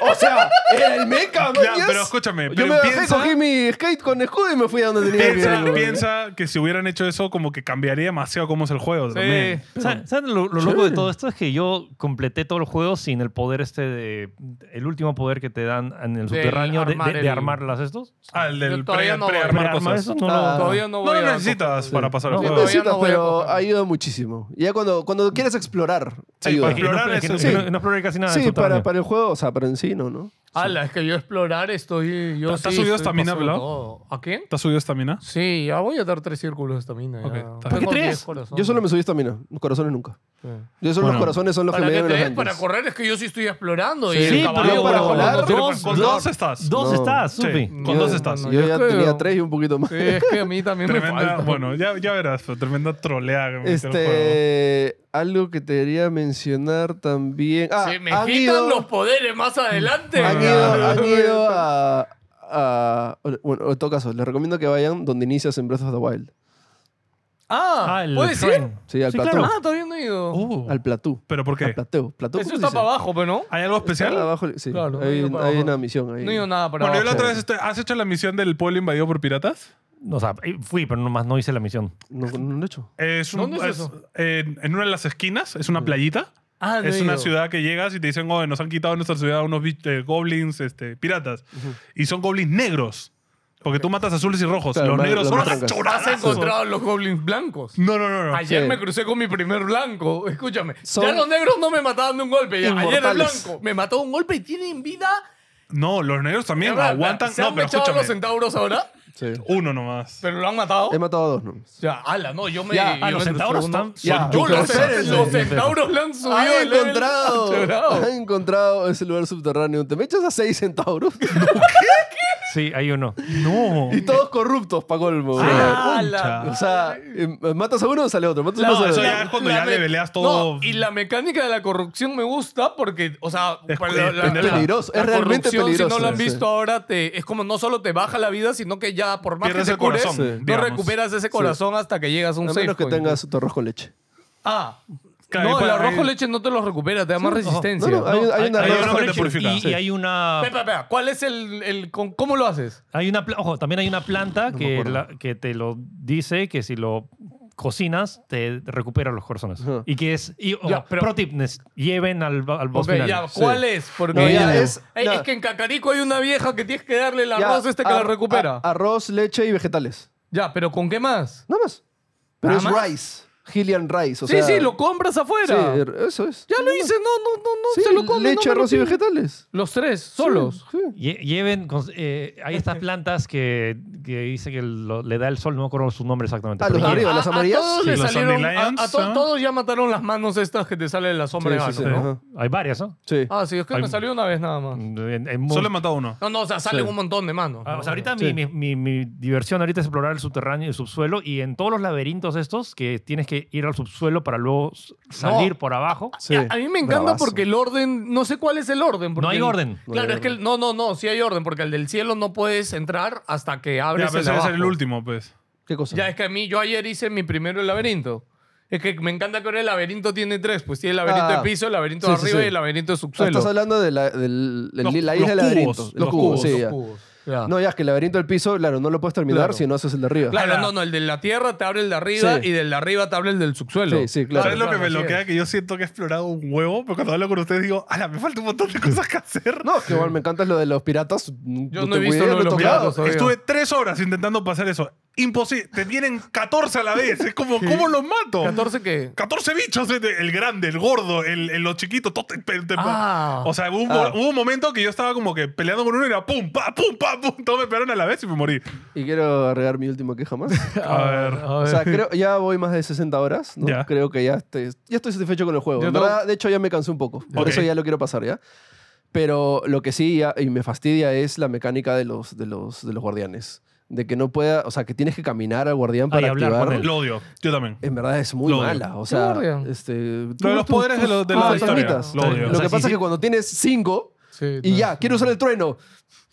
Speaker 2: o sea, era el mecha,
Speaker 1: Ya,
Speaker 2: mañas.
Speaker 1: pero escúchame,
Speaker 2: Yo
Speaker 1: pero
Speaker 2: me bajé,
Speaker 1: piensa-
Speaker 2: cogí mi skate con escudo y me fui a donde tenía que ir.
Speaker 1: piensa,
Speaker 2: güey.
Speaker 1: piensa que si hubieran hecho eso, como que cambiaría demasiado cómo es el juego. también.
Speaker 3: ¿Saben, saben lo, lo loco de todo esto? Es que yo completé todo el juego sin el poder este de... El último poder que te dan en el subterráneo de,
Speaker 4: armar
Speaker 3: de- de
Speaker 4: el-
Speaker 3: armar las estos.
Speaker 1: Ah, el del
Speaker 4: Yo todavía
Speaker 1: pre-
Speaker 4: no
Speaker 1: pre-armar
Speaker 3: Armar
Speaker 1: cosas.
Speaker 3: esos, no
Speaker 2: Ah.
Speaker 3: lo-
Speaker 4: Todavía no
Speaker 1: No
Speaker 4: voy
Speaker 1: lo
Speaker 4: a-
Speaker 1: necesitas para pasar el
Speaker 3: No,
Speaker 2: Sí
Speaker 1: juego.
Speaker 2: necesitas,
Speaker 4: Todavía no voy a
Speaker 2: pero
Speaker 4: coger.
Speaker 2: ayuda muchísimo. Ya cuando, cuando quieres explorar,
Speaker 1: Sí,
Speaker 2: ayuda.
Speaker 1: para explorar
Speaker 3: es que no,
Speaker 1: eso.
Speaker 3: es que no-
Speaker 1: Sí.
Speaker 3: no exploré casi nada. del
Speaker 2: Sí, para,
Speaker 3: subterráneo.
Speaker 2: para el juego, o sea, pero en sí no, ¿no?
Speaker 4: Ala, es que yo explorar estoy. Yo
Speaker 1: ¿Te- te
Speaker 4: sí
Speaker 1: has subido
Speaker 4: estoy
Speaker 1: estamina,
Speaker 4: pasando
Speaker 1: pelado?
Speaker 4: todo. ¿A quién?
Speaker 1: ¿Te has subido estamina?
Speaker 4: Sí, ya voy a dar tres círculos de estamina.
Speaker 1: Ok,
Speaker 4: ya.
Speaker 1: está bien.
Speaker 4: Tengo
Speaker 3: ¿Por qué
Speaker 4: diez
Speaker 3: tres?
Speaker 4: corazones.
Speaker 2: Yo solo me subí estamina, los corazones nunca.
Speaker 4: Ah. Sí.
Speaker 2: Yo solo
Speaker 1: Bueno.
Speaker 2: los corazones son los que
Speaker 4: Para
Speaker 2: me
Speaker 4: que
Speaker 2: dieron
Speaker 4: te
Speaker 2: los
Speaker 4: des para
Speaker 2: antes.
Speaker 4: correr es que yo sí estoy explorando. y
Speaker 3: Sí,
Speaker 4: el
Speaker 3: pero
Speaker 4: caballo,
Speaker 2: para volar,
Speaker 4: no te
Speaker 3: dos-
Speaker 4: preocupes,
Speaker 1: Con
Speaker 4: no.
Speaker 1: dos estás.
Speaker 3: Dos
Speaker 2: No.
Speaker 3: estás,
Speaker 1: Sí.
Speaker 3: supe.
Speaker 1: Con dos estás.
Speaker 2: yo,
Speaker 4: yo
Speaker 2: ya
Speaker 4: creo-
Speaker 2: tenía tres y un poquito más.
Speaker 4: Sí, es que a mí también me
Speaker 1: Tremenda,
Speaker 4: falta.
Speaker 1: bueno, ya, ya verás, pero tremenda troleada que me metió el juego.
Speaker 2: Este, algo que te quería mencionar también. Ah,
Speaker 4: Se me
Speaker 2: han
Speaker 4: quitan
Speaker 2: ido,
Speaker 4: los Ah. poderes más adelante.
Speaker 2: han ido, han ido a, a- Bueno, en todo caso, les recomiendo que vayan donde inicias en Breath of the Wild.
Speaker 4: Ah,
Speaker 3: Ah, el
Speaker 4: ¿puedes ir?
Speaker 3: shrine.
Speaker 2: Sí, al
Speaker 3: Sí,
Speaker 2: plató.
Speaker 3: claro.
Speaker 4: Ah, todavía no he ido.
Speaker 1: Uh,
Speaker 2: Al platú.
Speaker 1: ¿Pero por
Speaker 2: Al
Speaker 1: qué?
Speaker 2: plateo. ¿Platú? ¿cómo
Speaker 4: Eso
Speaker 2: se
Speaker 4: está
Speaker 2: dice?
Speaker 4: para abajo, pero no.
Speaker 1: ¿Hay algo
Speaker 2: Está
Speaker 1: especial?
Speaker 2: abajo, sí.
Speaker 4: Claro,
Speaker 2: hay,
Speaker 4: no iba para
Speaker 2: hay
Speaker 4: abajo.
Speaker 2: una misión ahí.
Speaker 4: No he ido nada para
Speaker 1: Bueno, yo la
Speaker 4: abajo.
Speaker 1: otra vez, estoy- ¿has hecho la misión del pueblo invadido por piratas?
Speaker 3: O sea, fui, pero nomás no hice la misión.
Speaker 2: No, no lo he hecho.
Speaker 1: Es un-
Speaker 4: ¿Dónde es eso?
Speaker 1: En, en una de las esquinas, es una playita.
Speaker 4: Ah, no
Speaker 1: es
Speaker 4: he
Speaker 1: una
Speaker 4: ido.
Speaker 1: ciudad que llegas y te dicen, oh, nos han quitado en nuestra ciudad unos bich- eh, goblins este, piratas. Y son goblins negros. Porque tú matas azules y rojos.
Speaker 2: Claro,
Speaker 1: los
Speaker 2: ma-
Speaker 1: negros
Speaker 2: los
Speaker 1: son
Speaker 2: matrancas.
Speaker 1: unas
Speaker 4: Has
Speaker 1: chorazos.
Speaker 4: encontrado los goblins blancos.
Speaker 1: No, no, no. no.
Speaker 4: Ayer
Speaker 2: Sí.
Speaker 4: me crucé con mi primer blanco. Escúchame.
Speaker 2: Son-
Speaker 4: Ya los negros no me mataban de un golpe. ya. Ayer el
Speaker 2: Inmortales.
Speaker 4: blanco me mató de un golpe y tienen vida.
Speaker 1: No, los negros también
Speaker 4: Ahora,
Speaker 1: aguantan.
Speaker 4: ¿Se
Speaker 1: No,
Speaker 4: han
Speaker 1: pero
Speaker 4: echado a los
Speaker 1: escúchame.
Speaker 4: centauros ahora?
Speaker 2: Sí.
Speaker 1: Uno nomás.
Speaker 4: ¿Pero lo han matado?
Speaker 2: He matado a dos, ¿no?
Speaker 4: Ya, ala, no, yo me.
Speaker 2: Em- Ya, ah,
Speaker 4: yo
Speaker 3: los
Speaker 4: me-
Speaker 3: centauros
Speaker 4: segundo-
Speaker 3: están-
Speaker 2: Ya,
Speaker 4: Yo,
Speaker 2: pero
Speaker 4: los,
Speaker 2: espérense.
Speaker 4: los centauros le han subido.
Speaker 2: Ha
Speaker 4: el level
Speaker 2: encontrado,
Speaker 4: a Chorao.
Speaker 2: ha encontrado ese lugar subterráneo. Te me echas a seis centauros
Speaker 3: Sí, hay uno.
Speaker 1: No.
Speaker 2: y todos corruptos, pa' colmo.
Speaker 4: Ah,
Speaker 1: Concha.
Speaker 2: O
Speaker 4: la-
Speaker 2: sea, em, matas a uno, sale otro. Matas a
Speaker 1: No,
Speaker 2: uno, sale
Speaker 1: eso
Speaker 2: otro.
Speaker 1: ya es cuando
Speaker 4: la
Speaker 1: ya
Speaker 4: me-
Speaker 1: leveleas todo.
Speaker 4: No, y la mecánica de la corrupción me gusta porque, o sea, pues,
Speaker 1: Es-
Speaker 4: para
Speaker 1: es pendeja.
Speaker 2: Peligroso, es realmente
Speaker 4: corrupción, Si no lo
Speaker 2: peligroso,
Speaker 4: han
Speaker 2: sí.
Speaker 4: visto ahora, te, es como no solo te baja la vida, sino que ya por más
Speaker 1: Pierdes
Speaker 4: que
Speaker 1: el
Speaker 4: te cures,
Speaker 1: corazón,
Speaker 2: Sí.
Speaker 4: no
Speaker 1: digamos.
Speaker 4: recuperas ese corazón hasta que llegas a un
Speaker 2: A
Speaker 4: safe
Speaker 2: menos que
Speaker 4: point.
Speaker 2: tengas tu arroz con leche.
Speaker 4: Ah,
Speaker 1: Claro,
Speaker 4: no,
Speaker 1: ahí
Speaker 4: el
Speaker 1: puede-
Speaker 4: arrojo
Speaker 1: ahí-
Speaker 4: leche no te lo recupera, te da más resistencia.
Speaker 2: No, no, hay, hay una
Speaker 1: hay
Speaker 2: arroz
Speaker 1: uno
Speaker 2: con
Speaker 1: que te
Speaker 2: leche.
Speaker 1: purifica.
Speaker 3: Y, y
Speaker 2: Sí.
Speaker 3: hay una...
Speaker 4: Espera, espera, espera, ¿Cuál es el, el con- cómo lo haces?
Speaker 3: Hay una pla- ojo, también hay una planta
Speaker 2: me
Speaker 3: que,
Speaker 2: acuerdo.
Speaker 3: la- que te lo dice que si lo cocinas te recupera los corazones.
Speaker 2: Ajá.
Speaker 3: Y que es... Y, ojo,
Speaker 4: Ya, pero-
Speaker 3: pro tip, nes- lleven al, ba- al boss
Speaker 4: Ok,
Speaker 3: final.
Speaker 4: ya,
Speaker 2: Sí.
Speaker 4: ¿cuál es? Porque
Speaker 2: No,
Speaker 4: ya
Speaker 2: ya,
Speaker 4: es,
Speaker 2: ya.
Speaker 4: Ey, es que en Cacarico hay una vieja que tienes que darle el
Speaker 2: Ya, ah,
Speaker 4: arroz este que la
Speaker 2: ar-
Speaker 4: recupera.
Speaker 2: a- arroz, leche y vegetales.
Speaker 4: ya, pero ¿con qué más?
Speaker 2: Nada más. Pero
Speaker 4: ¿Nada
Speaker 2: es
Speaker 4: más?
Speaker 2: rice. Hillian Rice. O
Speaker 4: sí,
Speaker 2: sea,
Speaker 4: sí, lo compras afuera.
Speaker 2: Sí, er- eso es.
Speaker 4: ya lo hice, no, no, no, no,
Speaker 2: Sí,
Speaker 4: se lo comen.
Speaker 2: Leche,
Speaker 4: no me lo
Speaker 2: arroz y
Speaker 4: piden.
Speaker 2: vegetales.
Speaker 4: Los tres, solos.
Speaker 2: Sí, sí.
Speaker 3: Lle- Lleven, cons- eh, hay estas plantas que, que dice que lo- le da el sol, no me acuerdo su nombre exactamente.
Speaker 2: Ah,
Speaker 3: pero
Speaker 2: los de
Speaker 3: lleven-
Speaker 2: arriba,
Speaker 4: A-
Speaker 2: las
Speaker 4: a
Speaker 2: amarillas.
Speaker 4: todos
Speaker 1: Sí,
Speaker 4: le
Speaker 1: los
Speaker 4: salieron-
Speaker 1: Sunday
Speaker 4: a- a
Speaker 1: Lions,
Speaker 4: to-
Speaker 1: ¿no?
Speaker 4: todos ya mataron las manos estas que te sale la sombra de
Speaker 2: Sí, sí,
Speaker 4: ano,
Speaker 2: sí,
Speaker 4: ¿no?
Speaker 2: ajá.
Speaker 3: Hay varias, ¿no?
Speaker 2: Sí.
Speaker 4: Ah, sí, es que
Speaker 3: Hay-
Speaker 4: me salió una vez nada más.
Speaker 3: En- en
Speaker 1: Solo he
Speaker 3: mon-
Speaker 1: matado uno.
Speaker 4: No, no, o sea, salen un montón de manos.
Speaker 3: Ah, o sea, ahorita
Speaker 2: Sí.
Speaker 3: mi, mi- mi- mi diversión ahorita es explorar el subterráneo y el subsuelo y en todos los laberintos estos que tienes que ir al subsuelo para luego s- salir por abajo.
Speaker 2: Sí.
Speaker 4: A, a mí me encanta
Speaker 2: Bravazo.
Speaker 4: porque el orden, no sé cuál es el orden. porque
Speaker 3: No hay
Speaker 4: el-
Speaker 3: orden.
Speaker 2: No
Speaker 4: claro,
Speaker 2: hay
Speaker 4: es que el- no, no, no, sí hay orden, porque el del cielo no puedes entrar hasta que
Speaker 1: Ya,
Speaker 4: abres
Speaker 1: pero
Speaker 4: el
Speaker 1: ese debe ser
Speaker 4: abajo.
Speaker 1: el último, pues.
Speaker 2: ¿Qué cosa?
Speaker 4: Ya es que a mí, yo ayer hice mi primero el laberinto. Es que me encanta que ahora el laberinto tiene tres, pues tiene el laberinto
Speaker 2: Ah.
Speaker 4: de piso, el laberinto
Speaker 2: Sí,
Speaker 4: de
Speaker 2: sí,
Speaker 4: arriba
Speaker 2: sí.
Speaker 4: y el laberinto
Speaker 2: Ah,
Speaker 4: de subsuelo.
Speaker 2: Estás hablando de la, del, del-
Speaker 1: Los-
Speaker 2: la isla del
Speaker 1: los
Speaker 2: laberinto.
Speaker 1: cubos,
Speaker 2: Los, cubos, sí,
Speaker 4: los
Speaker 2: ya.
Speaker 4: cubos, ya.
Speaker 2: No, ya es que el laberinto del piso, claro, no lo puedes terminar
Speaker 4: Claro.
Speaker 2: si no haces el de arriba.
Speaker 4: Claro,
Speaker 1: Ahora-
Speaker 4: no, no, el de la tierra te abre el de arriba
Speaker 2: Sí.
Speaker 4: y del de arriba te abre el del subsuelo.
Speaker 2: Sí, sí, claro.
Speaker 1: ¿Sabes lo que me
Speaker 4: así
Speaker 1: bloquea?
Speaker 4: es.
Speaker 1: Que yo siento que he explorado un huevo, pero cuando hablo con ustedes digo, ala, me falta un montón de cosas que hacer.
Speaker 2: No, es que igual me encanta lo de los piratas.
Speaker 4: Yo
Speaker 2: te
Speaker 4: no he visto
Speaker 2: cuidé,
Speaker 4: lo de los
Speaker 2: te-
Speaker 1: Claro,
Speaker 4: piratas. todavía.
Speaker 1: estuve tres horas intentando pasar eso. Imposible. Te vienen 14 a la vez. Es como, ¿cómo los mato?
Speaker 4: 14 que.
Speaker 1: 14 bichos, eh, de- el grande, el gordo, el, el- los chiquitos. todo te- te- te-
Speaker 4: Ah.
Speaker 1: o sea, hubo un,
Speaker 2: Ah.
Speaker 1: hubo un momento que yo estaba como que peleando con uno y era pum, pa, pum, pa, pum. Todos me pegaron a la vez y me morí.
Speaker 2: Y quiero agregar mi última queja más.
Speaker 4: Ah.
Speaker 1: A ver.
Speaker 2: O sea, creo, ya voy más de 60 horas, ¿no?
Speaker 1: Ya.
Speaker 2: Creo que ya estoy, ya estoy satisfecho con el juego.
Speaker 4: Yo
Speaker 2: En
Speaker 4: tengo-
Speaker 2: verdad, de hecho, ya me cansé un poco. Por
Speaker 1: Ok.
Speaker 2: eso ya lo quiero pasar, ¿ya? Pero lo que sí ya- y me fastidia es la mecánica de los, de los, de los guardianes. De que no pueda... O sea, que tienes que caminar al guardián para
Speaker 3: hablar con
Speaker 2: activar...
Speaker 3: él.
Speaker 1: Lo odio. Yo también.
Speaker 2: En verdad es muy
Speaker 1: Lo odio.
Speaker 2: mala. O
Speaker 4: ¿Qué
Speaker 2: sea,
Speaker 4: guardián?
Speaker 2: este, lo
Speaker 1: de los poderes de los- de
Speaker 3: la historia.
Speaker 1: Lo odio.
Speaker 2: Lo
Speaker 1: O sea,
Speaker 2: que
Speaker 3: sí,
Speaker 2: pasa
Speaker 3: sí.
Speaker 2: es que cuando tienes cinco
Speaker 4: Sí,
Speaker 2: y
Speaker 4: no,
Speaker 2: ya,
Speaker 4: sí.
Speaker 2: quiero usar el trueno.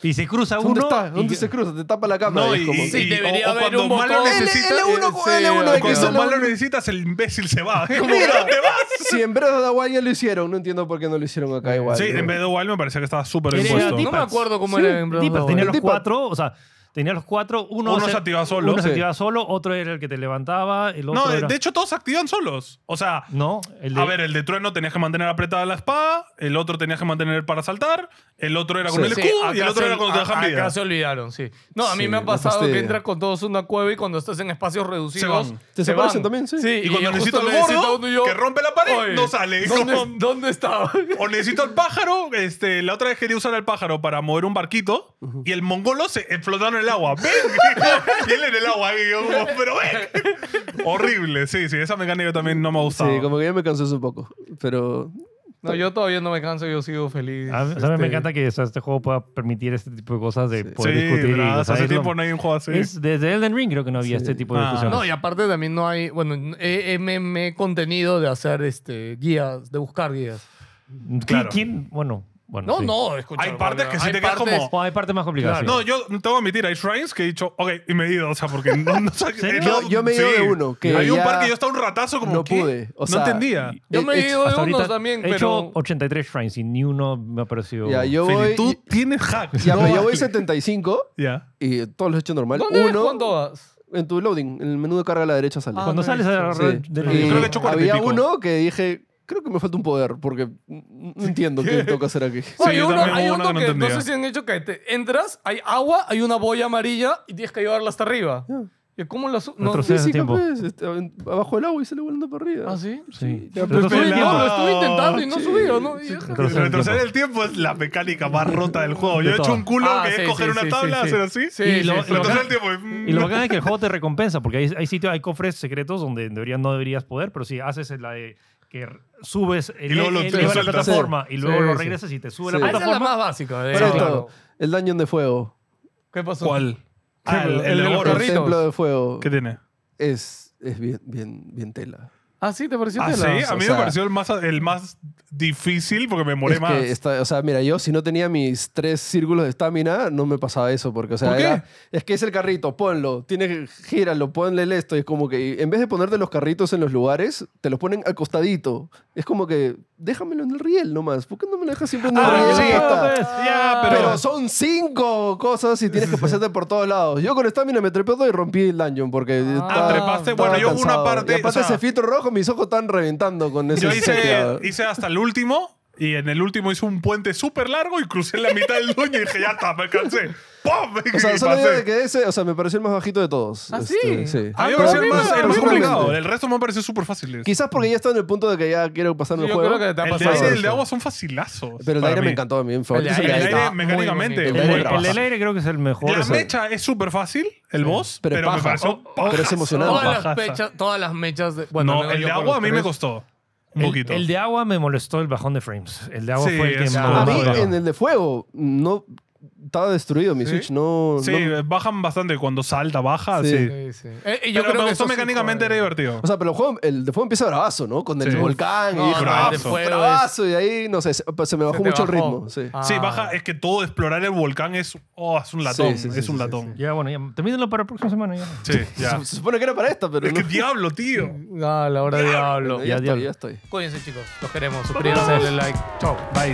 Speaker 3: Y se cruza
Speaker 2: ¿Dónde
Speaker 3: uno.
Speaker 2: está? ¿Dónde
Speaker 3: y-
Speaker 2: se cruza? Te tapa la cámara.
Speaker 1: No,
Speaker 2: y es
Speaker 1: y,
Speaker 2: como-
Speaker 1: y-
Speaker 4: Sí,
Speaker 1: y-
Speaker 4: debería
Speaker 1: o- o
Speaker 4: haber
Speaker 1: cuando
Speaker 4: un
Speaker 1: más lo
Speaker 4: botón.
Speaker 2: L-
Speaker 1: necesitas-
Speaker 2: L1,
Speaker 4: sí,
Speaker 2: L1
Speaker 4: o
Speaker 2: de que
Speaker 1: Cuando
Speaker 2: solo-
Speaker 1: más lo necesitas, el imbécil se va. ¿eh? Es como,
Speaker 2: Mira.
Speaker 1: "¿Dónde vas?".
Speaker 2: Si en Breath of the Wild ya lo hicieron, no entiendo por qué no lo hicieron acá igual.
Speaker 1: Sí,
Speaker 2: ¿no?
Speaker 1: en vez de Wild me parecía que estaba súper
Speaker 3: Era
Speaker 1: impuesto.
Speaker 3: tipo-
Speaker 4: No me acuerdo cómo
Speaker 2: Sí,
Speaker 4: era en Breath
Speaker 3: Sí,
Speaker 4: of the
Speaker 3: pero tenía
Speaker 4: Wild.
Speaker 3: los
Speaker 2: Tipo-
Speaker 3: cuatro, o sea, tenía los cuatro. Uno,
Speaker 1: Uno se activaba solo.
Speaker 3: Uno
Speaker 1: Sí.
Speaker 3: se activaba solo, otro era el que te levantaba, el otro
Speaker 1: No,
Speaker 3: era-
Speaker 1: de hecho todos se activan solos. O sea,
Speaker 3: No, el de...
Speaker 1: a ver, el de trueno tenías que mantener apretada la espada, el otro tenías que mantener para saltar, el otro era con
Speaker 2: Sí.
Speaker 1: el
Speaker 4: Sí,
Speaker 1: escudo y
Speaker 4: acá
Speaker 1: el otro
Speaker 4: se-
Speaker 1: era cuando te
Speaker 4: a-
Speaker 1: dejan vida.
Speaker 4: Acá se olvidaron, sí. No, a mí
Speaker 2: Sí,
Speaker 4: me ha
Speaker 2: me
Speaker 4: pasado que
Speaker 2: fastidia.
Speaker 4: entras con todos a una cueva y cuando estás en espacios reducidos.
Speaker 1: van.
Speaker 2: Te desaparecen también, sí.
Speaker 1: Y cuando necesito
Speaker 4: justo
Speaker 1: al
Speaker 4: necesito
Speaker 1: gordo,
Speaker 4: a uno y yo,
Speaker 1: que rompe la pared,
Speaker 4: "Oye,
Speaker 1: no sale".
Speaker 4: ¿Dónde,
Speaker 1: Como-
Speaker 4: dónde estaba?
Speaker 1: O necesito al pájaro, este, la otra vez quería usar al pájaro para mover un barquito y el mongolo se explotaba en el agua. ¡Ven! y él en el agua, y yo como, pero ven. Horrible, sí, sí, esa mecánica también no me ha
Speaker 2: Sí,
Speaker 1: gustado.
Speaker 2: como que ya me cansé un poco. Pero.
Speaker 4: No, yo todavía no me canso, yo sigo feliz.
Speaker 3: A mí, o sea, me encanta que o sea, este juego pueda permitir este tipo de cosas de poder
Speaker 1: Sí,
Speaker 3: discutir. y,
Speaker 1: ¿verdad?
Speaker 3: o sea,
Speaker 1: hace
Speaker 3: es lo-
Speaker 1: tiempo no hay un juego así.
Speaker 3: es- desde Elden Ring creo que no había
Speaker 2: Sí.
Speaker 3: este tipo de
Speaker 1: Ah.
Speaker 3: discusiones.
Speaker 4: No, y aparte también no hay, bueno, he- he- me me he contenido de hacer este, guías, de buscar guías.
Speaker 3: ¿Qui-
Speaker 1: claro.
Speaker 3: ¿Quién? Bueno, bueno.
Speaker 4: No,
Speaker 3: sí.
Speaker 4: no, escucha.
Speaker 1: Hay partes que sí
Speaker 4: hay
Speaker 1: te quedas
Speaker 4: partes-
Speaker 1: como-
Speaker 3: O hay partes más complicadas.
Speaker 1: Ah, No,
Speaker 3: sí.
Speaker 1: yo tengo que admitir, hay shrines que he dicho, ok, y me he ido, o sea, porque no, no sé-
Speaker 3: ¿Serio?
Speaker 1: no-
Speaker 2: Yo- yo me he ido de uno, que
Speaker 1: hay un
Speaker 2: ya
Speaker 1: par que yo estaba un ratazo como
Speaker 2: no
Speaker 1: ¿qué?
Speaker 2: pude, o sea,
Speaker 1: no entendía.
Speaker 4: Yo me
Speaker 2: He-
Speaker 4: he ido de
Speaker 3: Eh, Hasta
Speaker 4: unos
Speaker 3: ahorita
Speaker 4: también,
Speaker 3: he
Speaker 4: pero...
Speaker 3: hecho 83 shrines y ni uno me ha parecido...
Speaker 2: Ya, yo
Speaker 1: Feli,
Speaker 2: voy.
Speaker 1: tú tienes hacks.
Speaker 2: Ya,
Speaker 1: ¿no?
Speaker 2: pero yo voy 75
Speaker 1: Ya.
Speaker 2: y todos los he hecho normal.
Speaker 4: ¿Dónde ves
Speaker 2: Uno.
Speaker 4: cuándo vas?
Speaker 2: En tu loading, en el menú de carga a la derecha sale.
Speaker 4: Ah,
Speaker 3: Cuando
Speaker 4: no
Speaker 3: sales
Speaker 4: he
Speaker 3: a
Speaker 4: visto.
Speaker 3: la
Speaker 2: Sí.
Speaker 3: red del
Speaker 2: Y
Speaker 1: Yo creo que he hecho cuarenta y
Speaker 2: había
Speaker 1: pico.
Speaker 2: uno que dije, creo que me falta un poder porque no entiendo qué, toca hacer aquí.
Speaker 1: Sí,
Speaker 4: hay
Speaker 1: yo
Speaker 4: uno,
Speaker 1: también
Speaker 4: hay
Speaker 1: hubo uno
Speaker 4: uno
Speaker 1: que no
Speaker 4: que, no,
Speaker 1: entendía.
Speaker 4: sé si han hecho que te entras, hay agua, hay una boya amarilla y tienes que llevarla hasta arriba. ¿Y ¿Cómo la subes? No,
Speaker 3: Otro
Speaker 2: Sí,
Speaker 3: Hace
Speaker 2: sí,
Speaker 3: tiempo.
Speaker 2: capaz, este, en- abajo del agua y sale volando para arriba.
Speaker 4: ¿Ah, sí?
Speaker 3: Sí.
Speaker 2: Ya,
Speaker 3: Pero
Speaker 2: pues,
Speaker 4: Lo
Speaker 1: Retroceder el
Speaker 3: todo el
Speaker 4: estuve, no, lo
Speaker 3: tiempo-
Speaker 1: tiempo.
Speaker 4: estuve intentando y no subí, ¿o no? Y-
Speaker 3: Retroceder el
Speaker 1: Retroceder el tiempo es la mecánica más rota del juego. Yo
Speaker 3: De
Speaker 1: he hecho
Speaker 3: todo.
Speaker 1: un culo
Speaker 4: Ah,
Speaker 1: que
Speaker 4: sí,
Speaker 1: es coger
Speaker 4: sí, sí,
Speaker 1: una tabla,
Speaker 4: sí, sí.
Speaker 1: hacer así.
Speaker 4: Sí,
Speaker 3: Y lo-
Speaker 4: sí, sí.
Speaker 3: lo-
Speaker 1: Retroceder el tiempo. mm.
Speaker 3: Y lo bacán es que el juego te recompensa, porque hay, hay sitios, hay cofres secretos donde deberías, no deberías poder, pero si haces la de que r- subes el,
Speaker 1: luego lo-
Speaker 3: el-
Speaker 1: te
Speaker 3: eleva la
Speaker 1: sueltas.
Speaker 3: plataforma y luego
Speaker 4: Sí,
Speaker 3: lo
Speaker 4: sí.
Speaker 3: regresas y te sube
Speaker 2: Sí.
Speaker 3: la
Speaker 4: Ah, esa es la
Speaker 3: plataforma.
Speaker 4: más básica. de-
Speaker 2: Pero esto,
Speaker 4: claro.
Speaker 2: el dañón de fuego.
Speaker 4: ¿Qué pasó?
Speaker 1: ¿Cuál? Ah, el,
Speaker 4: El
Speaker 1: el de
Speaker 4: de los
Speaker 1: Boros.
Speaker 4: carritos.
Speaker 2: El templo de fuego
Speaker 1: ¿Qué tiene?
Speaker 2: es, es bien, bien, bien tela.
Speaker 4: Ah, sí, te pareció
Speaker 1: Ah, sí,
Speaker 4: tela.
Speaker 1: a mí
Speaker 2: o sea-
Speaker 1: me pareció el más, el más difícil porque me moré
Speaker 2: Es que
Speaker 1: más.
Speaker 2: está- o sea, mira, yo si no tenía mis tres círculos de estamina, no me pasaba eso. Porque, o sea,
Speaker 4: ¿Por qué?
Speaker 2: era- es que es el carrito, ponlo, tienes que gíralo, ponle el esto. Y es como que y en vez de ponerte los carritos en los lugares, te los ponen al costadito. Es como que déjamelo en el riel nomás. ¿Por qué no me lo dejas siempre en el
Speaker 1: Ah,
Speaker 2: riel?
Speaker 1: sí,
Speaker 2: Ya está.
Speaker 3: pues.
Speaker 1: Ya,
Speaker 2: pero...
Speaker 1: pero.
Speaker 2: son cinco cosas y tienes que pasarte por todos lados. Yo con estamina me trepé todo y rompí el dungeon porque. estaba-
Speaker 1: Ah. trepaste.
Speaker 2: estaba
Speaker 1: Bueno, yo hubo una
Speaker 2: cansado.
Speaker 1: parte,
Speaker 2: Y aparte
Speaker 1: o sea-
Speaker 2: ese filtro rojo, mis ojos están reventando con ese.
Speaker 1: Yo hice,
Speaker 2: seteado.
Speaker 1: hice hasta el último Y en el último hice un puente súper largo y crucé la mitad del dueño y dije, ya está, me cansé. ¡Pum!
Speaker 2: O sea,
Speaker 1: y
Speaker 2: solo digo de
Speaker 1: pasé.
Speaker 2: que ese, o sea, me pareció el más bajito de todos. Este,
Speaker 4: ¿Ah, sí?
Speaker 1: A mí me
Speaker 4: Ah,
Speaker 1: pareció el
Speaker 4: pero
Speaker 1: más, el
Speaker 4: pero
Speaker 1: más
Speaker 4: es
Speaker 1: complicado.
Speaker 2: Personalmente.
Speaker 1: El resto me pareció súper fácil.
Speaker 2: Quizás porque ya estaba en el punto de que ya quiero pasarme el
Speaker 4: Yo
Speaker 2: juego.
Speaker 4: creo que te ha
Speaker 1: El de
Speaker 4: pasado
Speaker 1: aire y el
Speaker 4: eso.
Speaker 1: de agua son facilazos.
Speaker 2: Pero el
Speaker 1: para
Speaker 2: aire me
Speaker 1: mí.
Speaker 2: encantó a mí. Mi favorito
Speaker 4: El
Speaker 2: es el
Speaker 1: El
Speaker 4: de
Speaker 2: aire.
Speaker 1: aire
Speaker 4: está
Speaker 1: mecánicamente.
Speaker 4: muy
Speaker 1: es
Speaker 3: El,
Speaker 2: bonito.
Speaker 1: muy
Speaker 3: el,
Speaker 1: bravo.
Speaker 3: el del aire creo que es el mejor.
Speaker 1: La
Speaker 3: o sea.
Speaker 1: mecha es súper fácil, el boss,
Speaker 2: Pero
Speaker 1: pero,
Speaker 2: es
Speaker 1: me
Speaker 2: paja.
Speaker 1: pareció
Speaker 2: Pero es
Speaker 1: pajazo.
Speaker 2: emocionante.
Speaker 4: Todas
Speaker 1: Pajaza.
Speaker 4: las, mechas, todas las mechas. de- bueno, al
Speaker 1: no,
Speaker 4: menos
Speaker 1: el
Speaker 4: yo
Speaker 1: de
Speaker 4: con
Speaker 1: agua
Speaker 4: los
Speaker 1: a mí me
Speaker 4: tres.
Speaker 1: costó un
Speaker 3: El-
Speaker 1: poquito.
Speaker 3: El, de agua me molestó el bajón de frames. El de agua
Speaker 1: Sí,
Speaker 3: fue el que
Speaker 1: es-
Speaker 3: me
Speaker 1: Ah,
Speaker 2: A mí,
Speaker 1: bueno.
Speaker 2: en el de fuego, no estaba destruido mi
Speaker 4: ¿Sí?
Speaker 2: Switch. No,
Speaker 1: sí,
Speaker 2: no-
Speaker 1: bajan bastante cuando salta, baja,
Speaker 2: Sí.
Speaker 1: sí.
Speaker 4: Sí, sí. Eh, y yo
Speaker 1: Pero me
Speaker 4: creo que eh.
Speaker 1: gustó
Speaker 4: eso sí,
Speaker 1: mecánicamente, era
Speaker 4: joder.
Speaker 1: divertido.
Speaker 2: O sea, pero el, juego, el de fuego empieza bravazo, ¿no? Con el
Speaker 1: Sí.
Speaker 2: volcán
Speaker 4: No,
Speaker 2: y
Speaker 4: no, el de
Speaker 2: bravazo,
Speaker 4: fuego es-
Speaker 2: bravazo, Y ahí, no sé, se, se me bajó
Speaker 4: Se te
Speaker 2: mucho el
Speaker 4: bajó.
Speaker 2: ritmo. Sí.
Speaker 4: Ah.
Speaker 1: sí, baja, es que todo explorar el volcán es, oh, es un latón,
Speaker 2: Sí, sí, sí,
Speaker 1: es un
Speaker 2: sí,
Speaker 1: latón.
Speaker 3: Ya, bueno, ya. Termínenlo para la próxima semana. Ya.
Speaker 1: Sí, ya.
Speaker 2: Se, se supone que era para esta, pero
Speaker 1: es
Speaker 2: no.
Speaker 1: que diablo, tío.
Speaker 4: Ah, la hora de diablo.
Speaker 2: ya, estoy,
Speaker 3: diablo.
Speaker 2: ya estoy.
Speaker 4: Cuídense, chicos. Los queremos. Suscríbanse, denle like. Chao.
Speaker 1: Bye.